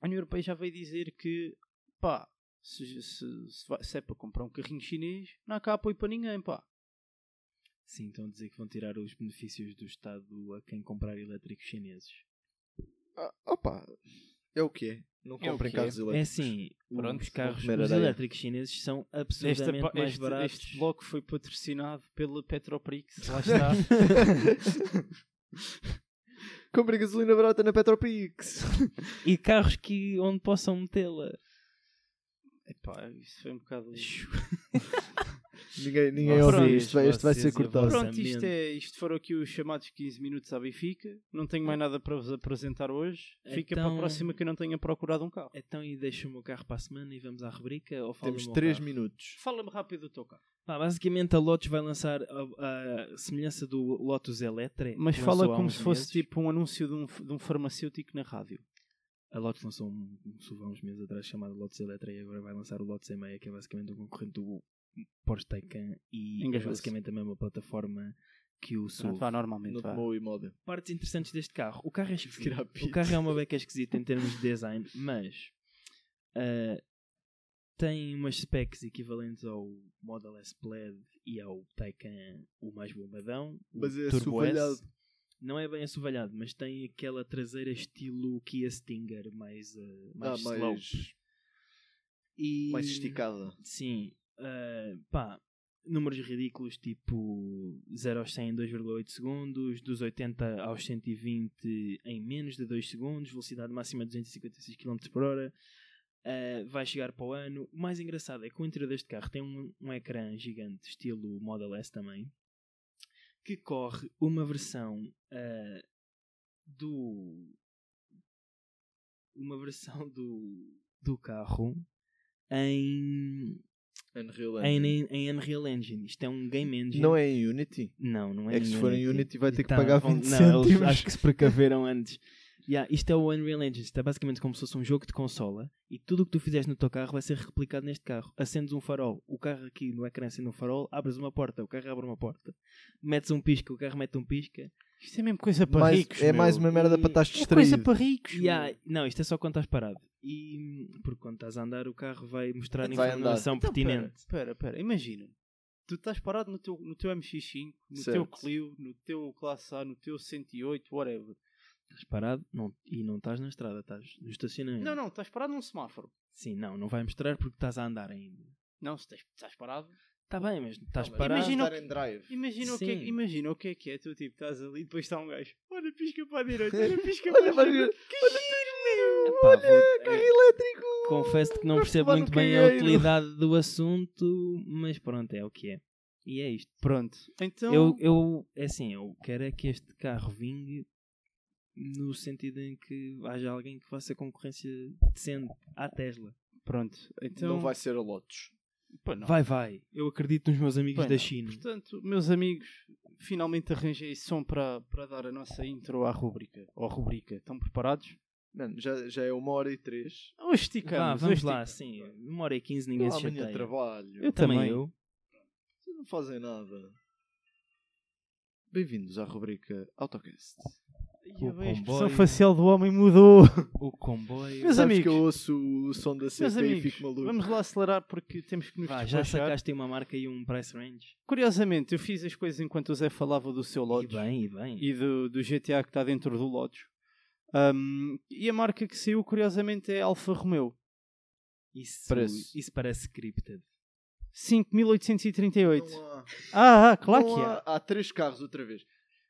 Speaker 3: a União Europeia já veio dizer que, pá, se, se- se vai- se é para comprar um carrinho chinês, não há cá apoio para ninguém, pá.
Speaker 2: Sim, estão a dizer que vão tirar os benefícios do Estado a quem comprar elétricos chineses. É
Speaker 1: Ah, opa, é o que é. Não
Speaker 3: É o
Speaker 1: comprem
Speaker 3: que é.
Speaker 1: carros
Speaker 2: É
Speaker 1: elétricos.
Speaker 2: assim,
Speaker 3: Pronto,
Speaker 2: os
Speaker 3: vou
Speaker 2: carros
Speaker 1: comer
Speaker 2: os
Speaker 1: areia.
Speaker 2: elétricos chineses são
Speaker 3: Esta
Speaker 2: absurdamente
Speaker 3: pa-
Speaker 2: mais
Speaker 3: este,
Speaker 2: baratos.
Speaker 3: este bloco foi patrocinado pela Petroprix, lá está.
Speaker 1: Comprem gasolina barata na Petroprix.
Speaker 2: E carros que, onde possam metê-la.
Speaker 3: Epá, isso foi um bocado.
Speaker 1: ninguém ninguém
Speaker 3: Vocês,
Speaker 1: ouve isto. vai- Este vai ser
Speaker 2: vocês e
Speaker 1: cortado.
Speaker 2: vossos.
Speaker 3: Pronto, isto,
Speaker 2: Exatamente.
Speaker 3: é, isto foram aqui os chamados 15 minutos à Benfica. Não tenho mais nada para vos apresentar hoje. Fica para
Speaker 2: Então-
Speaker 3: a próxima que eu não tenha procurado um carro.
Speaker 2: Então, e deixo o meu carro para a semana e vamos à rubrica? Ou falo
Speaker 1: Temos
Speaker 2: do meu
Speaker 1: 3
Speaker 2: carro?
Speaker 1: minutos.
Speaker 3: Fala-me rápido do teu carro.
Speaker 2: Pá, basicamente, a Lotus vai lançar a, a semelhança do Lotus Elettra.
Speaker 3: Mas
Speaker 2: que
Speaker 3: fala
Speaker 2: lançou há
Speaker 3: como
Speaker 2: uns
Speaker 3: se fosse
Speaker 2: meses.
Speaker 3: tipo um anúncio de um, f- de um farmacêutico na rádio.
Speaker 2: A Lotus lançou um, um SUV há uns meses atrás chamado Lotus Elettra e agora vai lançar o Lotus E6, que é basicamente um concorrente do Porsche Taycan e é
Speaker 3: Engajou-se.
Speaker 2: basicamente a mesma plataforma que o
Speaker 3: Pronto,
Speaker 2: SUV.
Speaker 3: vá normalmente.
Speaker 1: No
Speaker 3: Vá.
Speaker 1: meu imóvel.
Speaker 2: Partes interessantes deste carro. O carro é esquisito.
Speaker 1: Tirar
Speaker 2: O
Speaker 1: pito.
Speaker 2: carro é uma beca esquisita em termos de design, mas ah, tem umas specs equivalentes ao Model S Plaid e ao Taycan, o mais bombadão. o
Speaker 1: Mas é
Speaker 2: Turbo S.
Speaker 1: assovalhado.
Speaker 2: Não é bem assovalhado, mas tem aquela traseira estilo Kia Stinger mais, ah,
Speaker 1: Ah,
Speaker 2: mais slow.
Speaker 1: mais,
Speaker 2: E-
Speaker 1: mais esticada.
Speaker 2: Sim. ah, pá, números ridículos tipo 0 aos 100 em 2,8 segundos, dos 80 aos 120 em menos de 2 segundos, velocidade máxima 256 km por hora. ah, vai chegar para o ano. O mais engraçado é que o interior deste carro tem um, um ecrã gigante, estilo Model S também, que corre uma versão ah, do. Uma versão do, do carro em
Speaker 1: Unreal
Speaker 2: em,
Speaker 1: Engine.
Speaker 2: É em, em Unreal Engine. Isto é um game engine.
Speaker 1: Não é em Unity.
Speaker 2: Não, não é,
Speaker 1: É que
Speaker 2: em
Speaker 1: se for em Unity vai ter que
Speaker 2: Tá,
Speaker 1: pagar
Speaker 2: vão-
Speaker 1: 20
Speaker 2: não, eles
Speaker 1: cêntimos.
Speaker 2: Acho que se precaveram antes. Yeah, isto é o Unreal Engine. Isto é basicamente como se fosse um jogo de consola e tudo o que tu fizeres no teu carro vai ser replicado neste carro. Acendes um farol, o carro aqui no ecrã acende um farol, abres uma porta, o carro abre uma porta. Metes um pisca, o carro mete um pisca.
Speaker 3: Isto é mesmo coisa para
Speaker 1: Mais-
Speaker 3: ricos.
Speaker 1: é
Speaker 3: meu.
Speaker 1: mais uma merda para estás
Speaker 3: É coisa
Speaker 1: distraído.
Speaker 3: para ricos.
Speaker 2: Yeah,
Speaker 3: meu.
Speaker 2: não, isto é só quando estás parado. E porque quando estás a andar o carro vai mostrar
Speaker 1: Vai andar.
Speaker 2: informação
Speaker 3: Então,
Speaker 2: pertinente.
Speaker 3: Espera, espera, imagina. Tu estás parado no teu, no teu MX5, no teu
Speaker 1: Certo.
Speaker 3: Clio, no teu Classe A, no teu 108, whatever.
Speaker 2: Estás parado não, e não estás na estrada, estás no estacionamento.
Speaker 3: Não, não, estás parado num semáforo.
Speaker 2: Sim, não, não vai mostrar porque estás a andar ainda.
Speaker 3: Não, se estás, estás parado.
Speaker 2: Está
Speaker 3: Tá
Speaker 2: bem, mas estás
Speaker 1: Não, mas
Speaker 2: parado.
Speaker 3: Imagina-
Speaker 1: andar em drive.
Speaker 3: Imagina o, que é, que-
Speaker 2: Sim.
Speaker 3: imagina o que é que é. Tu tipo, estás ali e depois está um gajo. Olha, pisca para a direita,
Speaker 1: É.
Speaker 3: olha, pisca para
Speaker 1: Olha,
Speaker 3: a direita.
Speaker 1: olha, é
Speaker 2: Epá,
Speaker 1: olha,
Speaker 2: vou-
Speaker 1: carro
Speaker 2: eh,
Speaker 1: elétrico!
Speaker 2: Confesso que não
Speaker 1: Gosto de
Speaker 2: percebo
Speaker 1: levar
Speaker 2: muito
Speaker 1: no é,
Speaker 2: bem a
Speaker 1: canheiro.
Speaker 2: utilidade do assunto, mas pronto, é o que é. E é isto.
Speaker 3: Pronto, então.
Speaker 2: Eu, eu, é assim, eu quero é que este carro vingue no sentido em que haja alguém que faça concorrência decente à Tesla.
Speaker 3: Pronto, então.
Speaker 1: Não vai ser a Lotus.
Speaker 3: Pá, não.
Speaker 2: Vai, vai. Eu acredito nos meus amigos
Speaker 3: Pá,
Speaker 2: da
Speaker 3: não.
Speaker 2: China.
Speaker 3: Portanto, meus amigos, finalmente arranjei som para, para dar a nossa intro à rubrica. Ou rubrica. Estão preparados?
Speaker 1: Mano, já, já é uma hora e três.
Speaker 3: Hoje
Speaker 2: Vá,
Speaker 3: esticamos.
Speaker 2: vamos
Speaker 3: hoje
Speaker 2: lá, sim.
Speaker 3: esticamos.
Speaker 2: Uma hora e quinze, ninguém
Speaker 1: Eu
Speaker 2: se
Speaker 1: amanhã
Speaker 2: chateia.
Speaker 1: trabalho.
Speaker 3: Eu
Speaker 2: Também
Speaker 3: também.
Speaker 2: eu.
Speaker 1: Vocês não fazem nada. Bem-vindos à rubrica Autocast.
Speaker 3: Ai,
Speaker 2: O
Speaker 3: bem, a expressão
Speaker 2: comboio.
Speaker 3: facial do homem mudou.
Speaker 2: O comboio.
Speaker 3: Meus
Speaker 1: Sabes
Speaker 3: amigos.
Speaker 1: que eu ouço o som da
Speaker 3: Meus
Speaker 1: CP e
Speaker 3: amigos,
Speaker 1: fico maluco.
Speaker 3: vamos lá acelerar porque temos que nos
Speaker 2: Vá, já
Speaker 3: despachar.
Speaker 2: sacaste uma marca e um price range?
Speaker 3: Curiosamente, eu fiz as coisas enquanto o Zé falava do seu
Speaker 2: E
Speaker 3: Lodge
Speaker 2: bem, e bem.
Speaker 3: e do, do GTA que está dentro do Lodge. Ahm, e a marca que saiu, curiosamente, é Alfa Romeo.
Speaker 2: Isso,
Speaker 1: Preço.
Speaker 2: isso parece scripted.
Speaker 3: 5838.
Speaker 1: Não há-
Speaker 3: Ah, ah, claro
Speaker 1: não
Speaker 3: que
Speaker 1: há,
Speaker 3: é.
Speaker 1: há três carros outra vez.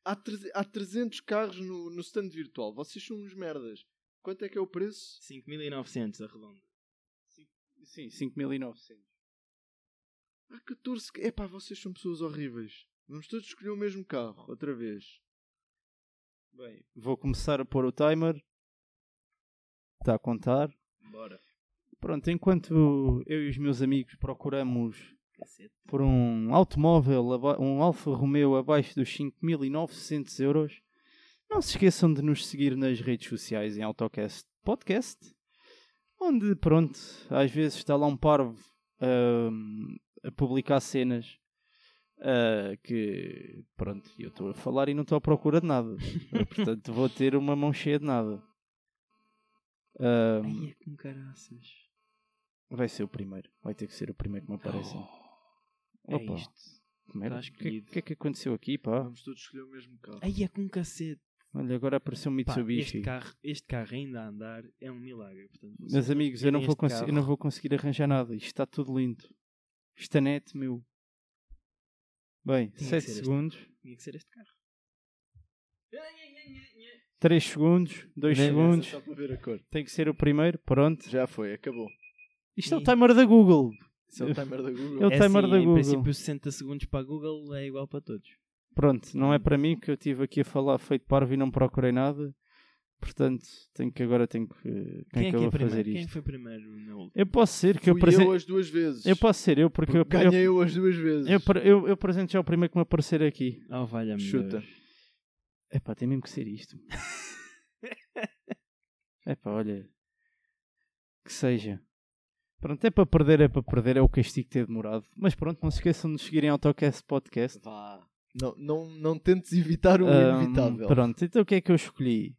Speaker 1: Há, treze- há 300 carros no, no stand virtual. Vocês são uns merdas. Quanto é que é o preço?
Speaker 2: 5.900 arredonda.
Speaker 3: Sim, 5900.
Speaker 1: Há 14. ca- Epá, vocês são pessoas horríveis. Vamos todos escolher o mesmo carro, outra vez.
Speaker 3: Bem, vou começar a pôr o timer. Está a contar.
Speaker 2: Bora.
Speaker 3: Pronto, enquanto eu e os meus amigos procuramos
Speaker 2: Cacete.
Speaker 3: por um automóvel, aba- um Alfa Romeo abaixo dos 5.900 euros, não se esqueçam de nos seguir nas redes sociais em Autocast Podcast, onde, pronto, às vezes está lá um parvo ahm, a publicar cenas ah, que, pronto, eu estou a falar e não estou à procura de nada. Eu, Portanto, vou ter uma mão cheia de nada. Ah, Ahm,
Speaker 2: Ai, é com caraças.
Speaker 3: vai ser o primeiro. Vai ter que ser o primeiro que me aparece.
Speaker 2: É
Speaker 3: Opa.
Speaker 2: isto.
Speaker 3: Que
Speaker 2: Oh,
Speaker 3: merda.
Speaker 2: Tá
Speaker 3: O que,
Speaker 2: escolhido.
Speaker 3: que é que aconteceu aqui, pá?
Speaker 1: Vamos todos escolher o mesmo carro.
Speaker 2: Aí é com cacete.
Speaker 3: Olha, agora apareceu um
Speaker 2: Pá,
Speaker 3: Mitsubishi.
Speaker 2: este, carro, este carro ainda a andar é um milagre. Portanto,
Speaker 3: Meus amigos, eu não,
Speaker 2: Este
Speaker 3: vou consi-
Speaker 2: carro.
Speaker 3: eu não vou conseguir arranjar nada. Isto está tudo lindo. Isto é net, meu. Bem,
Speaker 2: que
Speaker 3: 7
Speaker 2: ser este.
Speaker 3: segundos,
Speaker 2: tinha que ser este carro.
Speaker 3: 3 segundos, 2
Speaker 2: Olha,
Speaker 1: Essa
Speaker 3: segundos.
Speaker 1: Só para ver a cor.
Speaker 3: Tem que ser o primeiro, pronto.
Speaker 1: Já foi, acabou.
Speaker 3: Isto é o
Speaker 2: E-
Speaker 3: timer da Google.
Speaker 1: Isso é o timer da Google.
Speaker 3: Eu- O timer da Google.
Speaker 2: assim, Em princípio, 60 segundos para a Google é igual para todos.
Speaker 3: Pronto, não é para mim que eu estive aqui a falar feito parvo e não procurei nada. Portanto, tenho que agora tenho que. Quem,
Speaker 2: Quem,
Speaker 3: é que
Speaker 2: é
Speaker 3: eu
Speaker 2: que é
Speaker 3: vou fazer
Speaker 2: primeiro? Quem
Speaker 3: isto?
Speaker 2: foi primeiro na última?
Speaker 3: Eu posso ser que eu
Speaker 1: Fui
Speaker 3: presen-
Speaker 1: eu as duas vezes.
Speaker 3: Eu posso ser eu, porque, eu, eu,
Speaker 1: Ganhei eu as duas vezes.
Speaker 3: eu, pre- eu, eu presento já o primeiro que me aparecer aqui.
Speaker 2: Oh, valha
Speaker 1: Chuta.
Speaker 3: Epá, tem mesmo que ser isto. Epá, olha. Que seja. Pronto, é para perder, é para perder, é o castigo ter demorado. Mas pronto, não se esqueçam de nos seguirem ao Autocast Podcast.
Speaker 1: Vá. Não, não, não tentes evitar o
Speaker 3: Ahm,
Speaker 1: É um inevitável.
Speaker 3: Pronto, então o que é que eu escolhi?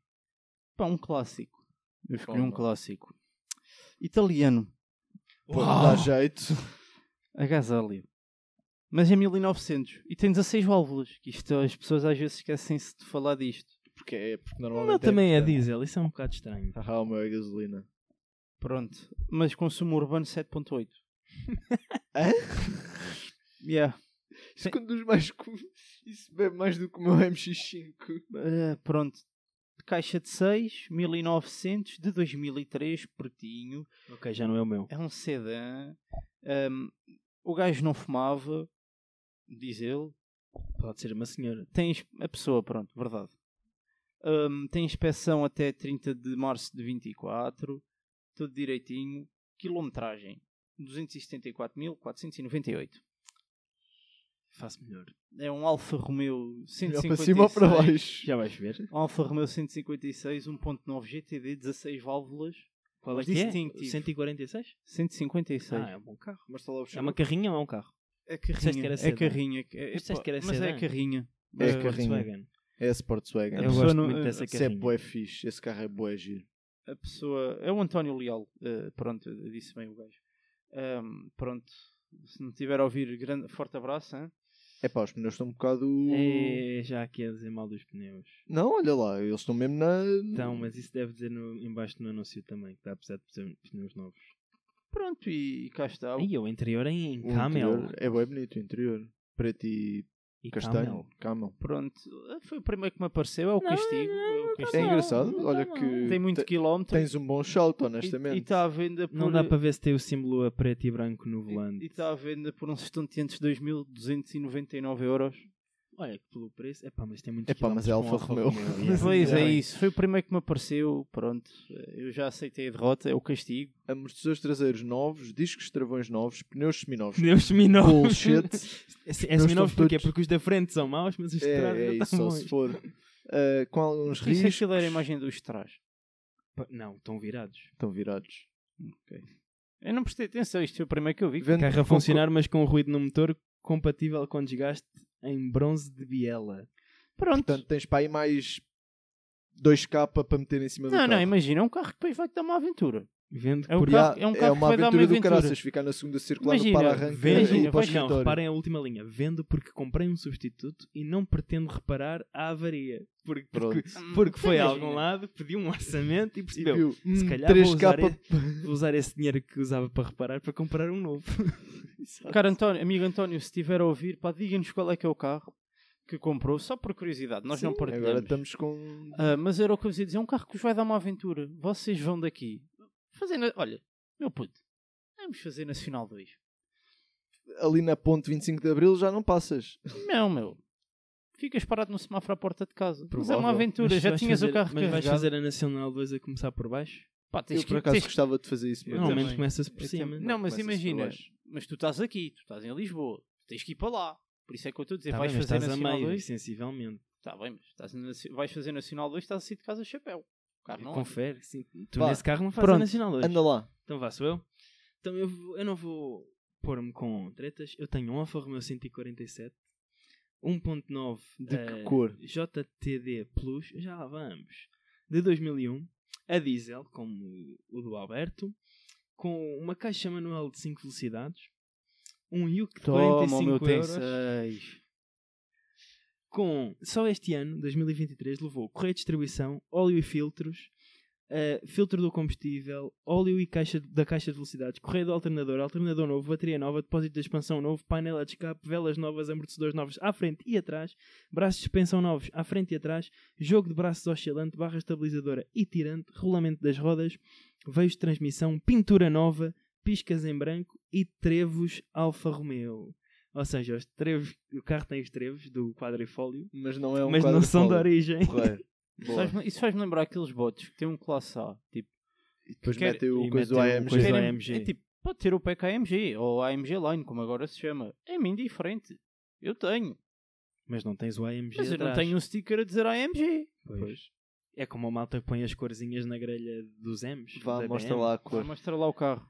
Speaker 3: Pá, um clássico. Eu escolhi um
Speaker 1: Toma.
Speaker 3: clássico. Italiano.
Speaker 1: Pode dar jeito.
Speaker 3: Agasalho. Mas é 1900. E tem 16 válvulas. Que isto, as pessoas às vezes esquecem-se de falar disto.
Speaker 1: Porque é, porque
Speaker 2: O
Speaker 1: normalmente.
Speaker 2: meu também é
Speaker 1: botana.
Speaker 2: diesel, isso é um bocado estranho.
Speaker 1: Ah, o meu é gasolina.
Speaker 3: Pronto. Mas consumo urbano 7.8.
Speaker 1: Hã?
Speaker 3: Yeah.
Speaker 1: Isso conduz mais que. Isso bebe mais do que o meu MX5.
Speaker 3: Ah, pronto. Caixa de 6, 1900, de 2003, pertinho.
Speaker 2: Ok, já não é o meu.
Speaker 3: É um sedã. Ahm, o gajo não fumava, diz ele.
Speaker 2: Pode ser uma senhora.
Speaker 3: Tem ins- a pessoa, pronto, verdade. Ahm, tem inspeção até 30 de março de 24. Tudo direitinho. Quilometragem 274.498.
Speaker 2: Faço melhor.
Speaker 3: É um Alfa Romeo
Speaker 1: Melhor
Speaker 3: 156.
Speaker 1: para cima ou para baixo.
Speaker 2: Já vais ver.
Speaker 3: Um Alfa Romeo 156 1.9 GTD 16 válvulas.
Speaker 2: Qual é
Speaker 3: Mas
Speaker 2: que é?
Speaker 3: distintivo.
Speaker 2: 146?
Speaker 3: 156.
Speaker 2: Ah, é um bom carro.
Speaker 1: Mas está lá o
Speaker 2: É uma carrinha ou é um carro?
Speaker 3: É
Speaker 2: Disseste que
Speaker 3: carrinha.
Speaker 2: era
Speaker 3: É
Speaker 2: sedã.
Speaker 3: carrinha. É,
Speaker 2: Disseste
Speaker 3: pá,
Speaker 2: que era
Speaker 3: mas é
Speaker 2: sedã.
Speaker 3: carrinha. Eh,
Speaker 1: É
Speaker 3: Mas-
Speaker 1: carrinha.
Speaker 2: Volkswagen.
Speaker 1: É a Sportswagen.
Speaker 3: A
Speaker 2: Eu
Speaker 3: pessoa
Speaker 2: gosto
Speaker 3: não-
Speaker 2: muito dessa
Speaker 1: Isso é
Speaker 2: carrinha.
Speaker 1: bué fixe. Esse carro é bué giro.
Speaker 3: a pessoa é o António Leal, eh, pronto, eu disse bem o gajo. Ahm, pronto, se não tiver a ouvir, grande, forte abraço. hã?
Speaker 1: É pá, os pneus estão um bocado.
Speaker 2: É, já aqui a dizer mal dos pneus.
Speaker 1: Não, olha lá, eles estão mesmo na.
Speaker 2: Então, mas isso deve dizer no, em baixo no anúncio também, que dá apesar de ser pneus novos.
Speaker 3: Pronto, e, cá está.
Speaker 2: E o interior é em
Speaker 1: O
Speaker 2: Camel.
Speaker 1: interior É bem bonito o interior. Preto e
Speaker 2: E
Speaker 1: castanho.
Speaker 2: Camel.
Speaker 1: Camel.
Speaker 3: Pronto, eh, foi o primeiro que me apareceu, é o
Speaker 2: Não,
Speaker 3: castigo. é o
Speaker 2: não,
Speaker 1: É
Speaker 3: castigo.
Speaker 2: não.
Speaker 1: engraçado,
Speaker 2: tá
Speaker 1: olha
Speaker 2: mal.
Speaker 1: que.
Speaker 3: Tem muito
Speaker 1: te-
Speaker 3: quilómetro
Speaker 1: Tens um bom salto,
Speaker 3: e- tá- e
Speaker 1: honestamente.
Speaker 3: está à venda por.
Speaker 2: Não dá para ver se tem o símbolo a preto e branco no
Speaker 3: e
Speaker 2: volante.
Speaker 3: está à venda por uns estonteantes 2.299 euros.
Speaker 2: Olha, que pelo preço. Epá, mas tem muito
Speaker 1: Epá, mas é Alfa Romeo.
Speaker 3: Pois é
Speaker 1: bem.
Speaker 3: isso, foi o primeiro que me apareceu. Pronto, eh, eu já aceitei a derrota, é o castigo.
Speaker 1: Amortecedores traseiros novos, discos de travões novos, pneus seminovos.
Speaker 2: Pneus seminovos.
Speaker 1: Bullshit.
Speaker 2: É, é
Speaker 1: Pneus
Speaker 2: seminovos
Speaker 1: estão
Speaker 2: porquê?
Speaker 1: todos-
Speaker 2: Porque os da frente são maus, mas os de trás
Speaker 1: É, é
Speaker 2: não
Speaker 1: isso,
Speaker 2: estão
Speaker 1: só
Speaker 2: bons.
Speaker 1: se for. Uh, com alguns
Speaker 3: Isso é
Speaker 1: riscos.
Speaker 3: aquilo era a imagem dos trás.
Speaker 2: Pá, Não, estão virados.
Speaker 1: Estão virados.
Speaker 3: Eu não prestei atenção, isto foi o primeiro que eu vi.
Speaker 1: Vendo
Speaker 2: Carro a
Speaker 1: com-
Speaker 2: funcionar, mas com ruído no motor compatível com desgaste em bronze de biela.
Speaker 3: Pronto.
Speaker 1: Portanto, tens para aí mais 2k para meter em cima do
Speaker 3: não,
Speaker 1: carro.
Speaker 3: não, imagina, é um carro que depois vai-te dar uma aventura.
Speaker 2: Vendo que
Speaker 3: É o
Speaker 2: por
Speaker 1: E há-
Speaker 3: carro- é um
Speaker 1: é,
Speaker 3: carro que
Speaker 1: uma
Speaker 3: vai dar
Speaker 1: aventura
Speaker 3: uma
Speaker 1: do
Speaker 3: aventura.
Speaker 1: caraças ficar na segunda circular
Speaker 3: Imagina,
Speaker 1: no para-arranque
Speaker 3: veja,
Speaker 1: e ir para o
Speaker 3: pois
Speaker 2: não,
Speaker 1: escritório.
Speaker 2: reparem a última linha. Vendo porque comprei um substituto e não pretendo reparar a avaria. Porque, porque,
Speaker 1: Pronto.
Speaker 2: porque foi a
Speaker 3: Imagina.
Speaker 2: algum lado, pediu um orçamento e
Speaker 1: E
Speaker 2: percebeu.
Speaker 1: viu, hum,
Speaker 2: calhar vou
Speaker 1: 3k
Speaker 2: usar
Speaker 1: para...
Speaker 2: Vou usar esse dinheiro que usava para reparar para comprar um novo. é
Speaker 3: Cara António, amigo António, se estiver a ouvir, pá, diga-nos qual é que é o carro que comprou, só por curiosidade, nós não partilhamos.
Speaker 1: Agora estamos com...
Speaker 3: Ah, mas era o que eu vos ia dizer, é um carro que vos vai dar uma aventura. Vocês vão daqui. Fazer na- Olha, meu puto, vamos fazer Nacional 2.
Speaker 1: Ali na ponte 25 de Abril já não passas.
Speaker 3: Não, meu. Ficas parado no semáforo à porta de casa. Mas é
Speaker 1: Provável.
Speaker 3: uma aventura, já tinhas o carro
Speaker 2: Mas vais
Speaker 3: carregado.
Speaker 2: fazer a Nacional 2 a começar por baixo?
Speaker 3: Pá, tens
Speaker 1: Eu por
Speaker 3: que-
Speaker 1: acaso
Speaker 3: tens que-
Speaker 1: gostava de fazer isso. mas
Speaker 3: Eu
Speaker 2: Não, ao
Speaker 1: também.
Speaker 2: menos começa-se por
Speaker 3: Eu
Speaker 2: cima.
Speaker 3: também. Não, mas
Speaker 1: começa-se por
Speaker 3: imagina,
Speaker 1: baixo.
Speaker 3: mas tu estás aqui, tu estás em Lisboa, tu tens que ir para lá. Por isso é que eu estou a dizer,
Speaker 2: Tá
Speaker 3: vais
Speaker 2: bem, mas
Speaker 3: fazer
Speaker 2: estás a
Speaker 3: Nacional
Speaker 2: meio,
Speaker 3: 2.
Speaker 2: sensivelmente.
Speaker 3: Está bem, mas estás na- vais fazer Nacional 2, estás a sair de casa chapéu. O carro Ah, não é? anda.
Speaker 2: Confere. sim. Tu
Speaker 1: Pá,
Speaker 2: nesse carro não fazes a
Speaker 1: pronto,
Speaker 2: Nacional 2.
Speaker 1: Anda lá.
Speaker 2: Então vá, sou eu. Então eu, vou- eu não vou pôr-me com tretas. Eu tenho um Alfa Romeo 147, 1.9
Speaker 1: De
Speaker 2: eh,
Speaker 1: que cor?
Speaker 2: JTD Plus, já lá vamos, de 2001, a diesel, como o do Alberto, com uma caixa manual de 5 velocidades, um Yuke de
Speaker 3: Toma, o
Speaker 2: 45
Speaker 3: meu tem
Speaker 2: euros,
Speaker 3: 6.
Speaker 2: com só este ano, 2023, levou correia de distribuição, óleo e filtros, eh, filtro do combustível, óleo e caixa da caixa de velocidades, correia do alternador, alternador novo, bateria nova, depósito de expansão novo, painel de escape, velas novas, amortecedores novos à frente e atrás, braços de suspensão novos à frente e atrás, jogo de braços oscilante, barra estabilizadora e tirante, rolamento das rodas, veios de transmissão, pintura nova, piscas em branco e trevos Alfa Romeo. Ou seja, os trevos, o carro tem os trevos do quadrifólio,
Speaker 1: Mas não é um
Speaker 2: mas não são de
Speaker 1: quadrifólio.
Speaker 2: origem.
Speaker 1: Porreiro. Boa.
Speaker 3: Faz-me- isso faz-me lembrar aqueles bots que têm um classe A. Tipo,
Speaker 1: E depois
Speaker 3: Quer-
Speaker 1: metem o
Speaker 2: e
Speaker 1: coisa do
Speaker 2: metem o
Speaker 1: AMG.
Speaker 2: coisa- Pois,
Speaker 3: querem-
Speaker 2: AMG.
Speaker 3: É tipo, pode ter o pack AMG ou AMG Line, como agora se chama. É-me indiferente. Eu tenho.
Speaker 2: Mas não tens o AMG
Speaker 3: Mas eu não
Speaker 2: atrás.
Speaker 3: tenho um sticker a dizer AMG.
Speaker 2: Pois. É como a malta que põe as corzinhas na grelha dos M's.
Speaker 1: Vá,
Speaker 2: da
Speaker 1: mostra
Speaker 2: BM.
Speaker 1: lá a
Speaker 3: Vai
Speaker 1: cor.
Speaker 3: mostrar Ah, lá o carro.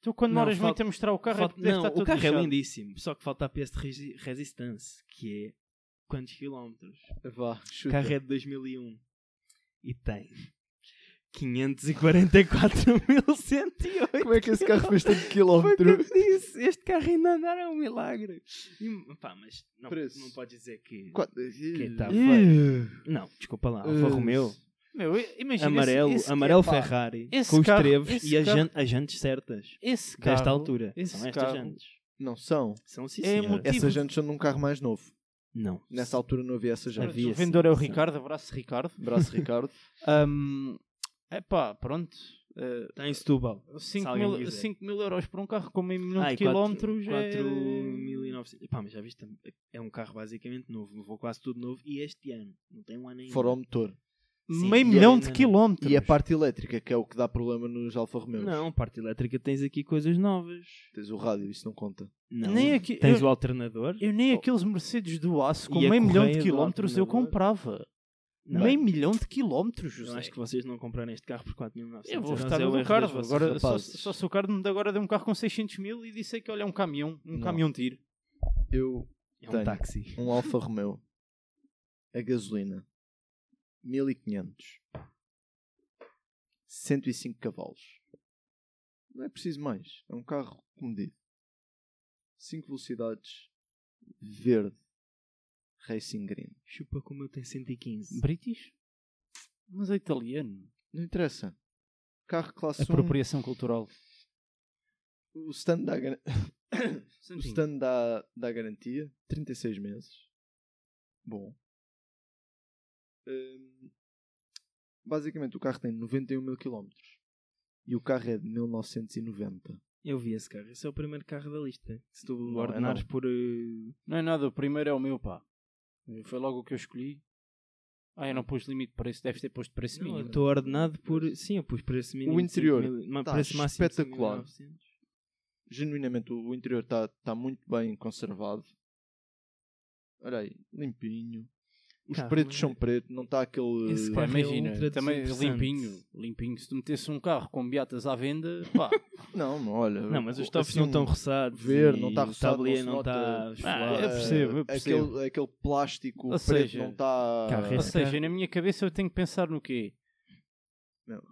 Speaker 3: Tu quando
Speaker 2: Não,
Speaker 3: moras
Speaker 2: falta-
Speaker 3: muito a mostrar o carro
Speaker 2: Falta-
Speaker 3: é porque deve
Speaker 2: não,
Speaker 3: estar todo
Speaker 2: o carro é
Speaker 3: lixado.
Speaker 2: lindíssimo, só que falta a peça de resi- resistance, que é quantos quilómetros?
Speaker 1: Vá,
Speaker 2: O
Speaker 1: chuta.
Speaker 2: carro é de 2001 e tem 544.108.
Speaker 1: Como é que esse carro fez tanto
Speaker 2: Foi o que
Speaker 1: quilómetro?
Speaker 2: eu disse, este carro ainda andar é um milagre. E, pá, mas não,
Speaker 1: Preço.
Speaker 2: não pode dizer que.
Speaker 1: Quatro-
Speaker 2: Que tá
Speaker 1: Ih,
Speaker 2: feio. Não, desculpa lá, Alfa
Speaker 1: Eh,
Speaker 2: Romeo,
Speaker 3: Meu, i- imagina esse-
Speaker 2: amarelo,
Speaker 3: esse, é,
Speaker 2: amarelo
Speaker 3: epá,
Speaker 2: Ferrari,
Speaker 3: esse
Speaker 2: com os
Speaker 3: carro-
Speaker 2: trevos
Speaker 3: esse
Speaker 2: e as,
Speaker 3: carro-
Speaker 2: jan- as jantes certas.
Speaker 3: Esse carro,
Speaker 2: Desta altura,
Speaker 3: esse
Speaker 2: são estas
Speaker 3: carro
Speaker 2: jantes.
Speaker 1: Não são.
Speaker 2: São sim,
Speaker 3: É
Speaker 2: senhora.
Speaker 3: motivo- Tive-
Speaker 1: Essas jantes são num carro mais novo.
Speaker 2: Não.
Speaker 1: Nessa altura não havia essas
Speaker 2: Já
Speaker 1: jantes.
Speaker 2: vi
Speaker 3: o
Speaker 2: esse-
Speaker 3: vendedor é o
Speaker 2: esse-
Speaker 3: Ricardo, abraço Ricardo.
Speaker 1: Braço Ricardo.
Speaker 3: Ahm, epá, pronto. eh,
Speaker 2: Está em Setúbal. Se
Speaker 3: 5
Speaker 2: alguém
Speaker 3: mil,
Speaker 2: quiser.
Speaker 3: 5 mil euros por um carro com meio milhão
Speaker 2: Ai,
Speaker 3: de quilómetros
Speaker 2: quatro-
Speaker 3: é...
Speaker 2: 4.900. Pá, mas já viste, é um carro basicamente novo. Levou quase tudo novo. E este ano, não tem um ano ainda.
Speaker 1: Fora o motor.
Speaker 2: Sim,
Speaker 3: meio
Speaker 2: e
Speaker 3: milhão
Speaker 2: ainda
Speaker 3: de
Speaker 2: não.
Speaker 3: quilómetros.
Speaker 1: E a parte elétrica, que é o que dá problema nos Alfa Romeos.
Speaker 2: Não, parte elétrica tens aqui coisas novas.
Speaker 1: Tens o rádio, isso não conta.
Speaker 2: Não.
Speaker 3: Nem aqui-
Speaker 2: Tens
Speaker 3: eu-
Speaker 2: o alternador.
Speaker 3: Eu nem aqueles Mercedes do aço com
Speaker 2: E a
Speaker 3: meio milhão
Speaker 2: correia
Speaker 3: de
Speaker 2: do
Speaker 3: quilómetros eu
Speaker 2: alternador?
Speaker 3: comprava.
Speaker 2: Não.
Speaker 3: Meio milhão de quilómetros,
Speaker 2: Eu
Speaker 3: José.
Speaker 2: acho que vocês não compraram este carro por 4.900.
Speaker 3: Eu vou
Speaker 2: euros,
Speaker 3: votar
Speaker 2: é o
Speaker 3: no
Speaker 2: erro
Speaker 3: Ricardo.
Speaker 2: das vossas
Speaker 3: Agora, só,
Speaker 2: rapazes.
Speaker 3: só se o Ricardo me deu- agora deu um carro com 600 mil e disse que olha, é um caminhão, um
Speaker 1: Não.
Speaker 3: caminhão tiro.
Speaker 1: Eu,
Speaker 2: É um
Speaker 1: Tenho.
Speaker 2: táxi.
Speaker 1: um Alfa Romeo, a gasolina, 1500, 105 cavalos. Não é preciso mais. É um carro comedido. 5 velocidades, verde, Racing Green.
Speaker 2: Chupa como eu tenho 115.
Speaker 3: British? Mas é italiano.
Speaker 1: Não interessa. Carro classe 1,
Speaker 3: Apropriação cultural.
Speaker 1: o stand dá, gar- o stand dá, dá garantia, 36 meses. Bom. Hum, basicamente o carro tem 91 mil quilómetros e o carro é de 1990.
Speaker 2: Eu vi esse carro. Esse é o primeiro carro da lista. Se tu
Speaker 1: Não, é
Speaker 2: ordenares
Speaker 1: não.
Speaker 2: por... eh,
Speaker 3: Não é nada, o primeiro é o meu, pá. Foi logo o que eu escolhi. Ah, eu não pus limite de preço, deves ter posto preço
Speaker 2: Não, eu
Speaker 3: mínimo.
Speaker 2: estou ordenado por. Sim, eu pus preço mínimo.
Speaker 1: O
Speaker 2: de
Speaker 1: interior
Speaker 2: 5.000, ma-
Speaker 1: tá
Speaker 2: preço máximo de
Speaker 1: espetacular.
Speaker 2: 5.900.
Speaker 1: Genuinamente o interior está tá muito bem conservado. Olha aí, limpinho. Os
Speaker 2: Carro,
Speaker 1: pretos
Speaker 2: mas-
Speaker 1: são pretos, não está aquele.
Speaker 2: Esse
Speaker 3: Pá,
Speaker 2: carro é
Speaker 3: imagina,
Speaker 2: ultra
Speaker 3: também
Speaker 2: desinteressante.
Speaker 3: limpinho, limpinho. Se tu metesse um carro com beatas à venda, pá,
Speaker 1: Não, não, olha.
Speaker 2: Não, mas os
Speaker 1: assim,
Speaker 2: tops não estão roçados.
Speaker 1: verde, não
Speaker 2: e
Speaker 1: tá
Speaker 2: o
Speaker 1: roçado,
Speaker 2: tablier
Speaker 1: não se
Speaker 2: não Ah,
Speaker 1: nota.
Speaker 2: está esfolado.
Speaker 3: eu percebo, eu
Speaker 1: eh,
Speaker 3: percebo.
Speaker 1: Aquele, aquele plástico
Speaker 3: Ou
Speaker 1: preto
Speaker 3: seja,
Speaker 1: não tá- está.
Speaker 2: carro é
Speaker 3: ou
Speaker 2: Esse
Speaker 3: seja,
Speaker 2: carro-
Speaker 3: na minha cabeça eu tenho que pensar no quê?
Speaker 1: Não.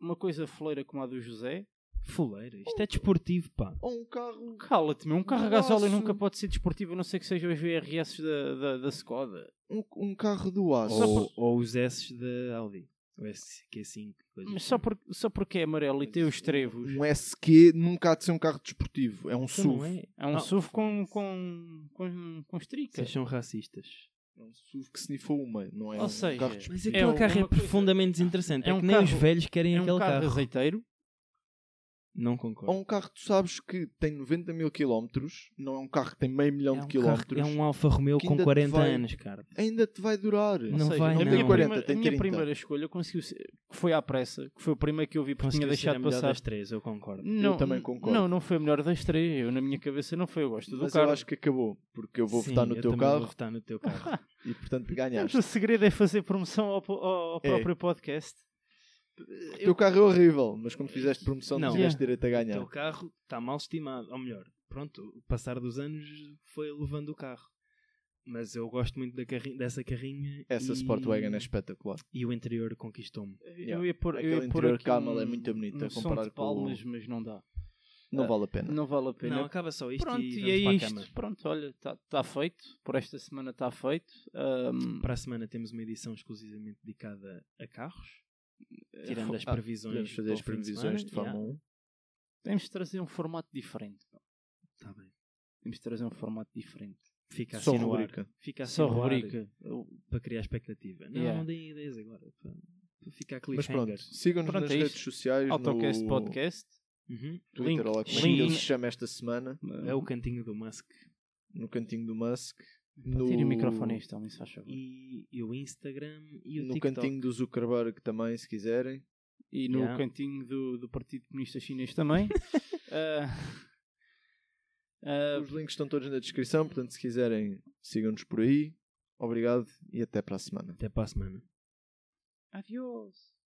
Speaker 3: Uma coisa foleira como a do José.
Speaker 2: Fuleira, isto é desportivo, pá.
Speaker 1: Ou um carro.
Speaker 3: Cala-te, meu. Um carro a gasóleo
Speaker 1: Nossa.
Speaker 3: nunca pode ser desportivo, a não ser que seja os VRS da, da, da Skoda.
Speaker 1: Um, um carro do aço.
Speaker 2: Ou, ou os S da Audi. O S, que é 5.
Speaker 3: Mas só, por, só porque é amarelo e tem os trevos.
Speaker 1: Um SQ nunca há de ser um carro desportivo. É um
Speaker 2: Não
Speaker 1: SUV.
Speaker 2: é?
Speaker 3: É um
Speaker 2: Ah,
Speaker 3: SUV com, com, com, com estrica.
Speaker 2: Vocês são racistas.
Speaker 1: É um SUV que snifou uma. Não é
Speaker 3: Ou
Speaker 1: um
Speaker 3: seja,
Speaker 1: carro
Speaker 2: Mas
Speaker 1: desportivo.
Speaker 2: aquele
Speaker 3: uma
Speaker 2: carro é
Speaker 3: coisa-
Speaker 2: profundamente desinteressante. É,
Speaker 3: É um
Speaker 2: que nem os
Speaker 3: carro-
Speaker 2: velhos querem
Speaker 3: É um
Speaker 2: aquele
Speaker 3: carro,
Speaker 2: carro.
Speaker 3: azeiteiro.
Speaker 2: Não
Speaker 1: Ou
Speaker 2: concordo.
Speaker 1: um carro que tu sabes que tem 90 mil quilómetros. Não é um carro que tem meio milhão de
Speaker 2: um carro-
Speaker 1: quilómetros.
Speaker 2: é um Alfa Romeo
Speaker 1: que
Speaker 2: com
Speaker 1: ainda te
Speaker 2: 40
Speaker 1: vai-
Speaker 2: anos, cara.
Speaker 1: Ainda te vai durar.
Speaker 3: Ou
Speaker 2: Não
Speaker 3: seja,
Speaker 2: vai,
Speaker 3: a
Speaker 2: não.
Speaker 3: minha
Speaker 2: Tem
Speaker 1: 40,
Speaker 3: primeira-
Speaker 1: tem
Speaker 3: a minha
Speaker 1: 30.
Speaker 3: primeira escolha conseguiu ser, que foi à pressa, que foi a primeira que eu vi porque tinha
Speaker 2: Conseguiu ser a
Speaker 3: deixado
Speaker 2: melhor
Speaker 3: passar.
Speaker 2: das três, eu concordo.
Speaker 3: Não,
Speaker 1: também
Speaker 3: n-
Speaker 1: concordo.
Speaker 3: Não, não foi a melhor das três. Eu, na minha cabeça não foi. Eu gosto do
Speaker 1: Mas
Speaker 3: carro.
Speaker 1: eu acho que acabou. Porque eu vou
Speaker 2: Sim,
Speaker 1: votar no
Speaker 2: eu
Speaker 1: teu
Speaker 2: também
Speaker 1: carro
Speaker 2: Vou votar no teu carro.
Speaker 1: e portanto
Speaker 3: Mas
Speaker 1: ganhaste.
Speaker 3: O segredo é fazer promoção ao, po- ao- ao
Speaker 1: É.
Speaker 3: próprio podcast.
Speaker 1: O teu carro é horrível. Mas como fizeste promoção,
Speaker 2: Não. Então,
Speaker 1: não tiveste direito a
Speaker 2: O
Speaker 1: ganhar.
Speaker 2: teu carro está mal estimado. Ou melhor, pronto, o passar dos anos foi levando o carro. Mas eu gosto muito da carri- dessa carrinha.
Speaker 1: Essa
Speaker 2: e...
Speaker 1: Sportwagon é espetacular.
Speaker 2: E o interior conquistou-me.
Speaker 1: Yeah.
Speaker 3: Eu ia pôr, eu
Speaker 1: Aquele
Speaker 3: ia pôr
Speaker 1: interior
Speaker 3: aqui
Speaker 1: Camel
Speaker 3: um-
Speaker 1: é muito bonito
Speaker 3: um
Speaker 1: a
Speaker 3: som
Speaker 1: comparar
Speaker 3: de
Speaker 1: com o-
Speaker 3: palmas, mas não dá.
Speaker 1: Não vale a pena.
Speaker 3: Não vale a pena.
Speaker 2: Ah, Não, acaba só isto
Speaker 3: Pronto,
Speaker 2: e,
Speaker 3: e,
Speaker 2: vamos
Speaker 3: é
Speaker 2: para a cama.
Speaker 3: isto. Pronto, olha, está feito. Por esta semana está feito. Ahm,
Speaker 2: Para a semana temos uma edição exclusivamente dedicada a carros, tirando as
Speaker 3: ah,
Speaker 2: previsões.
Speaker 1: Podemos fazer
Speaker 2: para
Speaker 1: as
Speaker 2: o fim
Speaker 1: previsões
Speaker 2: de,
Speaker 1: de Fórmula 1.
Speaker 3: Temos de trazer um formato diferente. pá.
Speaker 1: Tá
Speaker 2: Está bem.
Speaker 3: Temos de trazer um formato diferente.
Speaker 2: Fica assim
Speaker 1: um. Só
Speaker 2: no ar.
Speaker 1: rubrica.
Speaker 2: Fica assim
Speaker 3: Só
Speaker 2: no ar
Speaker 3: rubrica. Eu-
Speaker 2: para criar expectativa. Não,
Speaker 3: Yeah.
Speaker 2: não deem ideias agora. Para, para ficar
Speaker 1: Mas
Speaker 2: cliffhanger.
Speaker 1: pronto, sigam-nos
Speaker 3: Pronto,
Speaker 1: nas
Speaker 3: é
Speaker 1: redes
Speaker 3: isto.
Speaker 1: sociais.
Speaker 3: Autocast
Speaker 1: no
Speaker 3: Podcast.
Speaker 2: Uhum.
Speaker 3: Link-
Speaker 1: Twitter, ou lá como é que
Speaker 3: link-
Speaker 1: ele se chama esta semana,
Speaker 2: É o cantinho do Musk.
Speaker 1: no cantinho do Musk.
Speaker 3: no...
Speaker 1: No,
Speaker 3: Tire o microfone a este homem, se faz favor. E,
Speaker 2: E, e o Instagram e o
Speaker 1: no
Speaker 2: TikTok.
Speaker 1: cantinho do Zuckerberg também, se quiserem.
Speaker 3: no
Speaker 2: Yeah.
Speaker 3: cantinho do, do Partido Comunista Chinês também. Ah, ah,
Speaker 1: Os links estão todos na descrição, portanto, se quiserem, sigam-nos por aí. Obrigado e até para a semana.
Speaker 2: Até para a semana.
Speaker 3: Adiós.